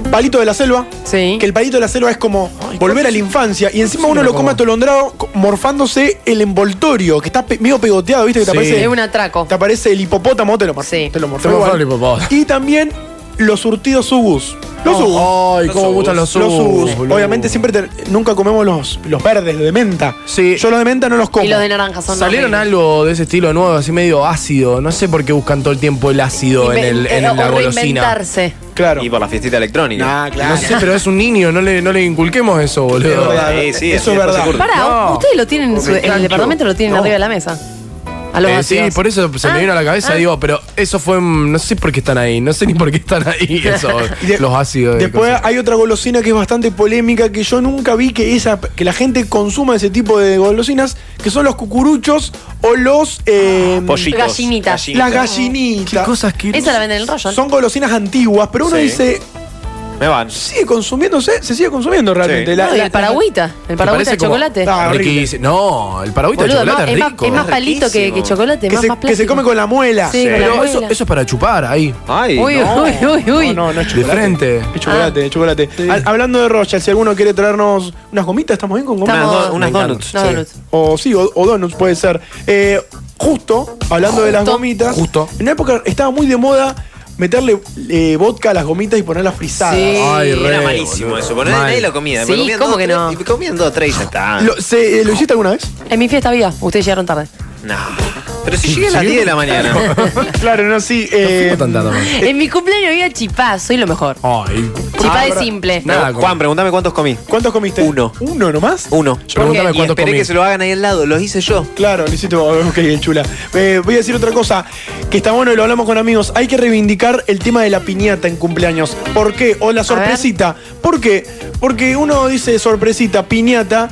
[SPEAKER 4] Palito de la selva.
[SPEAKER 9] Sí.
[SPEAKER 4] Que el palito de la selva es como volver a la infancia. Y encima
[SPEAKER 7] sí
[SPEAKER 4] uno
[SPEAKER 7] me lo
[SPEAKER 4] lo come
[SPEAKER 7] como.
[SPEAKER 4] atolondrado co- morfándose el envoltorio, que está pe- medio pegoteado, ¿viste? Que te
[SPEAKER 7] Sí.
[SPEAKER 4] aparece.
[SPEAKER 9] Es un atraco.
[SPEAKER 4] Te aparece el hipopótamo, te lo, mar-
[SPEAKER 9] Sí.
[SPEAKER 4] te lo
[SPEAKER 7] Te
[SPEAKER 4] morfé
[SPEAKER 7] morfó
[SPEAKER 4] igual.
[SPEAKER 7] el hipopótamo.
[SPEAKER 4] Y también los surtidos subus. Los subus.
[SPEAKER 7] Ay, cómo me gustan los subus.
[SPEAKER 4] Los subus.
[SPEAKER 7] boludo.
[SPEAKER 4] Obviamente siempre te- nunca comemos los, los verdes, los de menta.
[SPEAKER 7] Sí.
[SPEAKER 4] Yo los de menta no los como.
[SPEAKER 9] Y los de naranja son
[SPEAKER 7] Salieron
[SPEAKER 9] horribles.
[SPEAKER 7] algo de ese estilo nuevo, así medio ácido. No sé por qué buscan todo el tiempo el ácido en, el, en
[SPEAKER 9] Inven-
[SPEAKER 7] la
[SPEAKER 9] Eh, o
[SPEAKER 7] golosina.
[SPEAKER 9] reinventarse.
[SPEAKER 4] Claro.
[SPEAKER 8] Y por la fiestita electrónica.
[SPEAKER 4] Ah, claro.
[SPEAKER 7] No sé, pero es un niño, no le, no le inculquemos eso,
[SPEAKER 4] Es
[SPEAKER 7] boludo.
[SPEAKER 4] verdad.
[SPEAKER 8] Sí, sí,
[SPEAKER 4] eso
[SPEAKER 8] así
[SPEAKER 4] es
[SPEAKER 8] después se
[SPEAKER 4] verdad.
[SPEAKER 8] curte.
[SPEAKER 9] Pará,
[SPEAKER 7] No.
[SPEAKER 9] ustedes lo tienen en su-
[SPEAKER 7] Me
[SPEAKER 9] en
[SPEAKER 7] cancho.
[SPEAKER 9] el departamento, lo tienen
[SPEAKER 7] No.
[SPEAKER 9] arriba de la mesa. A los
[SPEAKER 7] Eh, sí,
[SPEAKER 9] ácidos.
[SPEAKER 7] por eso se
[SPEAKER 9] Ah,
[SPEAKER 7] me vino a la cabeza,
[SPEAKER 9] ah.
[SPEAKER 7] digo, pero eso fue. mm, No sé por qué están ahí, no sé ni por qué están ahí eso,
[SPEAKER 4] Y de-
[SPEAKER 7] los ácidos. de
[SPEAKER 4] Después
[SPEAKER 7] cosas.
[SPEAKER 4] hay otra golosina que es bastante polémica, que yo nunca vi que esa que la gente consuma ese tipo de golosinas, que son los cucuruchos o los eh,
[SPEAKER 8] Pollitos.
[SPEAKER 9] Gallinitas.
[SPEAKER 4] las gallinitas.
[SPEAKER 7] cosas que.
[SPEAKER 9] Esa la venden en el rollo.
[SPEAKER 4] Son golosinas antiguas, pero uno
[SPEAKER 8] Sí.
[SPEAKER 4] dice,
[SPEAKER 8] Me van.
[SPEAKER 4] sigue consumiéndose, se sigue consumiendo realmente.
[SPEAKER 8] Sí.
[SPEAKER 4] La-
[SPEAKER 9] No, y
[SPEAKER 4] la-
[SPEAKER 9] el paragüita. El paragüita
[SPEAKER 7] parece
[SPEAKER 9] de
[SPEAKER 7] como-
[SPEAKER 9] chocolate.
[SPEAKER 4] Ah, horrible.
[SPEAKER 7] Riquísimo. No, el paragüita de
[SPEAKER 9] Boludo,
[SPEAKER 7] chocolate
[SPEAKER 9] más-
[SPEAKER 7] es
[SPEAKER 9] es, más,
[SPEAKER 7] rico.
[SPEAKER 9] es más palito que, que
[SPEAKER 8] Riquísimo.
[SPEAKER 9] chocolate,
[SPEAKER 4] que,
[SPEAKER 9] más,
[SPEAKER 4] se,
[SPEAKER 9] más
[SPEAKER 4] que se
[SPEAKER 9] plástico.
[SPEAKER 4] come con la muela.
[SPEAKER 9] Sí, con la
[SPEAKER 7] Pero
[SPEAKER 9] muela.
[SPEAKER 7] eso, eso es para chupar ahí,
[SPEAKER 8] Ay,
[SPEAKER 9] Uy,
[SPEAKER 8] no.
[SPEAKER 9] uy, uy, uy.
[SPEAKER 4] No, no, no es
[SPEAKER 7] de
[SPEAKER 4] chocolate.
[SPEAKER 7] frente.
[SPEAKER 4] Es chocolate, es chocolate. Al- hablando de Rochelle, si alguno quiere traernos unas gomitas, ¿estamos bien con gomitas?
[SPEAKER 8] Unas,
[SPEAKER 9] Estamos-
[SPEAKER 8] do- unas
[SPEAKER 7] Me encanta.
[SPEAKER 8] donuts.
[SPEAKER 9] No,
[SPEAKER 8] sí.
[SPEAKER 9] Donut.
[SPEAKER 4] O sí, o, o donuts puede ser. Eh, justo, hablando de las
[SPEAKER 9] Justo.
[SPEAKER 4] gomitas.
[SPEAKER 7] Justo.
[SPEAKER 4] En una época estaba muy de moda meterle eh, vodka a las gomitas y ponerlas frisadas.
[SPEAKER 9] Sí.
[SPEAKER 7] Ay, re.
[SPEAKER 8] Era malísimo eso. Pero
[SPEAKER 7] Mal.
[SPEAKER 8] nadie lo comía.
[SPEAKER 9] Sí,
[SPEAKER 8] comían
[SPEAKER 9] ¿cómo
[SPEAKER 8] dos,
[SPEAKER 9] que
[SPEAKER 8] tres,
[SPEAKER 9] no?
[SPEAKER 8] Y comían dos, tres y ya está.
[SPEAKER 4] Lo, ¿se- eh, ¿lo hiciste alguna vez?
[SPEAKER 9] En mi fiesta había, ustedes llegaron tarde.
[SPEAKER 8] No. Pero si llegué a las 10 de la mañana.
[SPEAKER 4] claro, no, sí.
[SPEAKER 7] No tan tarde, man.
[SPEAKER 12] mm,
[SPEAKER 9] En mi cumpleaños había chipá, soy lo mejor.
[SPEAKER 7] Ay,
[SPEAKER 9] Chipá
[SPEAKER 4] Ah,
[SPEAKER 9] de
[SPEAKER 4] pero-
[SPEAKER 9] simple.
[SPEAKER 7] Nada, como-
[SPEAKER 8] Juan, pregúntame cuántos comí.
[SPEAKER 4] ¿Cuántos comiste?
[SPEAKER 8] Uno.
[SPEAKER 4] ¿Uno nomás?
[SPEAKER 8] Uno.
[SPEAKER 7] Pregúntame
[SPEAKER 8] y
[SPEAKER 7] cuántos
[SPEAKER 8] esperé
[SPEAKER 7] comí.
[SPEAKER 8] que se lo hagan ahí al lado. Los hice yo.
[SPEAKER 4] Claro, lo hiciste vos. Ok, bien chula. Eh, voy a decir otra cosa, que está bueno y lo hablamos con amigos. Hay que reivindicar el tema de la piñata en cumpleaños. ¿Por qué? O la sorpresita. ¿Por qué? Porque uno dice sorpresita, piñata.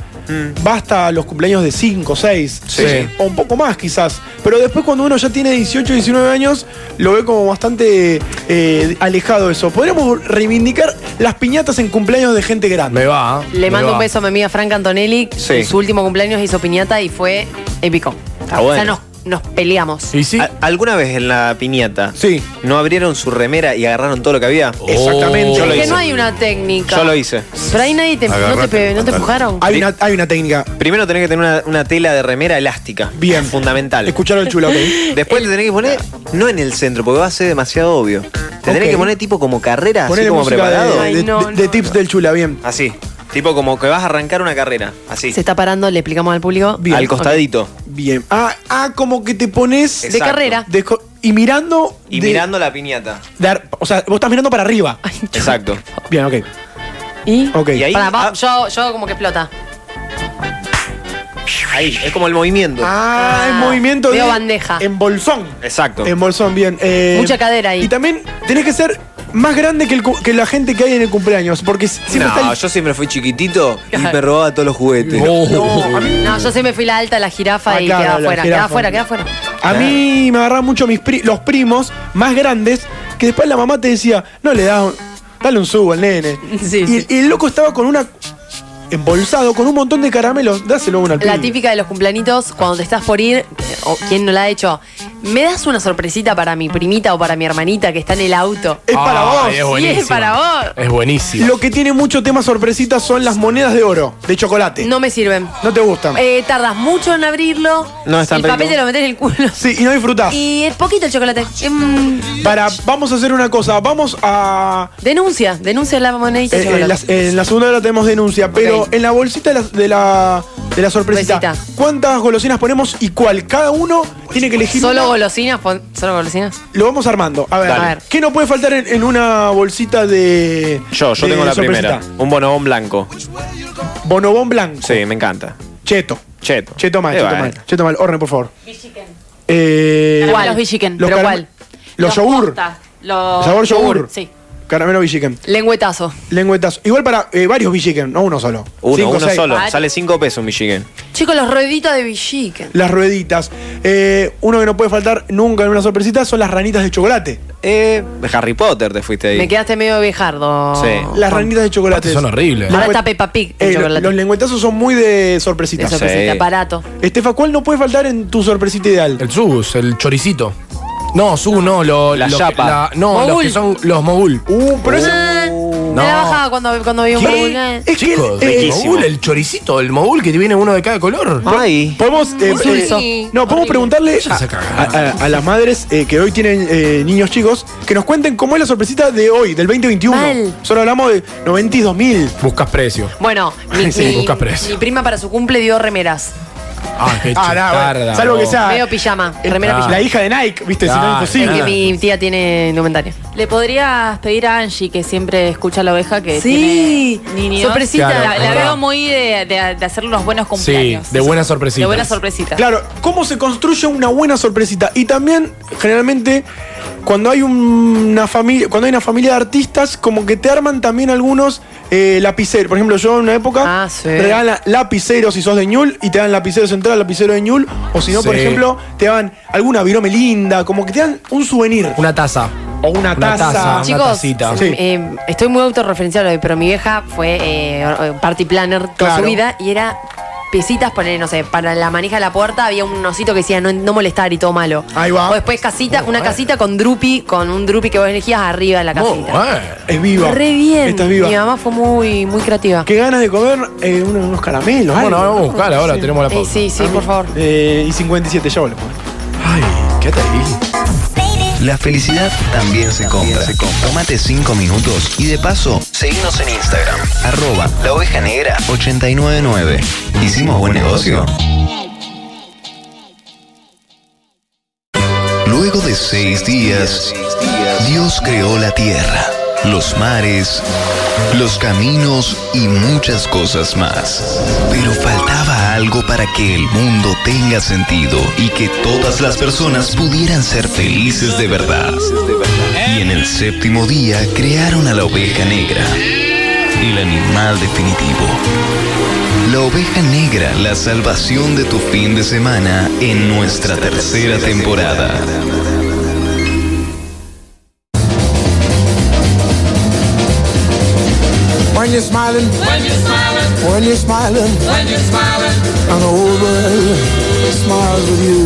[SPEAKER 4] Basta a los cumpleaños de 5, 6,
[SPEAKER 7] Sí.
[SPEAKER 4] o un poco más quizás. Pero después cuando uno ya tiene 18, 19 años, lo ve como bastante eh, alejado eso. Podríamos reivindicar las piñatas en cumpleaños de gente grande.
[SPEAKER 7] me va. me
[SPEAKER 9] Le mando
[SPEAKER 7] va.
[SPEAKER 9] un beso a mi amiga Franca Antonelli.
[SPEAKER 8] Sí.
[SPEAKER 9] En Su último cumpleaños hizo piñata y fue épico.
[SPEAKER 8] Está
[SPEAKER 9] O sea,
[SPEAKER 8] bueno.
[SPEAKER 9] nos, nos peleamos.
[SPEAKER 7] Y sí.
[SPEAKER 8] A- ¿Alguna vez en la piñata
[SPEAKER 4] Sí.
[SPEAKER 8] no abrieron su remera y agarraron todo lo que había?
[SPEAKER 7] Exactamente.
[SPEAKER 8] Yo lo
[SPEAKER 9] es que
[SPEAKER 8] hice.
[SPEAKER 9] no hay una técnica.
[SPEAKER 8] Yo lo hice.
[SPEAKER 9] Pero ahí nadie te, no te, pe- no te empujaron.
[SPEAKER 4] Hay una, hay una técnica.
[SPEAKER 8] Primero tenés que tener una, una tela de remera elástica.
[SPEAKER 4] Bien.
[SPEAKER 8] Fundamental.
[SPEAKER 4] Escucharon el chulo, ok.
[SPEAKER 8] Después te tenés que poner, no en el centro, porque va a ser demasiado obvio. Te tenés
[SPEAKER 4] Ok.
[SPEAKER 8] que poner tipo como carrera, así
[SPEAKER 4] Ponele
[SPEAKER 8] como
[SPEAKER 4] música de-
[SPEAKER 8] preparado.
[SPEAKER 4] De,
[SPEAKER 9] Ay, no,
[SPEAKER 4] de- de
[SPEAKER 9] no,
[SPEAKER 4] tips del chula, bien.
[SPEAKER 8] Así. Tipo como que vas a arrancar una carrera. Así.
[SPEAKER 9] Se está parando, le explicamos al público.
[SPEAKER 4] Bien.
[SPEAKER 8] Al costadito.
[SPEAKER 4] Bien. Ah, ah, como que te pones.
[SPEAKER 9] De
[SPEAKER 8] Exacto.
[SPEAKER 9] carrera.
[SPEAKER 4] de co- y mirando.
[SPEAKER 8] Y
[SPEAKER 4] de-
[SPEAKER 8] mirando la piñata.
[SPEAKER 4] de ar- o sea, vos estás mirando para arriba.
[SPEAKER 9] Ay, yo-
[SPEAKER 8] Exacto.
[SPEAKER 4] Bien, ok.
[SPEAKER 9] ¿Y?
[SPEAKER 4] Ok.
[SPEAKER 8] Y ahí,
[SPEAKER 9] Pará, va-
[SPEAKER 8] ah,
[SPEAKER 9] yo, yo como que explota.
[SPEAKER 8] ahí, es como el movimiento.
[SPEAKER 4] Ah,
[SPEAKER 9] Ah,
[SPEAKER 4] en movimiento
[SPEAKER 9] veo
[SPEAKER 4] de.
[SPEAKER 9] bandeja.
[SPEAKER 4] En bolsón.
[SPEAKER 8] Exacto.
[SPEAKER 4] En bolsón, bien. Eh,
[SPEAKER 9] Mucha cadera ahí.
[SPEAKER 4] Y también tenés que ser más grande que, el cu- que la gente que hay en el cumpleaños. Porque siempre está
[SPEAKER 8] No,
[SPEAKER 4] el- Oh.
[SPEAKER 8] yo siempre fui chiquitito y me robaba todos los juguetes.
[SPEAKER 7] oh,
[SPEAKER 9] No, yo siempre fui la alta, la jirafa
[SPEAKER 4] Ah,
[SPEAKER 9] y
[SPEAKER 4] claro,
[SPEAKER 9] quedaba
[SPEAKER 4] la
[SPEAKER 9] afuera, quedaba
[SPEAKER 4] jirafa.
[SPEAKER 9] afuera, quedaba afuera.
[SPEAKER 4] A mí me agarraban mucho mis pri- los primos más grandes que después la mamá te decía, no le das, un- dale un subo al nene. y, y el loco estaba con una embolsado con un montón de caramelos, dáselo a una al
[SPEAKER 9] La
[SPEAKER 4] pibe.
[SPEAKER 9] típica de los cumpleañitos, cuando te estás por ir, eh, o quien no la ha hecho, ¿me das una sorpresita para mi primita o para mi hermanita que está en el auto?
[SPEAKER 4] Es para vos.
[SPEAKER 9] Sí, es para vos.
[SPEAKER 7] Ah, Es buenísimo.
[SPEAKER 4] Lo que tiene mucho tema sorpresita son las monedas de oro, de chocolate.
[SPEAKER 9] No me sirven.
[SPEAKER 4] No te gustan.
[SPEAKER 9] Eh, tardas mucho en abrirlo.
[SPEAKER 4] No es tan
[SPEAKER 9] El papel
[SPEAKER 4] rico.
[SPEAKER 9] te lo metes en el culo.
[SPEAKER 4] Sí, y no disfrutás.
[SPEAKER 9] Y es poquito el chocolate. Mm,
[SPEAKER 4] Para, vamos a hacer una cosa, vamos a...
[SPEAKER 9] denuncia, denuncia la monedita. de
[SPEAKER 4] Eh, en,
[SPEAKER 9] chocolate.
[SPEAKER 4] la, en la segunda hora tenemos denuncia, pero en la bolsita de la, de la, de la sorpresita, ¿cuántas golosinas ponemos y cuál? Cada uno tiene que elegir.
[SPEAKER 9] Solo
[SPEAKER 4] una.
[SPEAKER 9] golosinas, pon- solo golosinas.
[SPEAKER 4] Lo vamos armando. A ver,
[SPEAKER 9] Dale. A ver.
[SPEAKER 4] ¿qué no puede faltar en, en una bolsita de.
[SPEAKER 8] Yo, yo
[SPEAKER 4] de
[SPEAKER 8] tengo la
[SPEAKER 4] sorpresita?
[SPEAKER 8] primera. Un bonobón blanco.
[SPEAKER 4] Bonobón blanco.
[SPEAKER 8] Sí, me encanta.
[SPEAKER 4] Cheto.
[SPEAKER 8] Cheto.
[SPEAKER 4] Cheto mal,
[SPEAKER 8] Eh,
[SPEAKER 4] cheto
[SPEAKER 8] bueno.
[SPEAKER 4] mal. Cheto mal. Orne, por favor. Eh,
[SPEAKER 12] Caramelos Bee Chicken,
[SPEAKER 4] Los,
[SPEAKER 12] pero
[SPEAKER 4] caram-
[SPEAKER 12] ¿cuál?
[SPEAKER 4] los yogur.
[SPEAKER 12] postas, los-
[SPEAKER 4] Sabor yogur.
[SPEAKER 12] Sí.
[SPEAKER 4] Caramelo Villiquen.
[SPEAKER 9] Lengüetazo.
[SPEAKER 4] Lengüetazo. Igual para eh, varios Villiquen, no uno solo.
[SPEAKER 8] Uno,
[SPEAKER 4] Cinco,
[SPEAKER 8] uno
[SPEAKER 4] seis.
[SPEAKER 8] solo. Sale 5 pesos un Michigan.
[SPEAKER 9] Chicos, los rueditos de Villiquen.
[SPEAKER 4] Las rueditas. Eh, uno que no puede faltar nunca en una sorpresita son las ranitas de chocolate.
[SPEAKER 8] Eh, Harry Potter te fuiste ahí.
[SPEAKER 9] Me quedaste medio viejardo.
[SPEAKER 8] Sí.
[SPEAKER 4] Las ranitas de chocolate.
[SPEAKER 8] Ah. Aparte son horribles.
[SPEAKER 9] Ahora está Peppa Pig el
[SPEAKER 4] Eh, lo-
[SPEAKER 9] chocolate.
[SPEAKER 4] los lengüetazos son muy de sorpresitas.
[SPEAKER 9] de sorpresita, aparato.
[SPEAKER 4] Estefa, ¿cuál no puede faltar en tu sorpresita ideal?
[SPEAKER 7] El sugus, el choricito. No, sugus no, lo,
[SPEAKER 8] La
[SPEAKER 7] lo que-
[SPEAKER 8] chapa.
[SPEAKER 7] no, los
[SPEAKER 9] Mogul.
[SPEAKER 7] que son los mogul.
[SPEAKER 4] Uh, pero ese-
[SPEAKER 9] Ah, Me la bajaba cuando, cuando vi un burbuja.
[SPEAKER 7] Chicos,
[SPEAKER 4] que-
[SPEAKER 7] el
[SPEAKER 4] eh,
[SPEAKER 7] mogul, el choricito, el mogul que tiene uno de cada color.
[SPEAKER 8] Ay.
[SPEAKER 4] Podemos, eh,
[SPEAKER 7] Uy,
[SPEAKER 4] eh,
[SPEAKER 7] sí.
[SPEAKER 4] no, podemos preguntarle a,
[SPEAKER 7] se
[SPEAKER 4] a- a- a las madres eh, que hoy tienen eh, niños chicos que nos cuenten cómo es la sorpresita de hoy, del 2021.
[SPEAKER 9] Mal.
[SPEAKER 4] Solo hablamos de 92 mil.
[SPEAKER 7] Buscas precio.
[SPEAKER 9] Bueno, mi,
[SPEAKER 7] Sí,
[SPEAKER 9] mi-
[SPEAKER 7] busca precio.
[SPEAKER 9] mi prima para su cumple dio remeras.
[SPEAKER 7] Ah, qué
[SPEAKER 4] Ah, nah, bueno,
[SPEAKER 7] chotarda,
[SPEAKER 4] salvo que
[SPEAKER 7] vos.
[SPEAKER 4] sea
[SPEAKER 9] Medio pijama. Remera
[SPEAKER 4] la
[SPEAKER 9] pijama.
[SPEAKER 4] hija de Nike, viste, si no
[SPEAKER 7] Ah,
[SPEAKER 4] es
[SPEAKER 9] Es
[SPEAKER 4] imposible.
[SPEAKER 9] que mi tía tiene indumentaria.
[SPEAKER 12] Le podrías pedir a Angie, que siempre escucha la oveja, que
[SPEAKER 9] Sí.
[SPEAKER 12] tiene niños.
[SPEAKER 9] Sorpresita.
[SPEAKER 7] Claro,
[SPEAKER 12] la, la
[SPEAKER 7] claro.
[SPEAKER 12] veo muy de, de- de hacer unos buenos
[SPEAKER 7] Sí,
[SPEAKER 12] cumpleaños.
[SPEAKER 7] de buenas sorpresitas.
[SPEAKER 12] De buenas sorpresitas.
[SPEAKER 4] Claro, ¿cómo se construye una buena sorpresita? Y también, generalmente, cuando hay un- una familia, cuando hay una familia de artistas, como que te arman también algunos eh, lapiceros. Por ejemplo, yo en una época
[SPEAKER 9] Ah, sí.
[SPEAKER 4] regalan lapiceros si sos de ñul y te dan lapicero central, lapicero de ñul. O si no, por
[SPEAKER 7] Sí.
[SPEAKER 4] ejemplo, te dan alguna virome linda, como que te dan un souvenir.
[SPEAKER 7] Una taza.
[SPEAKER 4] o una taza.
[SPEAKER 7] taza.
[SPEAKER 9] Chicos,
[SPEAKER 7] tacita.
[SPEAKER 4] Sí.
[SPEAKER 9] eh, estoy muy autorreferencial hoy, pero mi vieja fue eh, party planner toda
[SPEAKER 4] Claro.
[SPEAKER 9] su vida y era piecitas, poner, no sé, para la manija de la puerta había un osito que decía no, no molestar y todo malo.
[SPEAKER 4] Ahí va.
[SPEAKER 9] O después casita, una casita con drupi, con un drupi que vos elegías arriba de la
[SPEAKER 7] Muy
[SPEAKER 9] casita.
[SPEAKER 7] bueno.
[SPEAKER 4] Es viva.
[SPEAKER 9] Re bien.
[SPEAKER 4] Estás viva.
[SPEAKER 9] Mi mamá fue muy, muy creativa.
[SPEAKER 4] Qué ganas de comer eh, unos, unos caramelos.
[SPEAKER 7] Bueno,
[SPEAKER 4] algo.
[SPEAKER 7] vamos a buscar ahora, tenemos la
[SPEAKER 9] Eh,
[SPEAKER 7] pausa.
[SPEAKER 9] sí, sí, por favor.
[SPEAKER 4] Eh, y 57, ya volvemos.
[SPEAKER 7] Ay, qué ahí.
[SPEAKER 3] La felicidad también se compra. Tómate 5 minutos y de paso, seguinos en Instagram. Arroba la oveja negra 899. Hicimos buen negocio. Luego de seis días, Dios creó la tierra, los mares, los caminos y muchas cosas más. Pero faltaba algo para que el mundo tenga sentido y que todas las personas pudieran ser felices de verdad. Y en el séptimo día crearon a la oveja negra, el animal definitivo. La oveja negra, la salvación de tu fin de semana en nuestra tercera temporada.
[SPEAKER 15] When you're smiling, when you're smiling, when you're smiling, when you're smiling, and the whole world smiles with you.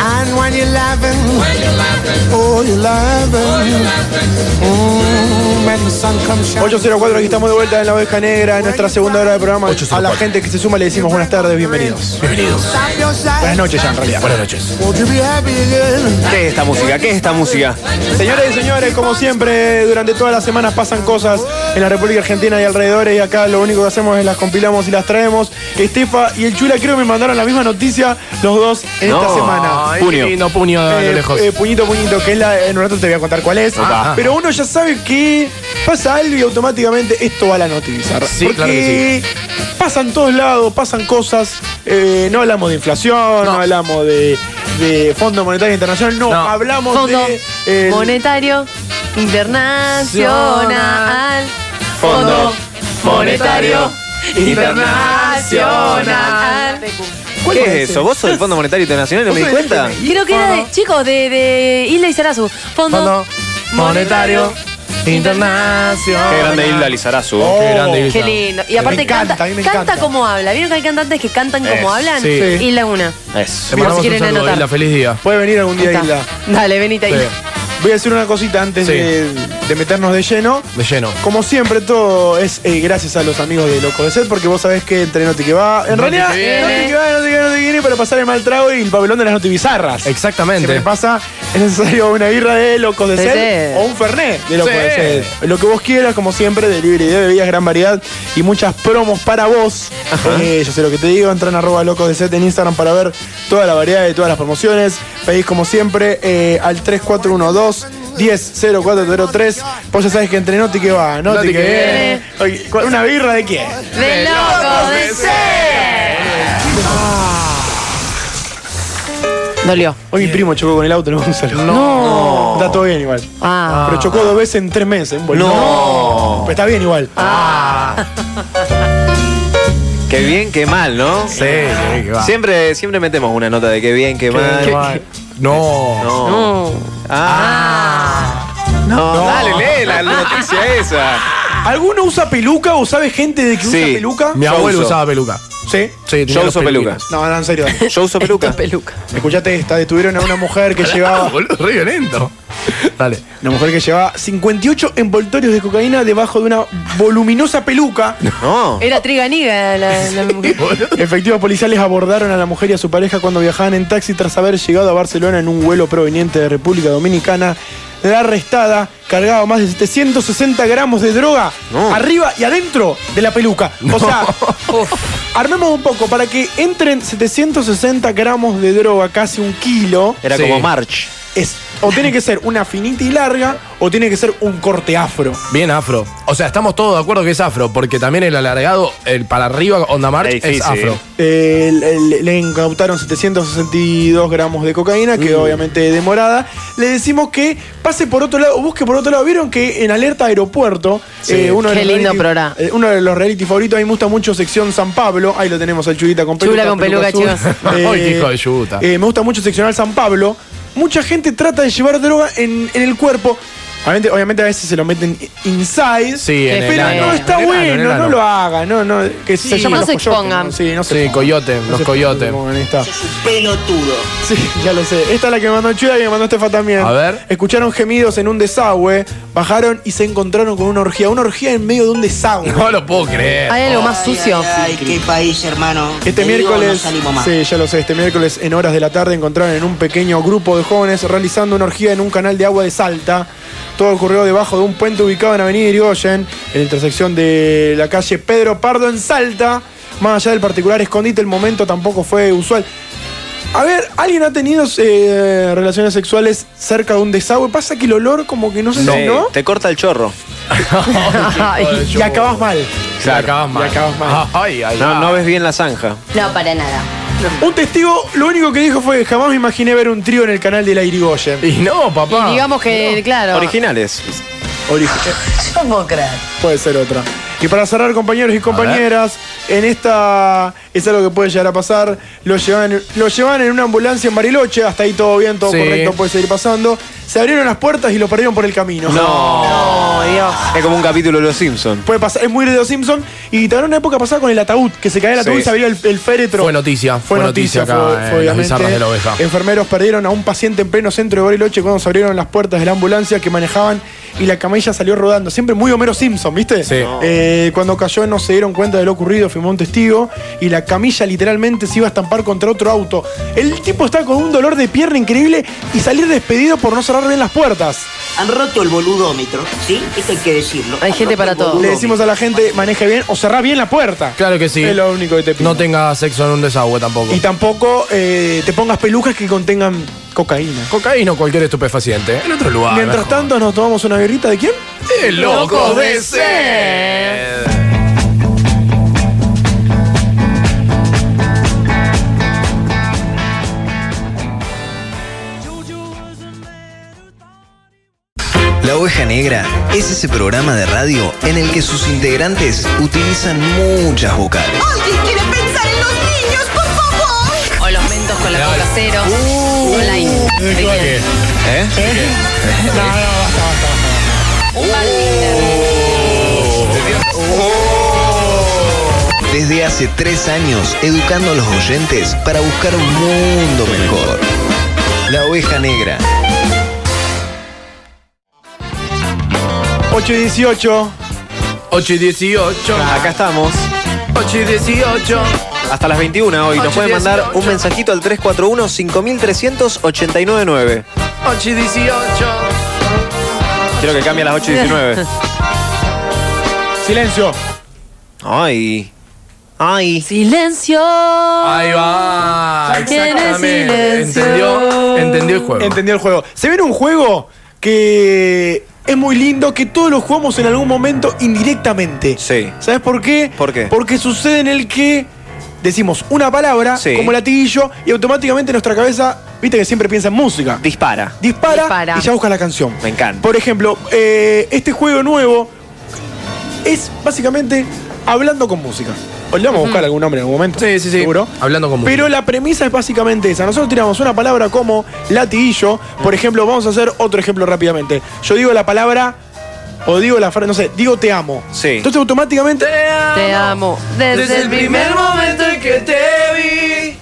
[SPEAKER 15] And when you're laughing, when you're laughing, oh, you're laughing, oh, you're laughing. Mm, when the sun comes shining.
[SPEAKER 4] 804, aquí estamos de vuelta en la oveja negra, en nuestra segunda hora de programa. A la gente que se suma le decimos buenas tardes, bienvenidos.
[SPEAKER 7] Bienvenidos.
[SPEAKER 15] Stop your sighs.
[SPEAKER 4] Buenas noches ya en realidad.
[SPEAKER 7] Buenas noches.
[SPEAKER 15] Won't you be happy again?
[SPEAKER 8] ¿Qué es esta música? ¿Qué es esta música?
[SPEAKER 4] Señores y señores, como siempre, durante todas las semanas pasan cosas en la República Argentina y alrededores y acá lo único que hacemos es las compilamos y las traemos. Estefa y el Chula creo que me mandaron la misma noticia los dos en esta
[SPEAKER 8] No.
[SPEAKER 4] semana.
[SPEAKER 7] Ay,
[SPEAKER 8] Puño.
[SPEAKER 7] qué lindo puño a lo
[SPEAKER 4] Eh,
[SPEAKER 7] Ah, lejos.
[SPEAKER 4] eh, puñito, puñito, que es la. En un rato te voy a contar cuál es. Ah.
[SPEAKER 7] Opa.
[SPEAKER 4] Pero uno ya sabe que pasa algo y automáticamente esto va a la noticia.
[SPEAKER 7] Sí, claro que
[SPEAKER 4] Pasan todos lados, pasan cosas. eh, no hablamos de inflación, no, hablamos de, de Fondo Monetario Internacional, no,
[SPEAKER 7] No.
[SPEAKER 4] hablamos
[SPEAKER 9] Fondo
[SPEAKER 4] de. eh,
[SPEAKER 9] monetario Internacional.
[SPEAKER 15] Fondo
[SPEAKER 9] Monetario
[SPEAKER 8] Internacional.
[SPEAKER 9] ¿Cuál
[SPEAKER 8] ¿Qué
[SPEAKER 9] puede
[SPEAKER 8] es eso? ¿Vos sos del Fondo Monetario Internacional? ¿No me di cuenta?
[SPEAKER 9] Creo que era de, chicos, de, de Isla y Sarazu. Fondo,
[SPEAKER 7] Monetario Internacional.
[SPEAKER 8] Qué grande Hilda Lizarazu.
[SPEAKER 7] Qué
[SPEAKER 4] Oh.
[SPEAKER 7] grande
[SPEAKER 9] Oh, Qué lindo. Y aparte canta, canta como habla. ¿Vieron que hay cantantes que cantan
[SPEAKER 7] Es,
[SPEAKER 9] como hablan?
[SPEAKER 7] sí.
[SPEAKER 9] Y la una.
[SPEAKER 7] Te
[SPEAKER 9] Por si
[SPEAKER 7] mandamos un
[SPEAKER 9] quieren
[SPEAKER 7] saludo,
[SPEAKER 9] anotar.
[SPEAKER 7] Hilda, feliz día.
[SPEAKER 4] Puede venir algún día,
[SPEAKER 9] Está.
[SPEAKER 4] Hilda.
[SPEAKER 9] Dale, venite ahí.
[SPEAKER 4] Voy a decir una cosita antes
[SPEAKER 7] Sí.
[SPEAKER 4] de, de meternos de lleno.
[SPEAKER 7] De lleno.
[SPEAKER 4] Como siempre, todo es eh, gracias a los amigos de Loco de Set, porque vos sabés que entre Noti que va. En
[SPEAKER 7] Noti
[SPEAKER 4] realidad,
[SPEAKER 7] que viene.
[SPEAKER 4] Noti que va, Noti que va, Noti que viene, para pasar el mal trago y el pabellón de las Noti Bizarras.
[SPEAKER 7] Exactamente.
[SPEAKER 4] Siempre pasa, es necesario una birra de Locos de
[SPEAKER 7] De
[SPEAKER 4] Set
[SPEAKER 7] Set.
[SPEAKER 4] o un Fernet de Locos
[SPEAKER 7] Sí.
[SPEAKER 4] de Set. pues, eh, Lo que vos quieras, como siempre, de libre de bebidas, gran variedad y muchas promos para vos. Eh, yo sé lo que te digo, entran arroba locos de set en Instagram para ver toda la variedad de todas las promociones. Pedís como siempre eh, al 3412 100403. Vos ya sabés que entre Noti que va, Noti,
[SPEAKER 15] Noti
[SPEAKER 4] que
[SPEAKER 15] que
[SPEAKER 4] viene. Oye, ¿cu- ¿Una birra de quién?
[SPEAKER 15] De locos de
[SPEAKER 9] Dolió.
[SPEAKER 4] Hoy mi primo chocó con el auto, no vamos a saludar. No. Está todo bien igual.
[SPEAKER 9] Ah.
[SPEAKER 4] Pero chocó dos veces en tres meses. boludo.
[SPEAKER 8] No. Ah.
[SPEAKER 4] Pero está bien igual.
[SPEAKER 8] Qué bien, qué mal, ¿no? Sí,
[SPEAKER 7] qué va.
[SPEAKER 8] Siempre, siempre metemos una nota de qué bien, qué, mal.
[SPEAKER 7] bien, qué mal. No.
[SPEAKER 8] No.
[SPEAKER 16] Ah.
[SPEAKER 8] Ah. No,
[SPEAKER 4] No.
[SPEAKER 8] dale, lee la noticia esa.
[SPEAKER 4] ¿Alguno usa peluca o sabe gente de que usa
[SPEAKER 8] Sí.
[SPEAKER 4] peluca?
[SPEAKER 7] Mi
[SPEAKER 8] Yo
[SPEAKER 7] abuelo
[SPEAKER 8] uso.
[SPEAKER 7] usaba peluca.
[SPEAKER 4] ¿Sí?
[SPEAKER 7] Sí, tenía
[SPEAKER 8] Yo
[SPEAKER 7] los
[SPEAKER 8] uso peluca.
[SPEAKER 7] peluquines.
[SPEAKER 4] No, no, en serio.
[SPEAKER 8] Yo uso peluca.
[SPEAKER 9] peluca.
[SPEAKER 4] Escuchate esta, detuvieron a una mujer que
[SPEAKER 7] Ah,
[SPEAKER 4] llevaba.
[SPEAKER 7] boludo, re violento. Dale.
[SPEAKER 4] Una mujer que llevaba 58 envoltorios de cocaína debajo de una voluminosa peluca.
[SPEAKER 8] No.
[SPEAKER 9] Era triganiga la, la mujer.
[SPEAKER 4] Efectivos policiales abordaron a la mujer y a su pareja cuando viajaban en taxi tras haber llegado a Barcelona en un vuelo proveniente de República Dominicana. La arrestada cargaba más de 760 gramos de droga
[SPEAKER 8] No.
[SPEAKER 4] arriba y adentro de la peluca. O sea, armemos un poco para que entren 760 gramos de droga, casi un kilo.
[SPEAKER 8] Era
[SPEAKER 7] Sí.
[SPEAKER 8] como March.
[SPEAKER 4] Es, o tiene que ser una finita y larga, o tiene que ser un corte afro.
[SPEAKER 7] Bien afro. O sea, estamos todos de acuerdo que es afro, porque también el alargado, el para arriba, onda march,
[SPEAKER 8] Es
[SPEAKER 7] es
[SPEAKER 8] difícil,
[SPEAKER 7] afro.
[SPEAKER 8] ¿eh?
[SPEAKER 4] Eh, le- le, le incautaron 762 gramos de cocaína, que obviamente demorada. Le decimos que pase por otro lado, o busque por otro lado. Vieron que en Alerta Aeropuerto,
[SPEAKER 9] Sí.
[SPEAKER 4] eh, uno, de
[SPEAKER 9] Qué
[SPEAKER 4] los
[SPEAKER 9] lindo
[SPEAKER 4] reality-
[SPEAKER 9] programa.
[SPEAKER 4] eh, uno de los reality favoritos, a mí me gusta mucho sección San Pablo. Ahí lo tenemos al Chulita con
[SPEAKER 9] Chula
[SPEAKER 4] peluca.
[SPEAKER 9] con peluca,
[SPEAKER 4] azul.
[SPEAKER 7] chicos. Ay, qué hijo de yuta.
[SPEAKER 4] eh, me gusta mucho seccional San Pablo. Mucha gente trata de llevar droga en, en el cuerpo. Obviamente, obviamente a veces se lo meten inside.
[SPEAKER 7] Sí, en el
[SPEAKER 4] pero
[SPEAKER 7] ano.
[SPEAKER 4] no está
[SPEAKER 7] En el ano, en el
[SPEAKER 4] bueno,
[SPEAKER 7] ano.
[SPEAKER 4] no lo hagan. No, no, que se
[SPEAKER 9] Sí.
[SPEAKER 4] llaman
[SPEAKER 9] No
[SPEAKER 4] los
[SPEAKER 9] se
[SPEAKER 4] coyotes,
[SPEAKER 9] expongan.
[SPEAKER 4] ¿no? Sí, no se
[SPEAKER 7] Sí, coyote,
[SPEAKER 4] no
[SPEAKER 7] los
[SPEAKER 4] sé
[SPEAKER 7] coyote.
[SPEAKER 4] cómo ven esta.
[SPEAKER 11] Pelotudo.
[SPEAKER 4] Sí, ya lo sé. Esta es la que me mandó Chula y me mandó Estefa también.
[SPEAKER 7] A ver.
[SPEAKER 4] Escucharon gemidos en un desagüe, bajaron y se encontraron con una orgía. Una orgía en medio de un desagüe.
[SPEAKER 7] No lo puedo creer.
[SPEAKER 9] Hay algo más
[SPEAKER 11] Ay,
[SPEAKER 9] sucio.
[SPEAKER 11] Ay, ay, qué país, hermano.
[SPEAKER 4] Este
[SPEAKER 11] Te digo,
[SPEAKER 4] miércoles,
[SPEAKER 11] no salimos más.
[SPEAKER 4] sí, ya lo sé, este miércoles en horas de la tarde encontraron en un pequeño grupo de jóvenes realizando una orgía en un canal de agua de Salta. Todo ocurrió debajo de un puente ubicado en Avenida Irigoyen, en la intersección de la calle Pedro Pardo en Salta. Más allá del particular escondite, el momento tampoco fue usual. A ver, ¿alguien ha tenido eh, relaciones sexuales cerca de un desagüe? Pasa que el olor como que no sé si
[SPEAKER 8] Sí,
[SPEAKER 4] no.
[SPEAKER 8] Te corta el chorro.
[SPEAKER 4] Y acabas mal.
[SPEAKER 7] Ya acabas mal.
[SPEAKER 4] Y acabas mal.
[SPEAKER 7] Ay, ay,
[SPEAKER 8] No, no ves bien la zanja.
[SPEAKER 9] No, para nada.
[SPEAKER 4] Un testigo lo único que dijo fue, jamás me imaginé ver un trío en el canal de la Irigoyen.
[SPEAKER 7] Y no, papá.
[SPEAKER 9] Y Ah. digamos que, claro.
[SPEAKER 8] Originales.
[SPEAKER 4] Origen.
[SPEAKER 9] Yo puedo creer.
[SPEAKER 4] Puede ser otra. Y para cerrar, compañeros y compañeras, en esta es algo que puede llegar a pasar. Lo llevan, lo llevan en una ambulancia en Bariloche, hasta ahí todo bien, todo
[SPEAKER 7] Sí.
[SPEAKER 4] correcto, puede seguir pasando. Se abrieron las puertas y lo perdieron por el camino.
[SPEAKER 8] No. Es como un capítulo de Los Simpsons.
[SPEAKER 4] Puede pasar, es muy de los Simpson y también una época pasada con el ataúd, que se caía el ataúd
[SPEAKER 8] Sí.
[SPEAKER 4] y se abría el, el féretro.
[SPEAKER 7] Fue noticia, fue noticia acá en Las
[SPEAKER 4] obviamente.
[SPEAKER 7] Bizarras de la Oveja.
[SPEAKER 4] Enfermeros perdieron a un paciente en pleno centro de Bariloche cuando se abrieron las puertas de la ambulancia que manejaban y la camilla salió rodando. Siempre muy Homero Simpson, ¿viste?
[SPEAKER 7] Sí.
[SPEAKER 4] Eh, cuando cayó no se dieron cuenta de lo ocurrido, firmó un testigo y la camilla literalmente se iba a estampar contra otro auto. El tipo está con un dolor de pierna increíble y salir despedido por no cerrar bien las puertas.
[SPEAKER 11] Han roto el boludómetro, ¿sí? Esto hay que decirlo.
[SPEAKER 9] Hay
[SPEAKER 11] Han
[SPEAKER 9] gente
[SPEAKER 11] roto
[SPEAKER 9] para
[SPEAKER 11] el
[SPEAKER 9] todo.
[SPEAKER 4] Le
[SPEAKER 11] boludómetro.
[SPEAKER 4] decimos a la gente, maneje bien o cerrá bien la puerta.
[SPEAKER 7] Claro que sí.
[SPEAKER 4] Es lo único que te pido.
[SPEAKER 7] No tenga sexo en un desagüe tampoco.
[SPEAKER 4] Y tampoco eh, te pongas pelucas que contengan cocaína.
[SPEAKER 7] Cocaína o cualquier estupefaciente. En otro lugar.
[SPEAKER 4] Mientras
[SPEAKER 7] mejor.
[SPEAKER 4] tanto, nos tomamos una birrita de quién?
[SPEAKER 7] ¡Qué loco de ser!
[SPEAKER 3] La Oveja Negra es ese programa de radio en el que sus integrantes utilizan muchas vocales.
[SPEAKER 16] Alguien quiere pensar en los niños, por favor. O los mentos con la coca cero.
[SPEAKER 9] uh,
[SPEAKER 16] o la in-
[SPEAKER 3] ¿Eh?
[SPEAKER 16] No, no, basta, basta, basta. Un
[SPEAKER 3] Desde hace tres años, educando a los oyentes para buscar un mundo mejor. La Oveja Negra.
[SPEAKER 4] 8 y 18.
[SPEAKER 7] 8 y 18.
[SPEAKER 8] Acá estamos.
[SPEAKER 7] 8 y 18.
[SPEAKER 8] Hasta las 21 hoy. Nos pueden mandar un mensajito al 341 53899.
[SPEAKER 7] 8 y 18.
[SPEAKER 8] Quiero que cambie a las 8 y 19.
[SPEAKER 4] Silencio.
[SPEAKER 8] Ay. Ay.
[SPEAKER 9] Silencio.
[SPEAKER 7] Ahí va.
[SPEAKER 9] Exactamente.
[SPEAKER 7] Entendió, entendió el juego.
[SPEAKER 4] Entendió el juego. Se viene un juego que es muy lindo, que todos lo jugamos en algún momento indirectamente.
[SPEAKER 8] Sí.
[SPEAKER 4] ¿Sabes por qué?
[SPEAKER 8] ¿Por qué?
[SPEAKER 4] Porque sucede en el que decimos una palabra
[SPEAKER 8] Sí.
[SPEAKER 4] como latiguillo y automáticamente nuestra cabeza, viste que siempre piensa en música.
[SPEAKER 8] Dispara.
[SPEAKER 4] Dispara,
[SPEAKER 9] Dispara.
[SPEAKER 4] y ya busca la canción.
[SPEAKER 8] Me encanta.
[SPEAKER 4] Por ejemplo, eh, este juego nuevo es básicamente hablando con música. O le vamos a buscar algún nombre en algún momento. Sí, sí, sí. Seguro.
[SPEAKER 7] Hablando con
[SPEAKER 4] Pero la premisa es básicamente esa. Nosotros tiramos una palabra como latiguillo. Por ejemplo, vamos a hacer otro ejemplo rápidamente. Yo digo la palabra o digo la frase, no sé, digo te amo.
[SPEAKER 8] Sí.
[SPEAKER 4] Entonces automáticamente.
[SPEAKER 9] Te amo. Desde, el primer momento en que te vi.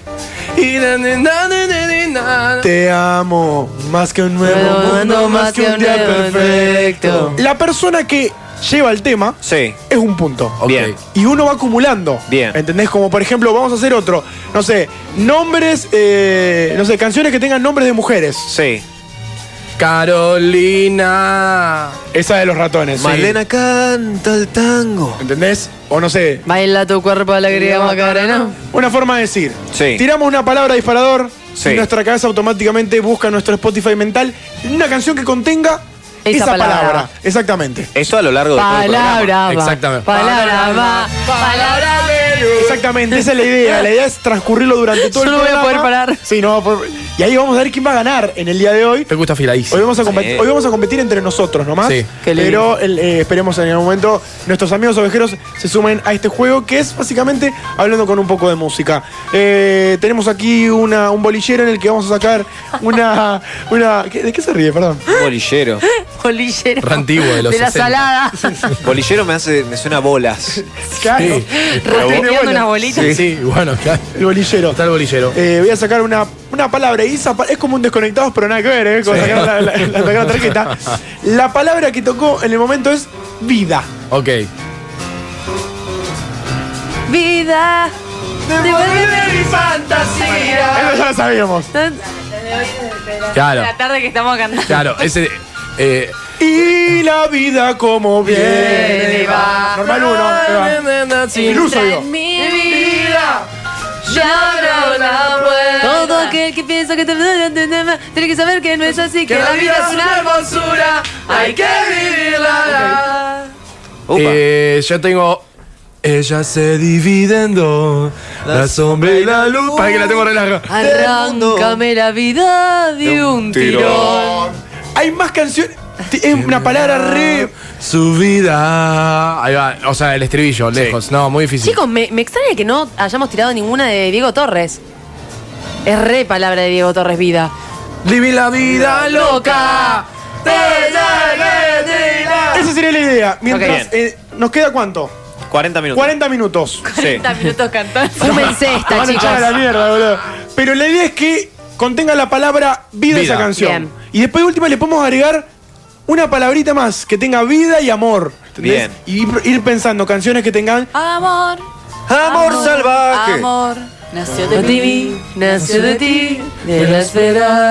[SPEAKER 7] Y na, na, na, na, na, na, na.
[SPEAKER 4] Te amo. Más que un nuevo
[SPEAKER 7] Nuevo
[SPEAKER 4] mundo, más que un día
[SPEAKER 7] nuevo
[SPEAKER 4] perfecto. La persona que lleva el tema
[SPEAKER 8] Sí.
[SPEAKER 4] es un punto.
[SPEAKER 8] Bien.
[SPEAKER 4] Y uno va acumulando.
[SPEAKER 8] Bien.
[SPEAKER 4] ¿Entendés? Como por ejemplo, vamos a hacer otro. No sé, nombres, eh, no sé, canciones que tengan nombres de mujeres.
[SPEAKER 8] Sí.
[SPEAKER 7] Carolina.
[SPEAKER 4] Esa de los ratones. sí.
[SPEAKER 8] Malena canta el tango.
[SPEAKER 4] ¿Entendés? O no sé.
[SPEAKER 9] Baila tu cuerpo alegría Macarena.
[SPEAKER 4] Una forma de decir.
[SPEAKER 8] Sí.
[SPEAKER 4] Tiramos una palabra disparador
[SPEAKER 8] Sí.
[SPEAKER 4] y nuestra cabeza automáticamente busca nuestro Spotify mental una canción que contenga
[SPEAKER 9] Esa
[SPEAKER 4] esa, palabra.
[SPEAKER 9] palabra.
[SPEAKER 4] Exactamente.
[SPEAKER 8] Eso a lo largo de todo el
[SPEAKER 9] Palabra
[SPEAKER 8] programa.
[SPEAKER 9] va.
[SPEAKER 7] Exactamente.
[SPEAKER 9] Palabra va. Palabra
[SPEAKER 4] Exactamente, esa es la idea. La idea es transcurrirlo durante todo
[SPEAKER 9] Yo no
[SPEAKER 4] el
[SPEAKER 9] voy a
[SPEAKER 4] programa.
[SPEAKER 9] poder parar.
[SPEAKER 4] Sí, no va a poder- Y ahí vamos a ver quién va a ganar en el día de hoy.
[SPEAKER 7] Me gusta filaísimo.
[SPEAKER 4] Hoy vamos a competir,
[SPEAKER 8] Sí.
[SPEAKER 4] hoy vamos a competir entre nosotros nomás.
[SPEAKER 7] Sí.
[SPEAKER 9] Qué lindo.
[SPEAKER 4] Pero el- eh, esperemos en algún momento nuestros amigos ovejeros se sumen a este juego que es básicamente hablando con un poco de música. Eh, tenemos aquí una, un bolillero en el que vamos a sacar una. una ¿qué- ¿De qué se ríe? Perdón.
[SPEAKER 8] Bolillero.
[SPEAKER 9] Bolillero.
[SPEAKER 7] Re antiguo de los
[SPEAKER 9] De la
[SPEAKER 7] 60.
[SPEAKER 9] salada.
[SPEAKER 8] Bolillero me hace, me suena a bolas.
[SPEAKER 4] Claro.
[SPEAKER 7] Sí.
[SPEAKER 9] Repartiendo unas bolitas.
[SPEAKER 7] Sí, sí, bueno, claro.
[SPEAKER 4] El bolillero.
[SPEAKER 7] Está el bolillero.
[SPEAKER 4] Eh, voy a sacar una, una palabra y esa pa- es como un desconectados, pero nada que ver, ¿eh? Con sacar la, la- la- sacar la tarjeta. La palabra que tocó en el momento es vida.
[SPEAKER 7] Ok.
[SPEAKER 9] Vida. Devuélveme mi
[SPEAKER 4] Eso
[SPEAKER 9] fantasía.
[SPEAKER 4] ya lo sabíamos.
[SPEAKER 7] Claro.
[SPEAKER 12] La tarde que estamos cantando.
[SPEAKER 7] Claro, ese. eh,
[SPEAKER 4] Y la vida como viene y va. Normal uno. ahí va.
[SPEAKER 7] Eh,
[SPEAKER 4] Iluso yo.
[SPEAKER 9] Mi vida. Ya no la puedo. Todo aquel que piensa que te tiene que saber que no es así, que, la vida es una hermosura, hay que vivirla.
[SPEAKER 8] Upa.
[SPEAKER 7] eh, yo tengo. Ella se divide en dos. La sombra y la luz. Para que la tengo relajada.
[SPEAKER 9] Arráncame la vida de un tirón.
[SPEAKER 4] Hay más canciones. Te- Es una palabra re.
[SPEAKER 7] Su vida. Ahí va. O sea, el estribillo, lejos. No, muy difícil.
[SPEAKER 9] Chicos, me, me extraña que no hayamos tirado ninguna de Diego Torres. Es re palabra de Diego Torres vida.
[SPEAKER 7] Viví la vida loca.
[SPEAKER 4] Esa sería la idea. Mientras.
[SPEAKER 8] Ok.
[SPEAKER 4] eh, ¿Nos queda cuánto?
[SPEAKER 8] 40 minutos.
[SPEAKER 4] 40 minutos.
[SPEAKER 8] Sí.
[SPEAKER 12] 30 minutos cantando.
[SPEAKER 9] Fúmense
[SPEAKER 4] Te
[SPEAKER 9] esta,
[SPEAKER 4] van a
[SPEAKER 9] chicos.
[SPEAKER 4] echar a la mierda, boludo. Pero la idea es que contenga la palabra vida,
[SPEAKER 7] Vida.
[SPEAKER 4] esa canción.
[SPEAKER 9] Bien.
[SPEAKER 4] Y después de última le podemos agregar una palabrita más, que tenga vida y amor. ¿entendés?
[SPEAKER 8] Bien.
[SPEAKER 4] Y ir- ir pensando canciones que tengan
[SPEAKER 12] Amor.
[SPEAKER 8] Amor, salvaje.
[SPEAKER 12] Amor. Nació de
[SPEAKER 9] De
[SPEAKER 12] mí.
[SPEAKER 9] ti, nació de ti, de la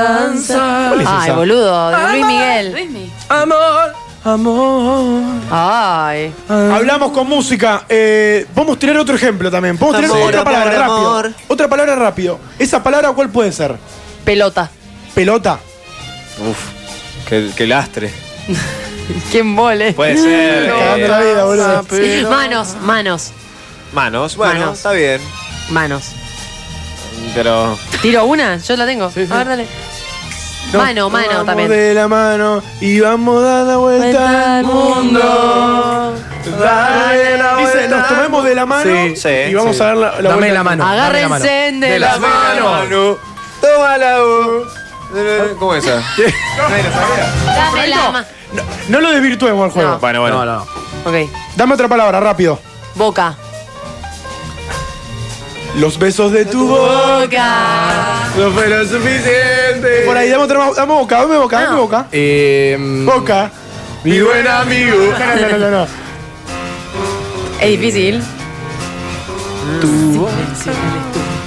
[SPEAKER 9] esperanza.
[SPEAKER 4] ¿Cuál es
[SPEAKER 9] Ay,
[SPEAKER 4] esa? Ah,
[SPEAKER 9] boludo, de Luis Miguel.
[SPEAKER 12] Luismi.
[SPEAKER 7] Amor. Amor.
[SPEAKER 9] Ay.
[SPEAKER 4] Hablamos con música. Eh, podemos tirar otro ejemplo también. Podemos tirar
[SPEAKER 8] Amor,
[SPEAKER 4] otra
[SPEAKER 8] amor,
[SPEAKER 4] palabra rápido.
[SPEAKER 8] amor.
[SPEAKER 4] Otra palabra rápido. ¿Esa palabra cuál puede ser?
[SPEAKER 9] Pelota.
[SPEAKER 4] Pelota.
[SPEAKER 8] Uf. Qué, qué lastre.
[SPEAKER 9] ¿Quién vole?
[SPEAKER 8] Puede ser.
[SPEAKER 4] Cagando
[SPEAKER 8] eh,
[SPEAKER 4] la vida, boludo.
[SPEAKER 9] Manos, manos,
[SPEAKER 8] manos. Bueno,
[SPEAKER 9] Manos.
[SPEAKER 8] está bien.
[SPEAKER 9] manos.
[SPEAKER 8] Pero.
[SPEAKER 9] ¿Tiro una? Yo la tengo. A ver, dale.
[SPEAKER 4] Nos
[SPEAKER 9] Mano, mano
[SPEAKER 4] tomamos
[SPEAKER 9] también.
[SPEAKER 4] de la mano y vamos a dar la vuelta al mundo. Dale la vuelta. Dice, nos tomemos de la mano y vamos a dar la, la vuelta. al mundo.
[SPEAKER 9] Agárrense de las manos.
[SPEAKER 8] Toma la U. ¿Cómo esa?
[SPEAKER 9] Dame la mano.
[SPEAKER 4] No lo desvirtuemos el juego.
[SPEAKER 8] Bueno, bueno.
[SPEAKER 9] Ok.
[SPEAKER 4] Dame otra palabra, rápido.
[SPEAKER 9] Boca.
[SPEAKER 4] Los besos de tu
[SPEAKER 9] Boca.
[SPEAKER 4] No fueron suficientes. Por ahí, dame otra más. Dame boca, dame boca, dame boca. boca. Em, Mi buen amigo. No, no, no, no, no.
[SPEAKER 9] Es difícil.
[SPEAKER 8] Tu,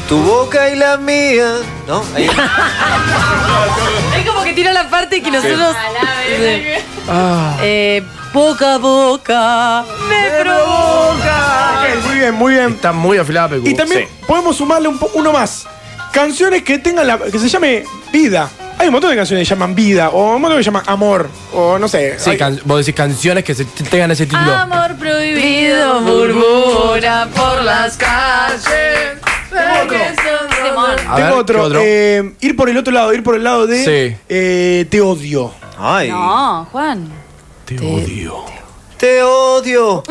[SPEAKER 8] tu boca y la mía. ¿No? Ahí.
[SPEAKER 9] Es como que tira la parte que nosotros. Sí.
[SPEAKER 4] Ah.
[SPEAKER 9] Eh, boca a boca. Me provoca.
[SPEAKER 4] Ok, Muy bien, muy bien.
[SPEAKER 7] Está muy afilada Pecu.
[SPEAKER 4] Y también podemos sumarle un po- uno más. Canciones que tengan la. que se llame vida. Hay un montón de canciones que llaman vida, o un montón que llaman amor, o no sé.
[SPEAKER 7] Sí,
[SPEAKER 4] hay-
[SPEAKER 7] can- vos decís canciones que se t- tengan ese título.
[SPEAKER 9] Amor prohibido murmura por las calles.
[SPEAKER 7] A
[SPEAKER 4] Tengo
[SPEAKER 7] ver,
[SPEAKER 4] otro.
[SPEAKER 7] ¿qué otro?
[SPEAKER 4] Eh, ir por el otro lado, ir por el lado de.
[SPEAKER 7] Sí.
[SPEAKER 4] eh, te odio.
[SPEAKER 8] Ay.
[SPEAKER 12] No, Juan.
[SPEAKER 8] Te odio.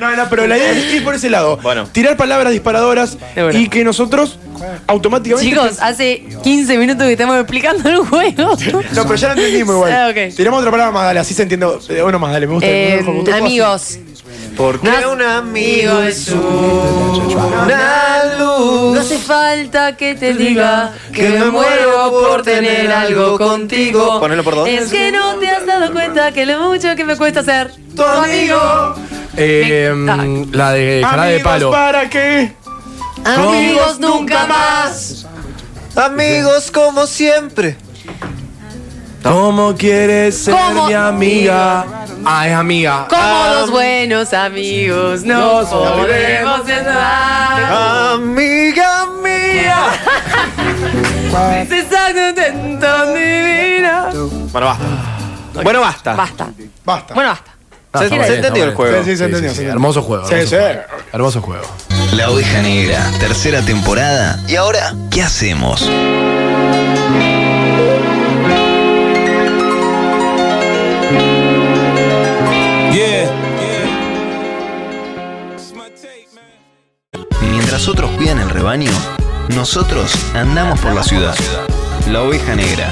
[SPEAKER 4] No, no, pero la idea es ir por ese lado. Tirar palabras disparadoras y que nosotros automáticamente.
[SPEAKER 9] Chicos, hace 15 minutos que estamos explicando el juego.
[SPEAKER 4] No, pero ya lo entendimos igual.
[SPEAKER 9] Ah, ok.
[SPEAKER 4] Tiramos otra palabra más, dale, así se entiende. Eh, Bueno, más, dale, me gusta.
[SPEAKER 9] Eh,
[SPEAKER 4] me gusta, me gusta,
[SPEAKER 9] amigos.
[SPEAKER 8] Porque
[SPEAKER 9] Naz-
[SPEAKER 8] un amigo es una
[SPEAKER 9] No
[SPEAKER 8] luz.
[SPEAKER 9] hace falta que te diga que me muero por tener algo contigo.
[SPEAKER 8] Ponelo por dos.
[SPEAKER 9] Es que no te has dado cuenta que lo mucho que me cuesta ser tu amigo.
[SPEAKER 7] Eh, mm, la de Jarabe de
[SPEAKER 4] Amigos,
[SPEAKER 7] Palo.
[SPEAKER 4] ¿Para qué?
[SPEAKER 9] Amigos nunca más.
[SPEAKER 8] Amigos como siempre.
[SPEAKER 7] ¿Cómo quieres ser
[SPEAKER 9] ¿Cómo?
[SPEAKER 7] mi amiga? Ah, es amiga.
[SPEAKER 9] Como dos buenos amigos Ah. nos podemos entrar.
[SPEAKER 8] Amiga mía.
[SPEAKER 9] divina.
[SPEAKER 8] Bueno, basta. Bueno, basta.
[SPEAKER 9] Basta.
[SPEAKER 4] Basta.
[SPEAKER 9] Bueno,
[SPEAKER 8] Se,
[SPEAKER 9] basta.
[SPEAKER 7] Ah, está
[SPEAKER 8] se
[SPEAKER 7] bien,
[SPEAKER 8] entendió
[SPEAKER 7] está
[SPEAKER 8] el juego.
[SPEAKER 7] bien. Sí, sí, sí, Hermoso juego.
[SPEAKER 4] Sí,
[SPEAKER 7] hermoso
[SPEAKER 4] sí.
[SPEAKER 7] juego. Hermoso juego.
[SPEAKER 3] La oveja negra, tercera temporada. ¿Y ahora qué hacemos? Mientras otros cuidan el rebaño, nosotros andamos por la ciudad. La oveja negra.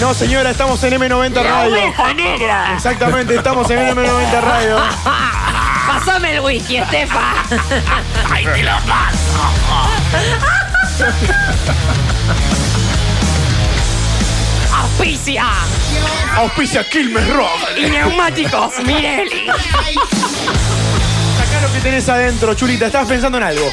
[SPEAKER 4] No, señora, estamos en M90 Radio.
[SPEAKER 9] negra.
[SPEAKER 4] Exactamente, estamos en M90 Radio.
[SPEAKER 9] Pasame el whisky, Estefa. Ahí te lo paso. Auspicia.
[SPEAKER 4] Auspicia Quilmes Rock.
[SPEAKER 9] Y neumáticos, Mirelli.
[SPEAKER 4] Sacá lo que tenés adentro, Chulita. Estabas pensando en algo.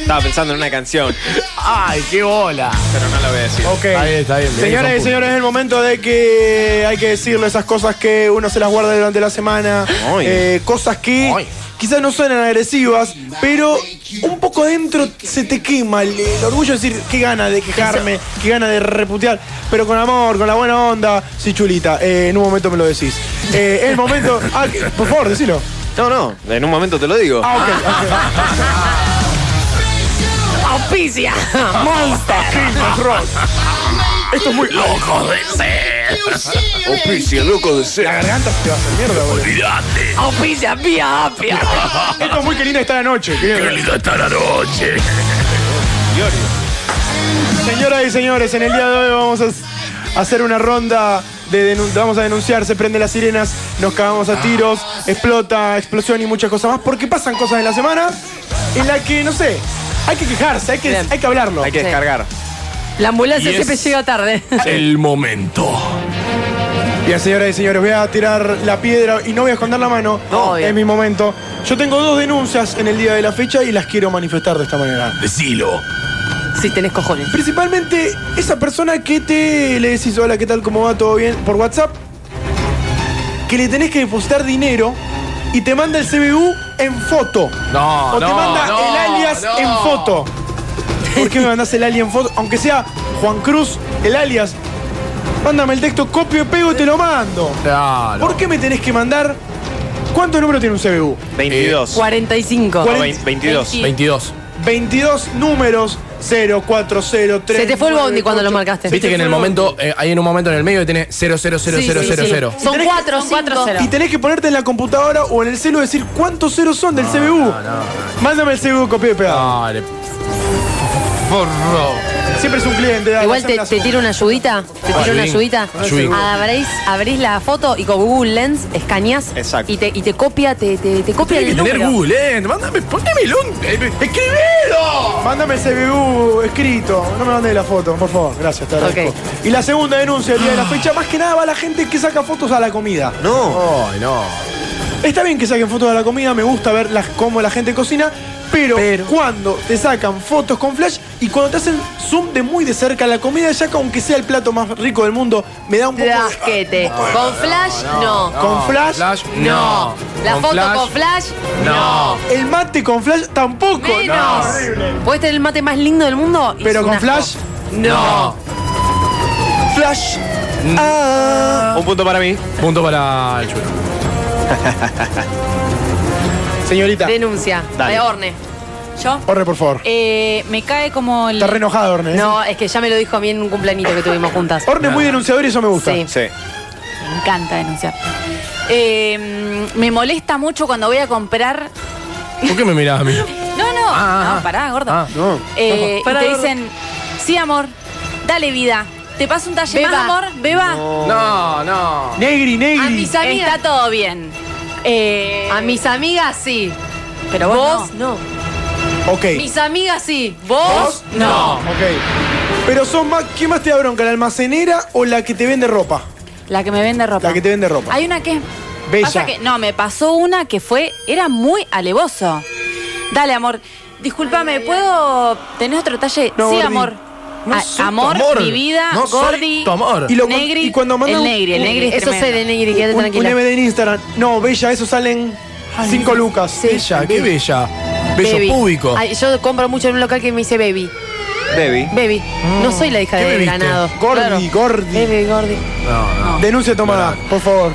[SPEAKER 8] Estaba pensando en una canción,
[SPEAKER 7] Ay, qué bola.
[SPEAKER 8] pero no la voy a decir.
[SPEAKER 4] Ok.
[SPEAKER 7] Está bien, está bien. bien,
[SPEAKER 4] Señoras
[SPEAKER 7] son
[SPEAKER 4] y
[SPEAKER 7] puntos.
[SPEAKER 4] señores, es el momento de que hay que decirle esas cosas que uno se las guarda durante la semana.
[SPEAKER 8] Ay.
[SPEAKER 4] eh, cosas que quizás no suenan agresivas, pero un poco adentro se te quema el, el orgullo de decir qué gana de quejarme, qué gana de reputear. Pero con amor, con la buena onda. Sí, chulita, eh, en un momento me lo decís. Eh, el momento. ah, que- por favor, decilo.
[SPEAKER 8] No, no, en un momento te lo digo.
[SPEAKER 4] Ah, ok, ok.
[SPEAKER 9] Auspicia. Monster.
[SPEAKER 4] Esto es muy loco de ser.
[SPEAKER 8] Auspicia, loco de
[SPEAKER 4] La garganta se te va a hacer mierda, boludo. Ah,
[SPEAKER 9] Auspicia, pía, apia.
[SPEAKER 4] Esto es muy que linda está la noche. Qué linda está la noche. Señoras y señores, en el día de hoy vamos a s- hacer una ronda de denun- vamos a denunciar, se prende las sirenas, nos cagamos a tiros, explota, explosión y muchas cosas más, porque pasan cosas en la semana en la que, no sé, hay que quejarse, hay que, hay que hablarlo.
[SPEAKER 8] Hay que
[SPEAKER 9] Sí.
[SPEAKER 8] descargar.
[SPEAKER 9] La ambulancia
[SPEAKER 7] Y
[SPEAKER 9] siempre
[SPEAKER 7] es-
[SPEAKER 9] llega tarde.
[SPEAKER 7] El momento.
[SPEAKER 4] Bien, señoras y señores, voy a tirar la piedra y no voy a esconder la mano.
[SPEAKER 9] No.
[SPEAKER 4] Es mi momento. Yo tengo dos denuncias en el día de la fecha y las quiero manifestar de esta manera.
[SPEAKER 7] Decilo.
[SPEAKER 9] Si tenés cojones.
[SPEAKER 4] Principalmente esa persona que te le decís hola, ¿qué tal? ¿Cómo va? ¿Todo bien? Por WhatsApp. que le tenés que depositar dinero y te manda el CBU en foto.
[SPEAKER 7] No,
[SPEAKER 4] O te
[SPEAKER 7] no,
[SPEAKER 4] manda
[SPEAKER 7] no,
[SPEAKER 4] el alias
[SPEAKER 7] no.
[SPEAKER 4] en foto. ¿Por qué me mandás el alias en foto? Aunque sea Juan Cruz, el alias. Mándame el texto, copio, pego y te lo mando. ¿Por qué me tenés que mandar? ¿Cuántos números tiene un CBU?
[SPEAKER 8] 22.
[SPEAKER 9] 45.
[SPEAKER 4] Cuaren-
[SPEAKER 8] 22.
[SPEAKER 7] 22.
[SPEAKER 4] 22 números 0, 4, 0, 3.
[SPEAKER 9] Se te fue el bondi cuando lo marcaste.
[SPEAKER 7] Viste que en el momento, eh, hay en un momento en el medio que tiene
[SPEAKER 9] Sí, sí, sí.
[SPEAKER 7] 000000.
[SPEAKER 9] Son
[SPEAKER 4] Tenés que-
[SPEAKER 9] cuatro,
[SPEAKER 4] son
[SPEAKER 9] cinco.
[SPEAKER 4] cuatro, cero. Y tenés que ponerte en la computadora o en el celu y decir cuántos ceros son del CBU. Mándame el CBU copiado y pegado. Siempre es un cliente. dale,
[SPEAKER 17] Igual
[SPEAKER 4] haceme
[SPEAKER 17] te,
[SPEAKER 4] la
[SPEAKER 17] te
[SPEAKER 4] suma.
[SPEAKER 17] tiro una ayudita. Te tiro una
[SPEAKER 4] Ayudín.
[SPEAKER 17] ayudita.
[SPEAKER 4] Ayudín.
[SPEAKER 17] Abrís, abrís la foto y con Google Lens escaneás
[SPEAKER 8] Exacto.
[SPEAKER 17] y te, y te copia, te, te, te copia
[SPEAKER 7] Tiene que
[SPEAKER 17] el
[SPEAKER 7] tener
[SPEAKER 17] número.
[SPEAKER 7] Google, eh. Mándame, poneme el un. eh, ¡Escribilo!
[SPEAKER 4] Mándame el CBU escrito. No me mandes la foto, por favor. Gracias, te agradezco. Y la segunda denuncia del día de la fecha, más que nada va la gente que saca fotos a la comida.
[SPEAKER 7] No. Ay, no.
[SPEAKER 4] Está bien que saquen fotos de la comida, me gusta ver las- cómo la gente cocina, pero, cuando te sacan fotos con flash y cuando te hacen zoom de muy de cerca a la comida, ya que aunque sea el plato más rico del mundo, me da un poco
[SPEAKER 9] Te
[SPEAKER 4] de...
[SPEAKER 9] da asquete. Con flash, no.
[SPEAKER 4] ¿Con flash?
[SPEAKER 9] No. La foto con flash, no.
[SPEAKER 4] El mate con flash tampoco.
[SPEAKER 9] Menos. Puedes tener el mate más lindo del mundo. y
[SPEAKER 4] Pero
[SPEAKER 9] es un
[SPEAKER 4] con
[SPEAKER 9] asco.
[SPEAKER 4] flash.
[SPEAKER 9] No.
[SPEAKER 4] Flash. Mm. Ah.
[SPEAKER 7] Un punto para mí. Punto para el chulo.
[SPEAKER 4] Oh, Señorita.
[SPEAKER 9] Denuncia.
[SPEAKER 4] Dale.
[SPEAKER 9] De Orne.
[SPEAKER 12] ¿Yo?
[SPEAKER 4] Corre, por favor.
[SPEAKER 17] Eh, me cae como el.
[SPEAKER 4] Está re enojado, Orne. ¿eh?
[SPEAKER 17] No, es que ya me lo dijo a mí en un cumpleañito que tuvimos juntas.
[SPEAKER 4] Orne es muy denunciador y eso me gusta.
[SPEAKER 17] Sí.
[SPEAKER 12] Me encanta denunciar. Eh, me molesta mucho cuando voy a comprar.
[SPEAKER 7] ¿Por qué me mirás a mí?
[SPEAKER 12] No, no,
[SPEAKER 9] Ah,
[SPEAKER 12] no, pará, gordo.
[SPEAKER 7] no.
[SPEAKER 12] Eh, y
[SPEAKER 9] Pará,
[SPEAKER 12] te
[SPEAKER 9] gordo.
[SPEAKER 12] dicen, sí, amor, dale vida. Te paso un talle más,
[SPEAKER 9] Beba.
[SPEAKER 12] amor, beba.
[SPEAKER 7] No, no.
[SPEAKER 4] Negri, negri.
[SPEAKER 12] A mis amigas. Está todo bien. Eh,
[SPEAKER 9] A mis amigas sí.
[SPEAKER 12] Pero vos
[SPEAKER 9] no.
[SPEAKER 4] Ok.
[SPEAKER 9] Mis amigas sí. Vos
[SPEAKER 4] No. Ok. Pero son más. ¿Quién más te da bronca? ¿La almacenera o la que te vende ropa?
[SPEAKER 12] La que me vende ropa.
[SPEAKER 4] La que te vende ropa.
[SPEAKER 12] Hay una que es.
[SPEAKER 4] Bella.
[SPEAKER 12] pasa que- no, me pasó una que fue. Era muy alevoso. Dale, amor. Discúlpame, ¿puedo tener otro talle?
[SPEAKER 4] No,
[SPEAKER 12] sí,
[SPEAKER 4] Gordi.
[SPEAKER 12] amor.
[SPEAKER 4] No
[SPEAKER 12] A-
[SPEAKER 4] soy tu
[SPEAKER 12] amor,
[SPEAKER 4] amor.
[SPEAKER 12] mi vida,
[SPEAKER 4] No soy
[SPEAKER 12] Gordi,
[SPEAKER 4] tu amor. Y
[SPEAKER 12] Y
[SPEAKER 4] lo-
[SPEAKER 12] negri,
[SPEAKER 4] y cuando mandan
[SPEAKER 12] el
[SPEAKER 4] un-
[SPEAKER 12] negri, el
[SPEAKER 4] un-
[SPEAKER 12] negri es
[SPEAKER 17] Eso sé de
[SPEAKER 12] tremendo.
[SPEAKER 17] Negri, quédate
[SPEAKER 4] un,
[SPEAKER 17] tranquila.
[SPEAKER 4] un MD en Instagram. No, bella, eso salen 5 lucas.
[SPEAKER 7] Bella, qué bella. Bello
[SPEAKER 17] Baby.
[SPEAKER 7] público.
[SPEAKER 17] Ay, yo compro mucho en un local que me dice baby.
[SPEAKER 8] Baby.
[SPEAKER 17] Baby. No soy la hija
[SPEAKER 7] ¿Qué
[SPEAKER 17] de
[SPEAKER 7] bebiste?
[SPEAKER 17] ganado.
[SPEAKER 4] Gordi,
[SPEAKER 17] Claro.
[SPEAKER 4] gordi. Ah.
[SPEAKER 17] Baby, gordi.
[SPEAKER 7] No,
[SPEAKER 4] Denuncia tomada, por favor.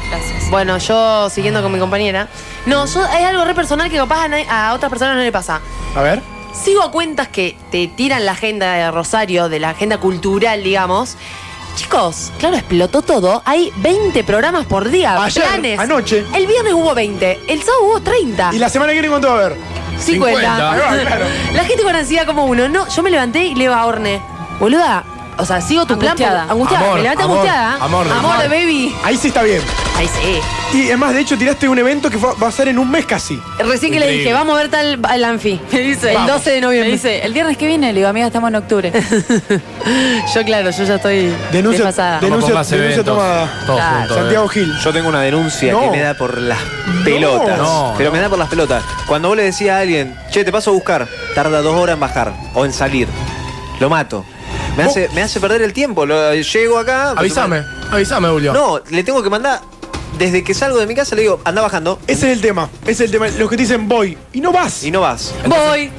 [SPEAKER 17] Bueno, yo siguiendo con mi compañera. No, yo, es algo re personal que capaz a, nadie- a otras personas no le pasa.
[SPEAKER 4] A ver.
[SPEAKER 17] Sigo a cuentas que te tiran la agenda de Rosario, de la agenda cultural, digamos. Chicos, claro, explotó todo. Hay 20 programas por día.
[SPEAKER 4] Ayer,
[SPEAKER 17] planes.
[SPEAKER 4] anoche.
[SPEAKER 17] El viernes hubo 20, el sábado hubo 30.
[SPEAKER 4] ¿Y la semana que viene cuánto va a haber?
[SPEAKER 17] 50.
[SPEAKER 4] 50. Ahí va, claro.
[SPEAKER 17] La gente con ansiedad como uno. No, yo me levanté y le iba a Orne. Boluda, o sea, sigo tu
[SPEAKER 9] Angustiada.
[SPEAKER 17] plan. por- Angustiada.
[SPEAKER 4] Amor,
[SPEAKER 17] me levanté
[SPEAKER 4] amor,
[SPEAKER 17] angustiada.
[SPEAKER 4] amor, amor.
[SPEAKER 17] de baby.
[SPEAKER 4] Ahí sí está bien.
[SPEAKER 17] Ahí sí.
[SPEAKER 4] Y es más, de hecho, tiraste un evento que fue- va a ser en un mes casi.
[SPEAKER 17] Recién que le
[SPEAKER 4] Increíble.
[SPEAKER 17] dije, vamos a ver tal el anfi. Me dice, el
[SPEAKER 4] Vamos.
[SPEAKER 17] 12 de noviembre.
[SPEAKER 12] Me dice, el viernes que viene, le digo, amiga, estamos en octubre.
[SPEAKER 17] Yo, claro, yo ya estoy
[SPEAKER 4] Denuncia-
[SPEAKER 17] desfasada.
[SPEAKER 4] denuncia- Vamos por más denuncia eventos. tomada. Todos Claro. juntos, Santiago eh. Gil.
[SPEAKER 8] Yo tengo una denuncia
[SPEAKER 4] No.
[SPEAKER 8] que me da por las pelotas.
[SPEAKER 4] No,
[SPEAKER 8] pero me da por las pelotas. Cuando vos le decís a alguien, che, te paso a buscar, tarda dos horas en bajar o en salir. Lo mato. Me, hace, me hace perder el tiempo. Lo- llego acá.
[SPEAKER 7] Avísame, avísame, Julio.
[SPEAKER 8] No, le tengo que mandar. Desde que salgo de mi casa le digo, anda bajando.
[SPEAKER 4] Ese es el tema. Ese es el tema. Los que te dicen voy y no vas.
[SPEAKER 8] Y no vas.
[SPEAKER 9] Voy.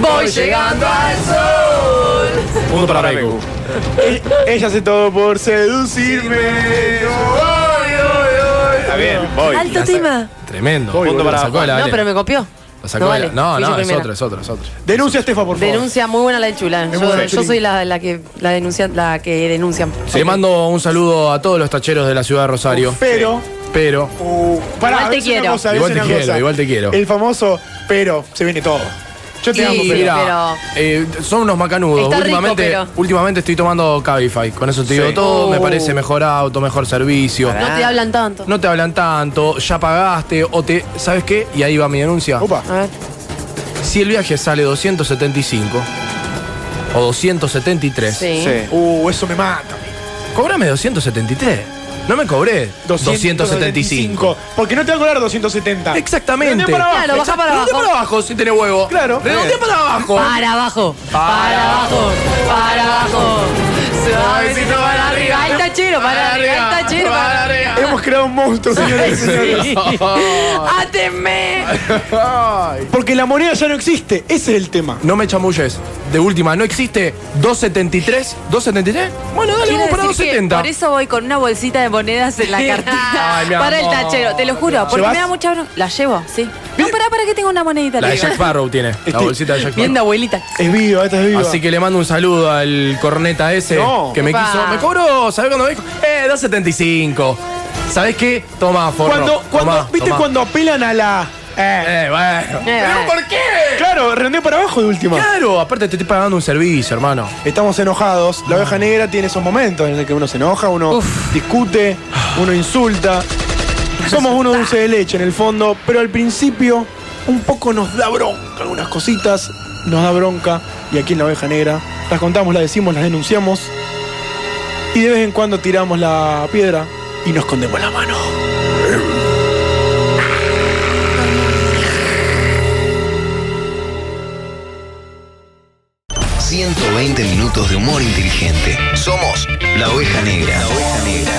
[SPEAKER 9] Voy llegando al sol.
[SPEAKER 7] Punto para Reiko.
[SPEAKER 4] E- Ella hace todo por seducirme.
[SPEAKER 8] Está bien, voy.
[SPEAKER 17] Alto tema.
[SPEAKER 7] Tremendo.
[SPEAKER 4] Voy,
[SPEAKER 7] Punto
[SPEAKER 4] boludo.
[SPEAKER 7] para sacó de la
[SPEAKER 17] No,
[SPEAKER 7] Belén.
[SPEAKER 17] pero me copió.
[SPEAKER 7] La sacó
[SPEAKER 17] no,
[SPEAKER 7] de la-
[SPEAKER 17] vale.
[SPEAKER 7] No,
[SPEAKER 17] Fui yo
[SPEAKER 7] no, es
[SPEAKER 17] primera.
[SPEAKER 7] otra, es otra, es otra.
[SPEAKER 4] Denuncia, Estefa, por favor.
[SPEAKER 17] Denuncia muy buena la de Chula.
[SPEAKER 4] buena
[SPEAKER 17] Yo,
[SPEAKER 4] la
[SPEAKER 17] yo soy la, la que la denuncia, la que denuncian.
[SPEAKER 7] Le mando un saludo a todos los tacheros de la ciudad de Rosario.
[SPEAKER 4] Pero.
[SPEAKER 7] Pero.
[SPEAKER 4] Uh, pará,
[SPEAKER 17] Igual te
[SPEAKER 4] es una
[SPEAKER 17] quiero.
[SPEAKER 4] cosa, es
[SPEAKER 7] Igual te
[SPEAKER 4] una
[SPEAKER 7] quiero,
[SPEAKER 4] cosa.
[SPEAKER 7] igual te quiero.
[SPEAKER 4] El famoso pero se viene todo. Yo te
[SPEAKER 17] Y-
[SPEAKER 4] amo, pero.
[SPEAKER 7] Mira, eh, son unos macanudos.
[SPEAKER 17] Está rico,
[SPEAKER 7] últimamente,
[SPEAKER 17] pero-
[SPEAKER 7] últimamente estoy tomando Cabify. Con eso te digo
[SPEAKER 8] Sí.
[SPEAKER 7] todo. Me
[SPEAKER 17] Oh.
[SPEAKER 7] parece mejor auto, mejor servicio.
[SPEAKER 17] No te hablan tanto.
[SPEAKER 7] No te hablan tanto, ya pagaste o te. ¿Sabes qué? Y ahí va mi denuncia.
[SPEAKER 17] A ver.
[SPEAKER 7] Si el viaje sale 275 o 273,
[SPEAKER 17] Sí. Sí.
[SPEAKER 4] Uh, eso me mata.
[SPEAKER 7] cobrame 273. No me cobré 275.
[SPEAKER 4] Porque no te va a cobrar 270.
[SPEAKER 7] Exactamente.
[SPEAKER 4] Redondea para abajo.
[SPEAKER 17] Claro, baja para
[SPEAKER 7] Redondea
[SPEAKER 17] abajo.
[SPEAKER 7] para abajo si tenés huevo.
[SPEAKER 4] Claro.
[SPEAKER 7] Redondea para abajo.
[SPEAKER 17] Para abajo. Para abajo. Para abajo.
[SPEAKER 9] Suavecito para arriba.
[SPEAKER 17] Ahí está
[SPEAKER 9] chero para arriba. Está chero para arriba.
[SPEAKER 4] Hemos creado un monstruo, señores. y señores.
[SPEAKER 9] ¡Átenme!
[SPEAKER 4] Porque la moneda ya no existe, ese es el tema.
[SPEAKER 7] No me chamulles. De última, no existe 273. ¿273? Bueno, dale,
[SPEAKER 9] Quiero
[SPEAKER 7] vamos para
[SPEAKER 9] decir que
[SPEAKER 7] 270.
[SPEAKER 9] Por eso voy con una bolsita de monedas en la cartita.
[SPEAKER 7] Ay, mi
[SPEAKER 9] para el
[SPEAKER 7] amor.
[SPEAKER 9] tachero, te lo juro. Porque
[SPEAKER 7] ¿Llevas?
[SPEAKER 9] me da mucha bronca. La llevo, sí. No, pará, para que tengo una monedita.
[SPEAKER 7] La de
[SPEAKER 9] arriba.
[SPEAKER 7] Jack Sparrow tiene. La bolsita de Jack
[SPEAKER 9] Bien de abuelita.
[SPEAKER 4] Es viva, esta es viva.
[SPEAKER 7] Así que le mando un saludo al corneta ese
[SPEAKER 4] No.
[SPEAKER 7] que me
[SPEAKER 4] Opa.
[SPEAKER 7] quiso. Me cobró, ¿sabes cuándo me dijo? Eh, 275. ¿Sabes qué? Toma, forro.
[SPEAKER 4] Cuando, cuando,
[SPEAKER 7] Tomá,
[SPEAKER 4] ¿Viste
[SPEAKER 7] tomá.
[SPEAKER 4] cuando apelan a la.
[SPEAKER 7] Eh, bueno. ¿Pero por qué?
[SPEAKER 4] Claro, rendé para abajo de última.
[SPEAKER 7] Claro, aparte te estoy pagando un servicio, hermano.
[SPEAKER 4] Estamos enojados. La oveja negra tiene esos momentos en los que uno se enoja, uno discute, uno insulta. Somos uno dulce de leche en el fondo, pero al principio un poco nos da bronca algunas cositas, nos da bronca. Y aquí en la oveja negra las contamos, las decimos, las denunciamos. Y de vez en cuando tiramos la piedra y nos escondemos la mano.
[SPEAKER 3] Somos 120 minutos de humor inteligente. Somos la oveja negra. La oveja negra.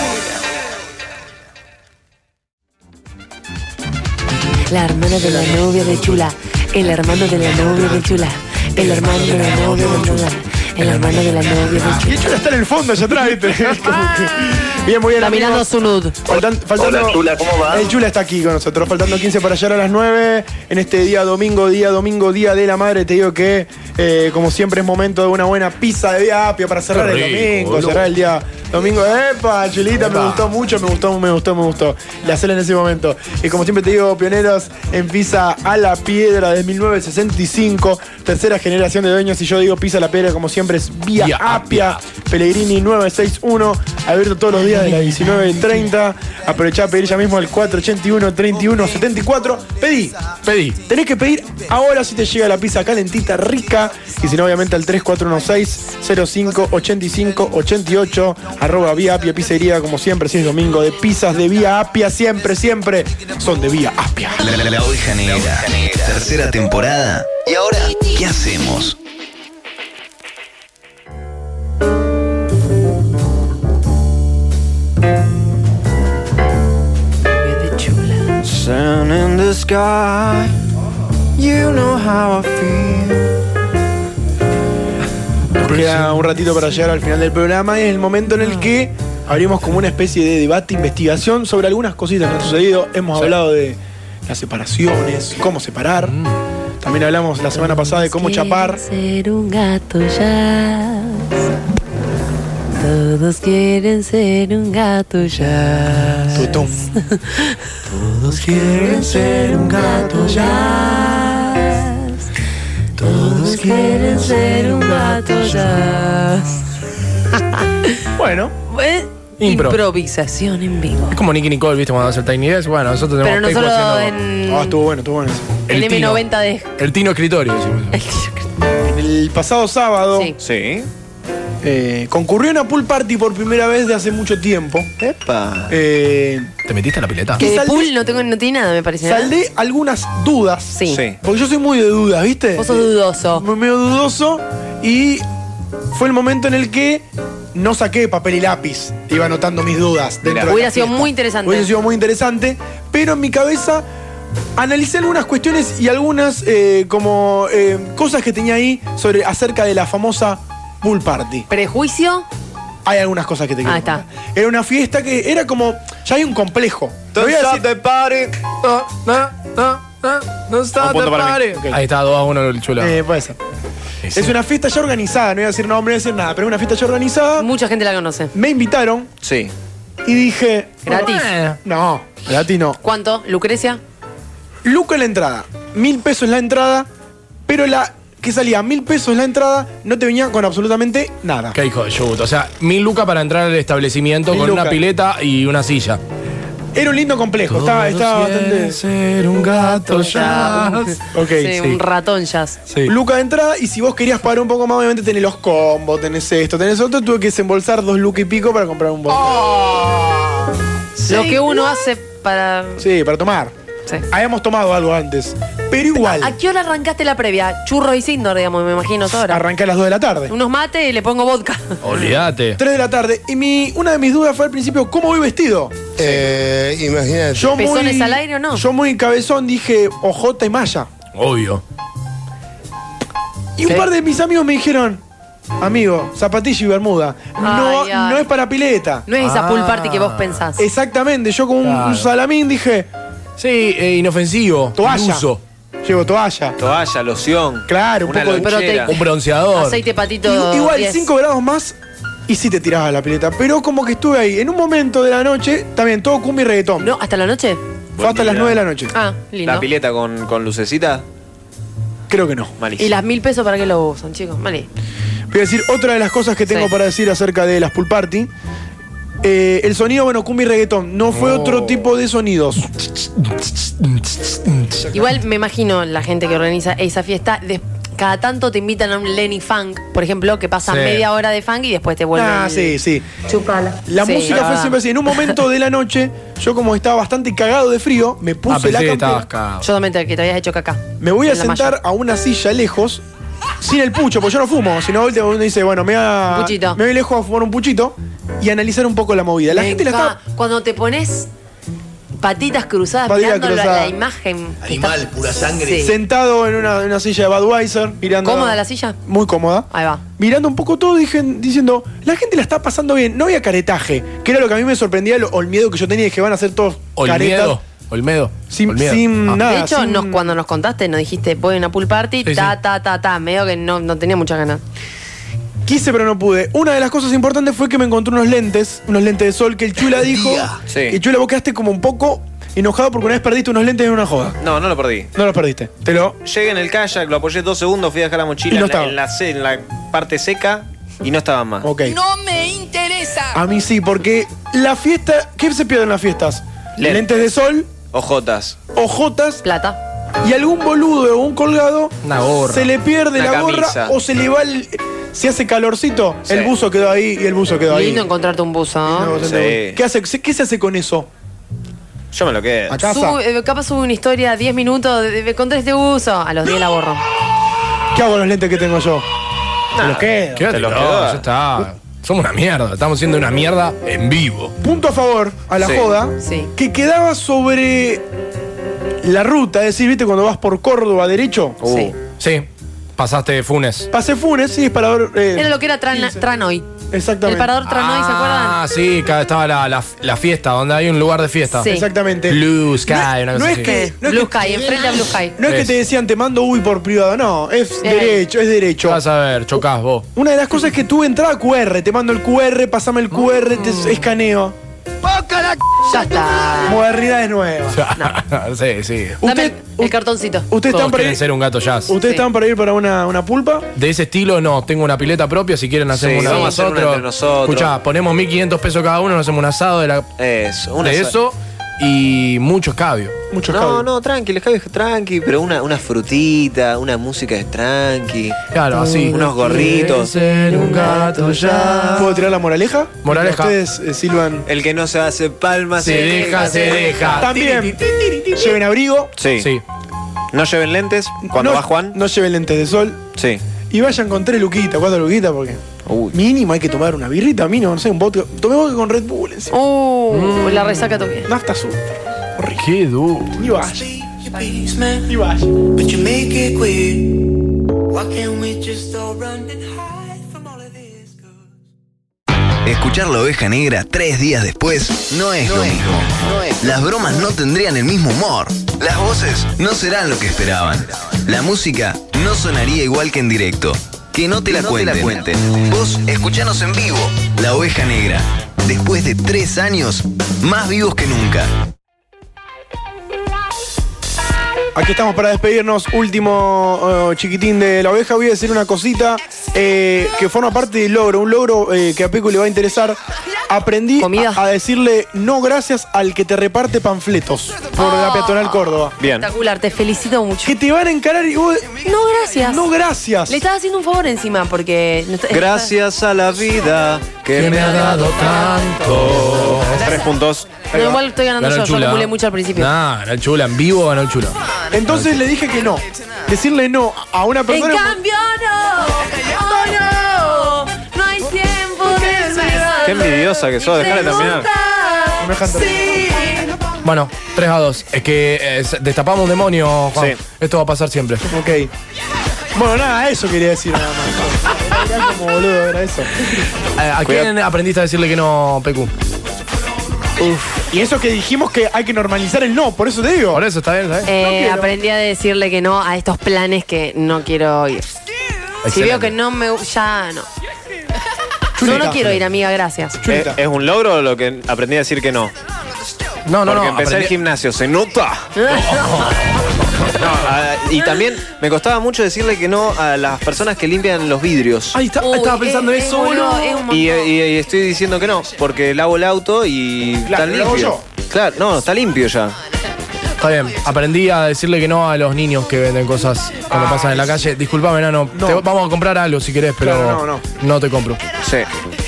[SPEAKER 18] La hermana de la novia de Chula. El hermano de la novia de Chula. El hermano de la novia de Chula. El hermano de la novia de Chula.
[SPEAKER 4] Y Chula está en el fondo, allá atrás. ¿viste? Como que- bien, muy bien.
[SPEAKER 18] Caminando
[SPEAKER 4] amigos.
[SPEAKER 18] su nud.
[SPEAKER 4] Faltan- faltando,
[SPEAKER 18] Hola, Chula, ¿cómo va?
[SPEAKER 4] El Chula está aquí con nosotros. Faltando 15 para llegar a las 9. En este día domingo, día domingo, día de la madre, te digo que, eh, como siempre, es momento de una buena pizza de día apio para cerrar
[SPEAKER 7] Qué rico,
[SPEAKER 4] el domingo.
[SPEAKER 7] boludo.
[SPEAKER 4] Cerrar el día domingo. ¡Epa! Chulita, me gustó mucho, me gustó, me gustó, me gustó. La cena en ese momento. Y como siempre te digo, pioneros en pizza a la piedra de 1965. Tercera generación de dueños. Y yo digo pizza a la piedra, como siempre, es vía,
[SPEAKER 7] Vía
[SPEAKER 4] apia. Pellegrini 961, abierto todos los días de las 19.30. Aprovechá a pedir ya mismo al 481-3174. Pedí.
[SPEAKER 7] Pedí.
[SPEAKER 4] Tenés que pedir ahora si te llega la pizza calentita, rica. Y si no, obviamente al 3416-058588. Arroba Vía Apia Pizzería, como siempre, si es domingo, de pizzas de Vía Apia, siempre, siempre. Son de Vía Apia.
[SPEAKER 3] La, la- la oveja negra. Tercera temporada. ¿Y ahora qué hacemos?
[SPEAKER 19] Sun in the sky, you know how I feel.
[SPEAKER 4] Queda un ratito para llegar al final del programa y es el momento en el que abrimos como una especie de debate, investigación sobre algunas cositas que han sucedido. Hemos hablado de las separaciones, cómo separar. También hablamos la semana pasada de cómo chapar.
[SPEAKER 18] Ser un gato ya. Todos quieren ser un gato ya.
[SPEAKER 19] Todos quieren ser un gato ya.
[SPEAKER 18] Todos quieren ser un gato ya.
[SPEAKER 4] bueno.
[SPEAKER 7] Impro.
[SPEAKER 18] Improvisación en vivo.
[SPEAKER 7] Es como Nicky Nicole, ¿viste? Cuando hace el Tiny Desk. Bueno, nosotros tenemos
[SPEAKER 17] Pero
[SPEAKER 7] Peco
[SPEAKER 17] nosotros
[SPEAKER 7] haciendo
[SPEAKER 17] en-
[SPEAKER 4] Ah, estuvo bueno, estuvo bueno.
[SPEAKER 17] El,
[SPEAKER 7] Tino.
[SPEAKER 17] M90 de.
[SPEAKER 7] El Tino Escritorio, decimos.
[SPEAKER 4] Eh, El pasado sábado eh, concurrió una pool party por primera vez de hace mucho tiempo. Ah. Eh,
[SPEAKER 7] ¿Te metiste en la pileta?
[SPEAKER 17] Que de
[SPEAKER 4] saldé-
[SPEAKER 17] Eh, pool no tengo no tiene nada, me parece. ¿no?
[SPEAKER 4] Saldé algunas dudas.
[SPEAKER 17] Sí.
[SPEAKER 4] Porque yo soy muy de dudas, ¿viste?
[SPEAKER 17] Vos sos dudoso.
[SPEAKER 4] Me- Medio dudoso. Y fue el momento en el que no saqué papel y lápiz. Iba anotando mis dudas. Dentro de la
[SPEAKER 17] Hubiera sido
[SPEAKER 4] fiesta.
[SPEAKER 17] muy interesante.
[SPEAKER 4] Hubiera sido muy interesante. Pero en mi cabeza analicé algunas cuestiones y algunas eh, como eh, cosas que tenía ahí sobre acerca de la famosa pool party.
[SPEAKER 17] ¿Prejuicio?
[SPEAKER 4] Hay algunas cosas que te quiero
[SPEAKER 17] Ah, está.
[SPEAKER 4] contar. Era una fiesta que era como. Ya hay un complejo. Te voy a decir-
[SPEAKER 7] No, no, no, no, no está
[SPEAKER 4] Un punto para mí. Ok.
[SPEAKER 7] Ahí está, 2 a 1 el chulo.
[SPEAKER 4] Eh, puede ser. Es una fiesta ya organizada, no voy a decir nombre, no voy a decir nada, pero es una fiesta ya organizada.
[SPEAKER 17] Mucha gente la conoce.
[SPEAKER 4] Me invitaron
[SPEAKER 8] Sí.
[SPEAKER 4] y dije.
[SPEAKER 17] Gratis.
[SPEAKER 4] "Eh, No, gratis no.
[SPEAKER 17] ¿Cuánto? ¿Lucrecia?
[SPEAKER 4] Luca en la entrada, mil pesos la entrada, pero la que salía mil pesos la entrada no te venía con absolutamente nada.
[SPEAKER 7] Qué hijo de shoot. O sea, mil lucas para entrar al establecimiento
[SPEAKER 4] Mil
[SPEAKER 7] con una
[SPEAKER 4] lucas.
[SPEAKER 7] pileta y una silla.
[SPEAKER 4] Era un lindo complejo, estaba, estaba bastante.
[SPEAKER 7] Ser un gato ya.
[SPEAKER 4] Ok,
[SPEAKER 17] Sí,
[SPEAKER 4] sí.
[SPEAKER 17] un ratón jazz.
[SPEAKER 7] Sí.
[SPEAKER 4] Luca de entrada, y si vos querías pagar un poco más, obviamente tenés los combos, tenés esto, tenés otro, tuve que desembolsar dos lucas y pico
[SPEAKER 9] Oh.
[SPEAKER 4] para comprar un bono.
[SPEAKER 17] Lo que uno hace para.
[SPEAKER 4] Sí, para tomar. Habíamos tomado algo antes. Pero igual,
[SPEAKER 9] ¿A qué hora arrancaste la previa? Churro y Sindor, digamos, me imagino ahora.
[SPEAKER 4] arranqué a las 2 de la tarde.
[SPEAKER 9] Unos mates y le pongo vodka.
[SPEAKER 20] Olvídate.
[SPEAKER 4] 3 de la tarde. Y mi, una de mis dudas fue al principio, ¿cómo voy vestido?
[SPEAKER 21] Eh, imagínate.
[SPEAKER 4] Yo
[SPEAKER 9] ¿Pezones
[SPEAKER 4] muy,
[SPEAKER 9] al aire o no?
[SPEAKER 4] Yo muy cabezón dije, ojota y malla.
[SPEAKER 7] Obvio.
[SPEAKER 4] Y un par de mis amigos me dijeron, amigo, zapatilla y bermuda. No,
[SPEAKER 9] Ay, ay.
[SPEAKER 4] no es para pileta.
[SPEAKER 9] No es esa pool
[SPEAKER 4] Ah.
[SPEAKER 9] party que vos pensás.
[SPEAKER 4] Exactamente, yo como un- un
[SPEAKER 7] Claro.
[SPEAKER 4] salamín dije.
[SPEAKER 7] Sí, eh, inofensivo.
[SPEAKER 4] Toalla.
[SPEAKER 7] iluso.
[SPEAKER 4] Llevo toalla.
[SPEAKER 8] Toalla, loción.
[SPEAKER 4] Claro, un
[SPEAKER 8] Una
[SPEAKER 4] poco de
[SPEAKER 8] lonchera.
[SPEAKER 7] Un bronceador.
[SPEAKER 9] Aceite patito.
[SPEAKER 4] I- Igual,
[SPEAKER 9] 10.
[SPEAKER 4] 5 grados más y sí te tirabas a la pileta. Pero como que estuve ahí. En un momento de la noche, también todo cumbia y reggaetón.
[SPEAKER 9] No, hasta la noche.
[SPEAKER 4] Fue hasta
[SPEAKER 8] Buen
[SPEAKER 4] las
[SPEAKER 8] día.
[SPEAKER 4] 9 de la noche.
[SPEAKER 9] Ah,
[SPEAKER 8] ¿La
[SPEAKER 9] lindo.
[SPEAKER 8] pileta con, con lucecita?
[SPEAKER 4] Creo que no.
[SPEAKER 9] Y las mil pesos para qué lo usan, chicos. Vale.
[SPEAKER 4] Voy a decir otra de las cosas que tengo
[SPEAKER 9] Sí.
[SPEAKER 4] para decir acerca de las pool party. Eh, el sonido, bueno, cumbia y reggaetón. No
[SPEAKER 8] Oh.
[SPEAKER 4] fue otro tipo de sonidos.
[SPEAKER 9] Igual me imagino la gente que organiza esa fiesta, des- cada tanto te invitan a un Lenny Funk, por ejemplo, que pasa
[SPEAKER 4] Sí.
[SPEAKER 9] media hora de funk y después te vuelven. Ah.
[SPEAKER 4] Ah, sí, sí.
[SPEAKER 9] Chupala.
[SPEAKER 4] La música fue siempre así. En un momento de la noche, yo como estaba bastante cagado de frío,
[SPEAKER 8] Ah,
[SPEAKER 4] me puse la campera.
[SPEAKER 9] Yo también te, que te habías hecho caca.
[SPEAKER 4] Me voy a
[SPEAKER 9] En la malla.
[SPEAKER 4] sentar a una silla lejos, sin el pucho, porque yo no fumo. Si no, uno dice, bueno, me voy, a,
[SPEAKER 9] Puchito.
[SPEAKER 4] me voy lejos a fumar un puchito y analizar un poco la movida. La
[SPEAKER 9] Me
[SPEAKER 4] gente la
[SPEAKER 9] encanta.
[SPEAKER 4] está.
[SPEAKER 9] Cuando te pones patitas cruzadas,
[SPEAKER 4] Patita
[SPEAKER 9] mirándolo a
[SPEAKER 4] cruzada.
[SPEAKER 9] la imagen.
[SPEAKER 4] Animal,
[SPEAKER 9] pura sangre.
[SPEAKER 4] Sentado en una, en una silla de Budweiser, mirando.
[SPEAKER 9] ¿Cómoda la silla?
[SPEAKER 4] Muy cómoda.
[SPEAKER 9] Ahí va.
[SPEAKER 4] Mirando un poco todo, dije- diciendo, la gente la está pasando bien. No había caretaje, que era lo que a mí me sorprendía lo- o el miedo que yo tenía de que van a ser todos caretas.
[SPEAKER 7] Olmedo. Olmedo.
[SPEAKER 4] Sin-
[SPEAKER 7] Olmedo.
[SPEAKER 4] sin
[SPEAKER 7] Ah.
[SPEAKER 4] nada.
[SPEAKER 9] de hecho,
[SPEAKER 4] sin-
[SPEAKER 9] nos, cuando nos contaste, nos dijiste, voy a una pool party,
[SPEAKER 4] Sí,
[SPEAKER 9] ta, ta, ta, ta. Medio que no, no tenía muchas ganas.
[SPEAKER 4] Quise, pero no pude. Una de las cosas importantes fue que me encontré unos lentes, unos lentes de sol que el Chula dijo. Y Chula, vos quedaste como un poco enojado porque una vez perdiste unos lentes en una joda.
[SPEAKER 8] No, no lo perdí.
[SPEAKER 4] No los perdiste. Te lo.
[SPEAKER 8] Llegué en el kayak, lo apoyé dos segundos, fui a dejar la mochila
[SPEAKER 4] Y no
[SPEAKER 8] en, la,
[SPEAKER 4] estaba. Oh.
[SPEAKER 8] en la se- en la parte seca y no estaban más.
[SPEAKER 4] Ok.
[SPEAKER 12] No me interesa.
[SPEAKER 4] A mí sí, porque la fiesta. ¿Qué se pierde en las fiestas?
[SPEAKER 8] Lentes.
[SPEAKER 4] Lentes de sol,
[SPEAKER 8] Ojotas.
[SPEAKER 4] ojotas.
[SPEAKER 9] Plata.
[SPEAKER 4] Y algún boludo o un colgado.
[SPEAKER 8] Una gorra.
[SPEAKER 4] Se le pierde
[SPEAKER 8] Una
[SPEAKER 4] la gorra
[SPEAKER 8] camisa.
[SPEAKER 4] o se le va el. Si hace calorcito, el buzo quedó ahí y el buzo quedó ahí.
[SPEAKER 9] Lindo encontrarte un buzo. ¿no?
[SPEAKER 4] No, ¿Qué, hace, ¿Qué se hace con eso?
[SPEAKER 8] Yo me lo quedé.
[SPEAKER 4] ¿A casa?
[SPEAKER 9] Sube- eh, capaz sube una historia 10 minutos de, de- con tres de uso. A los 10 la borro.
[SPEAKER 4] ¿Qué hago con los lentes que tengo yo?
[SPEAKER 7] Te
[SPEAKER 4] los quedo.
[SPEAKER 7] Quédate,
[SPEAKER 4] Te eh. los
[SPEAKER 7] no,
[SPEAKER 4] quedo.
[SPEAKER 7] ya está. Somos una mierda. Estamos siendo una mierda en vivo.
[SPEAKER 4] Punto a favor a la
[SPEAKER 7] Sí.
[SPEAKER 4] joda. Que quedaba sobre la ruta, es decir, viste, cuando vas por Córdoba derecho.
[SPEAKER 7] Uh. Sí. Sí. Pasaste de Funes.
[SPEAKER 4] Pasé Funes, sí, es parador. eh,
[SPEAKER 9] Era lo que era Tran- Tranoi. El
[SPEAKER 4] exactamente.
[SPEAKER 9] parador Tranoi, ¿se acuerdan?
[SPEAKER 7] Ah, sí, acá estaba la, la- la fiesta, donde hay un lugar de fiesta.
[SPEAKER 9] Sí.
[SPEAKER 4] Exactamente.
[SPEAKER 7] Blue Sky, una cosa
[SPEAKER 4] No es
[SPEAKER 7] así.
[SPEAKER 4] que. No es
[SPEAKER 9] Blue
[SPEAKER 4] que-
[SPEAKER 9] Sky, enfrente a Blue Sky.
[SPEAKER 4] no es que te decían te mando Ubi por privado, no, es
[SPEAKER 9] Bien.
[SPEAKER 4] derecho, es derecho.
[SPEAKER 7] Vas a ver, chocás vos.
[SPEAKER 4] Una de las cosas es que tuve entrada QR, te mando el QR, pasame el QR,
[SPEAKER 7] Mm.
[SPEAKER 4] te escaneo.
[SPEAKER 9] Ya está.
[SPEAKER 4] Modernidades nuevas.
[SPEAKER 7] sí, sí.
[SPEAKER 9] Dame el cartoncito.
[SPEAKER 4] Ustedes
[SPEAKER 7] Todos
[SPEAKER 4] están para
[SPEAKER 7] quieren
[SPEAKER 4] ir,
[SPEAKER 7] ser un gato jazz.
[SPEAKER 4] ustedes están para ir para una, una pulpa.
[SPEAKER 7] De ese estilo, no. Tengo una pileta propia. Si quieren, hacemos
[SPEAKER 8] Sí,
[SPEAKER 7] una
[SPEAKER 8] vamos a hacer una
[SPEAKER 7] nosotros.
[SPEAKER 8] entre nosotros.
[SPEAKER 7] Escuchá, ponemos 1500 pesos cada uno, nos hacemos un asado de, la,
[SPEAKER 8] Eso, una
[SPEAKER 7] de
[SPEAKER 8] sa-
[SPEAKER 7] eso y mucho escabio.
[SPEAKER 4] Mucho
[SPEAKER 8] No, no, tranqui, el escabio es tranqui, pero una, una frutita, una música es tranqui.
[SPEAKER 7] Claro, así.
[SPEAKER 8] Unos gorritos.
[SPEAKER 4] ¿Puedo tirar la moraleja?
[SPEAKER 8] Moraleja.
[SPEAKER 4] Ustedes eh, silban.
[SPEAKER 8] El que no se hace palmas
[SPEAKER 4] Se deja, se deja. También. Lleven abrigo.
[SPEAKER 8] Sí. No lleven lentes cuando
[SPEAKER 4] no,
[SPEAKER 8] va Juan.
[SPEAKER 4] No lleven lentes de sol.
[SPEAKER 8] Sí.
[SPEAKER 4] Y vayan con tres luquitas, cuatro luquitas, porque mínimo hay que tomar una birrita, mínimo, no sé, un vodka. Tomé vodka con Red Bull encima.
[SPEAKER 9] Uh, la resaca también.
[SPEAKER 4] Nafta azul.
[SPEAKER 7] Qué duro.
[SPEAKER 4] Y vaya. Y vaya.
[SPEAKER 1] But you make it weird. Why can't we just all run and hide?
[SPEAKER 3] Escuchar la oveja negra tres días después no es lo mismo. Las bromas no tendrían el mismo humor. Las voces no serán lo que esperaban. La música no sonaría igual que en directo. Que no te la cuenten. Vos escuchanos en vivo, La Oveja Negra. Después de tres años, más vivos que nunca.
[SPEAKER 4] Aquí estamos para despedirnos. Último eh, chiquitín de la oveja. Voy a decir una cosita eh, que forma parte del logro. Un logro eh, que a Pecu le va a interesar. Aprendí a, a decirle no gracias al que te reparte panfletos por la peatonal Córdoba.
[SPEAKER 9] Espectacular, te felicito mucho.
[SPEAKER 4] Que te van a encarar y vos-
[SPEAKER 9] No, gracias.
[SPEAKER 4] No, gracias.
[SPEAKER 9] Le estás haciendo un favor encima porque. no está-
[SPEAKER 8] Gracias a la vida que me ha dado tanto. Tres puntos.
[SPEAKER 9] Pero igual estoy ganando
[SPEAKER 7] Ganó
[SPEAKER 9] yo,
[SPEAKER 7] el
[SPEAKER 9] yo
[SPEAKER 7] chula.
[SPEAKER 9] acumulé mucho al principio.
[SPEAKER 7] Nah, ganó el chula. En vivo ganó el chula.
[SPEAKER 4] Entonces le dije que no. Decirle no a una
[SPEAKER 22] En
[SPEAKER 4] persona.
[SPEAKER 22] cambio no, oh no, no hay tiempo de
[SPEAKER 8] Qué
[SPEAKER 22] esperar.
[SPEAKER 8] envidiosa que sos, dejala terminar.
[SPEAKER 22] Sí.
[SPEAKER 7] Bueno, 3 a 2. Es que eh, se- destapamos un demonio, Juan.
[SPEAKER 4] Sí.
[SPEAKER 7] Esto va a pasar siempre. Eh,
[SPEAKER 4] Ok. Bueno, nada, eso quería decir nada más. Era como boludo, era eso.
[SPEAKER 7] ¿A quién aprendiste a decirle que no, Pecu?
[SPEAKER 4] Uf. Y eso que dijimos que hay que normalizar el no, por eso te digo. Por
[SPEAKER 7] eso está bien,
[SPEAKER 9] Eh, aprendí a decirle que no a estos planes que no quiero ir. Eh, Si
[SPEAKER 8] Excelente.
[SPEAKER 9] veo que no me. ya no.
[SPEAKER 8] Chulita.
[SPEAKER 9] No, no quiero ir, amiga, gracias.
[SPEAKER 8] ¿Es, ¿Eh, es un logro lo que aprendí a decir que no?
[SPEAKER 7] No, no,
[SPEAKER 8] Porque
[SPEAKER 7] no,
[SPEAKER 8] empecé
[SPEAKER 7] aprendí-
[SPEAKER 8] el gimnasio, se nota. No, ah, y también me costaba mucho decirle que no a las personas que limpian los vidrios.
[SPEAKER 7] Ahí está, estaba pensando
[SPEAKER 9] eh,
[SPEAKER 7] eso,
[SPEAKER 9] eh,
[SPEAKER 7] boludo.
[SPEAKER 9] boludo, es un
[SPEAKER 8] Y, y- y estoy diciendo que no, porque lavo el auto y
[SPEAKER 7] Claro,
[SPEAKER 8] está
[SPEAKER 7] lo hago
[SPEAKER 8] limpio. Claro, no, está limpio ya.
[SPEAKER 7] Está bien, aprendí a decirle que no a los niños que venden cosas
[SPEAKER 4] Ah,
[SPEAKER 7] cuando pasan en la calle. Disculpame, nano, te vamos a comprar algo si querés, pero
[SPEAKER 4] Claro, no, no.
[SPEAKER 7] te compro.
[SPEAKER 8] Sí.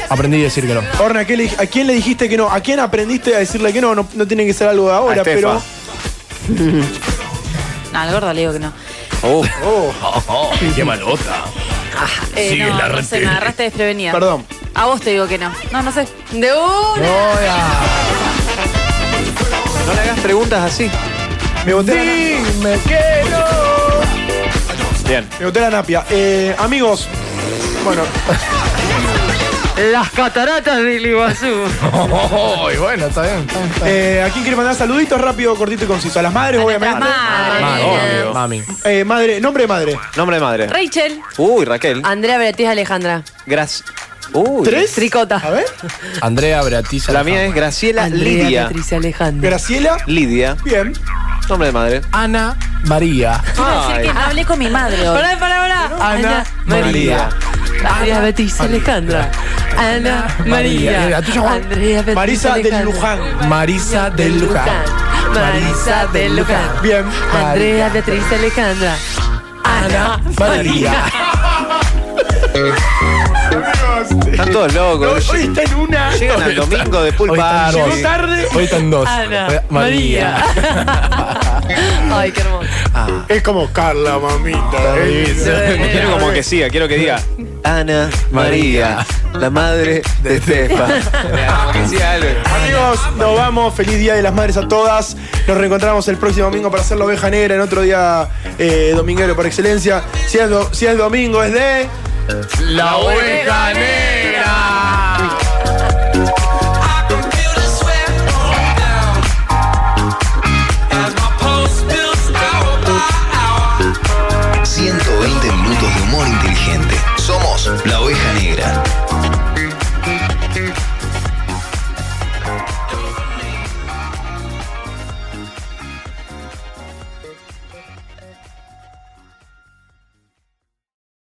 [SPEAKER 7] Aprendí a decir que no.
[SPEAKER 4] Orna, ¿a quién, le, a quién le dijiste que no? ¿A quién aprendiste a decirle que no? No, no tiene que ser algo de ahora,
[SPEAKER 8] A Estefa.
[SPEAKER 4] pero.
[SPEAKER 23] No, al gordo le digo que no.
[SPEAKER 8] Oh,
[SPEAKER 7] Oh, qué malota.
[SPEAKER 23] Eh,
[SPEAKER 7] Sigue
[SPEAKER 23] no,
[SPEAKER 7] la
[SPEAKER 23] no
[SPEAKER 7] red.
[SPEAKER 23] sé, me agarraste desprevenida.
[SPEAKER 7] Perdón.
[SPEAKER 23] A vos te digo que no. No, no sé. De una.
[SPEAKER 8] No le hagas preguntas así.
[SPEAKER 4] Me boté la
[SPEAKER 7] Dime que no.
[SPEAKER 8] Bien.
[SPEAKER 4] Me boté la napia. Eh, amigos. Bueno.
[SPEAKER 9] Las cataratas del Iguazú.
[SPEAKER 7] y bueno, está bien.
[SPEAKER 4] Eh, ¿A quién quiere mandar saluditos rápido, cortito y conciso? A las madres, obviamente.
[SPEAKER 7] Mami, obvio. mami.
[SPEAKER 4] Eh, madre, nombre de madre.
[SPEAKER 8] Nombre de madre. Ah.
[SPEAKER 9] Rachel.
[SPEAKER 8] Uy, Raquel.
[SPEAKER 9] Andrea Beatriz Alejandra.
[SPEAKER 8] Gracias. Uy.
[SPEAKER 4] ¿Tres?
[SPEAKER 9] Tricota.
[SPEAKER 4] A ver.
[SPEAKER 7] Andrea Bratiza.
[SPEAKER 8] La mía es Graciela Lidia.
[SPEAKER 9] Alejandra.
[SPEAKER 4] Graciela.
[SPEAKER 8] Lidia.
[SPEAKER 4] Bien.
[SPEAKER 8] Nombre de madre.
[SPEAKER 7] Ana María.
[SPEAKER 23] Quiero decir que no hablé con mi madre hoy.
[SPEAKER 9] Pará, pará, pará.
[SPEAKER 7] Ana María.
[SPEAKER 9] Andrea Beatriz Alejandra. Ana
[SPEAKER 7] María.
[SPEAKER 9] María.
[SPEAKER 7] La tuya, Juan.
[SPEAKER 9] Andrea Beatriz
[SPEAKER 4] Marisa del
[SPEAKER 9] Alejandra.
[SPEAKER 4] Luján.
[SPEAKER 7] Marisa del Luján.
[SPEAKER 9] Marisa del Luján.
[SPEAKER 4] Bien.
[SPEAKER 9] Andrea Beatriz Alejandra. Ana
[SPEAKER 7] María.
[SPEAKER 8] Están todos locos.
[SPEAKER 4] Hoy está en una.
[SPEAKER 8] Llegan al domingo de pulpa.
[SPEAKER 7] Hoy están
[SPEAKER 8] Army.
[SPEAKER 7] dos. Hoy están dos.
[SPEAKER 9] Ana
[SPEAKER 7] María.
[SPEAKER 9] María. Ay, qué hermoso.
[SPEAKER 4] Es como Carla, mamita.
[SPEAKER 8] Quiero como que siga, quiero que diga. Ana María, la madre de Estefa. Como que siga algo.
[SPEAKER 4] Amigos, nos vamos. Feliz Día de las Madres a todas. Nos reencontramos el próximo domingo para hacer la oveja negra en otro día eh, dominguero por excelencia. Si es, do- si es domingo, es de.
[SPEAKER 7] La oveja negra.
[SPEAKER 1] As my pulse spills out by hour.
[SPEAKER 3] 120 minutos de humor inteligente. Somos la oveja negra.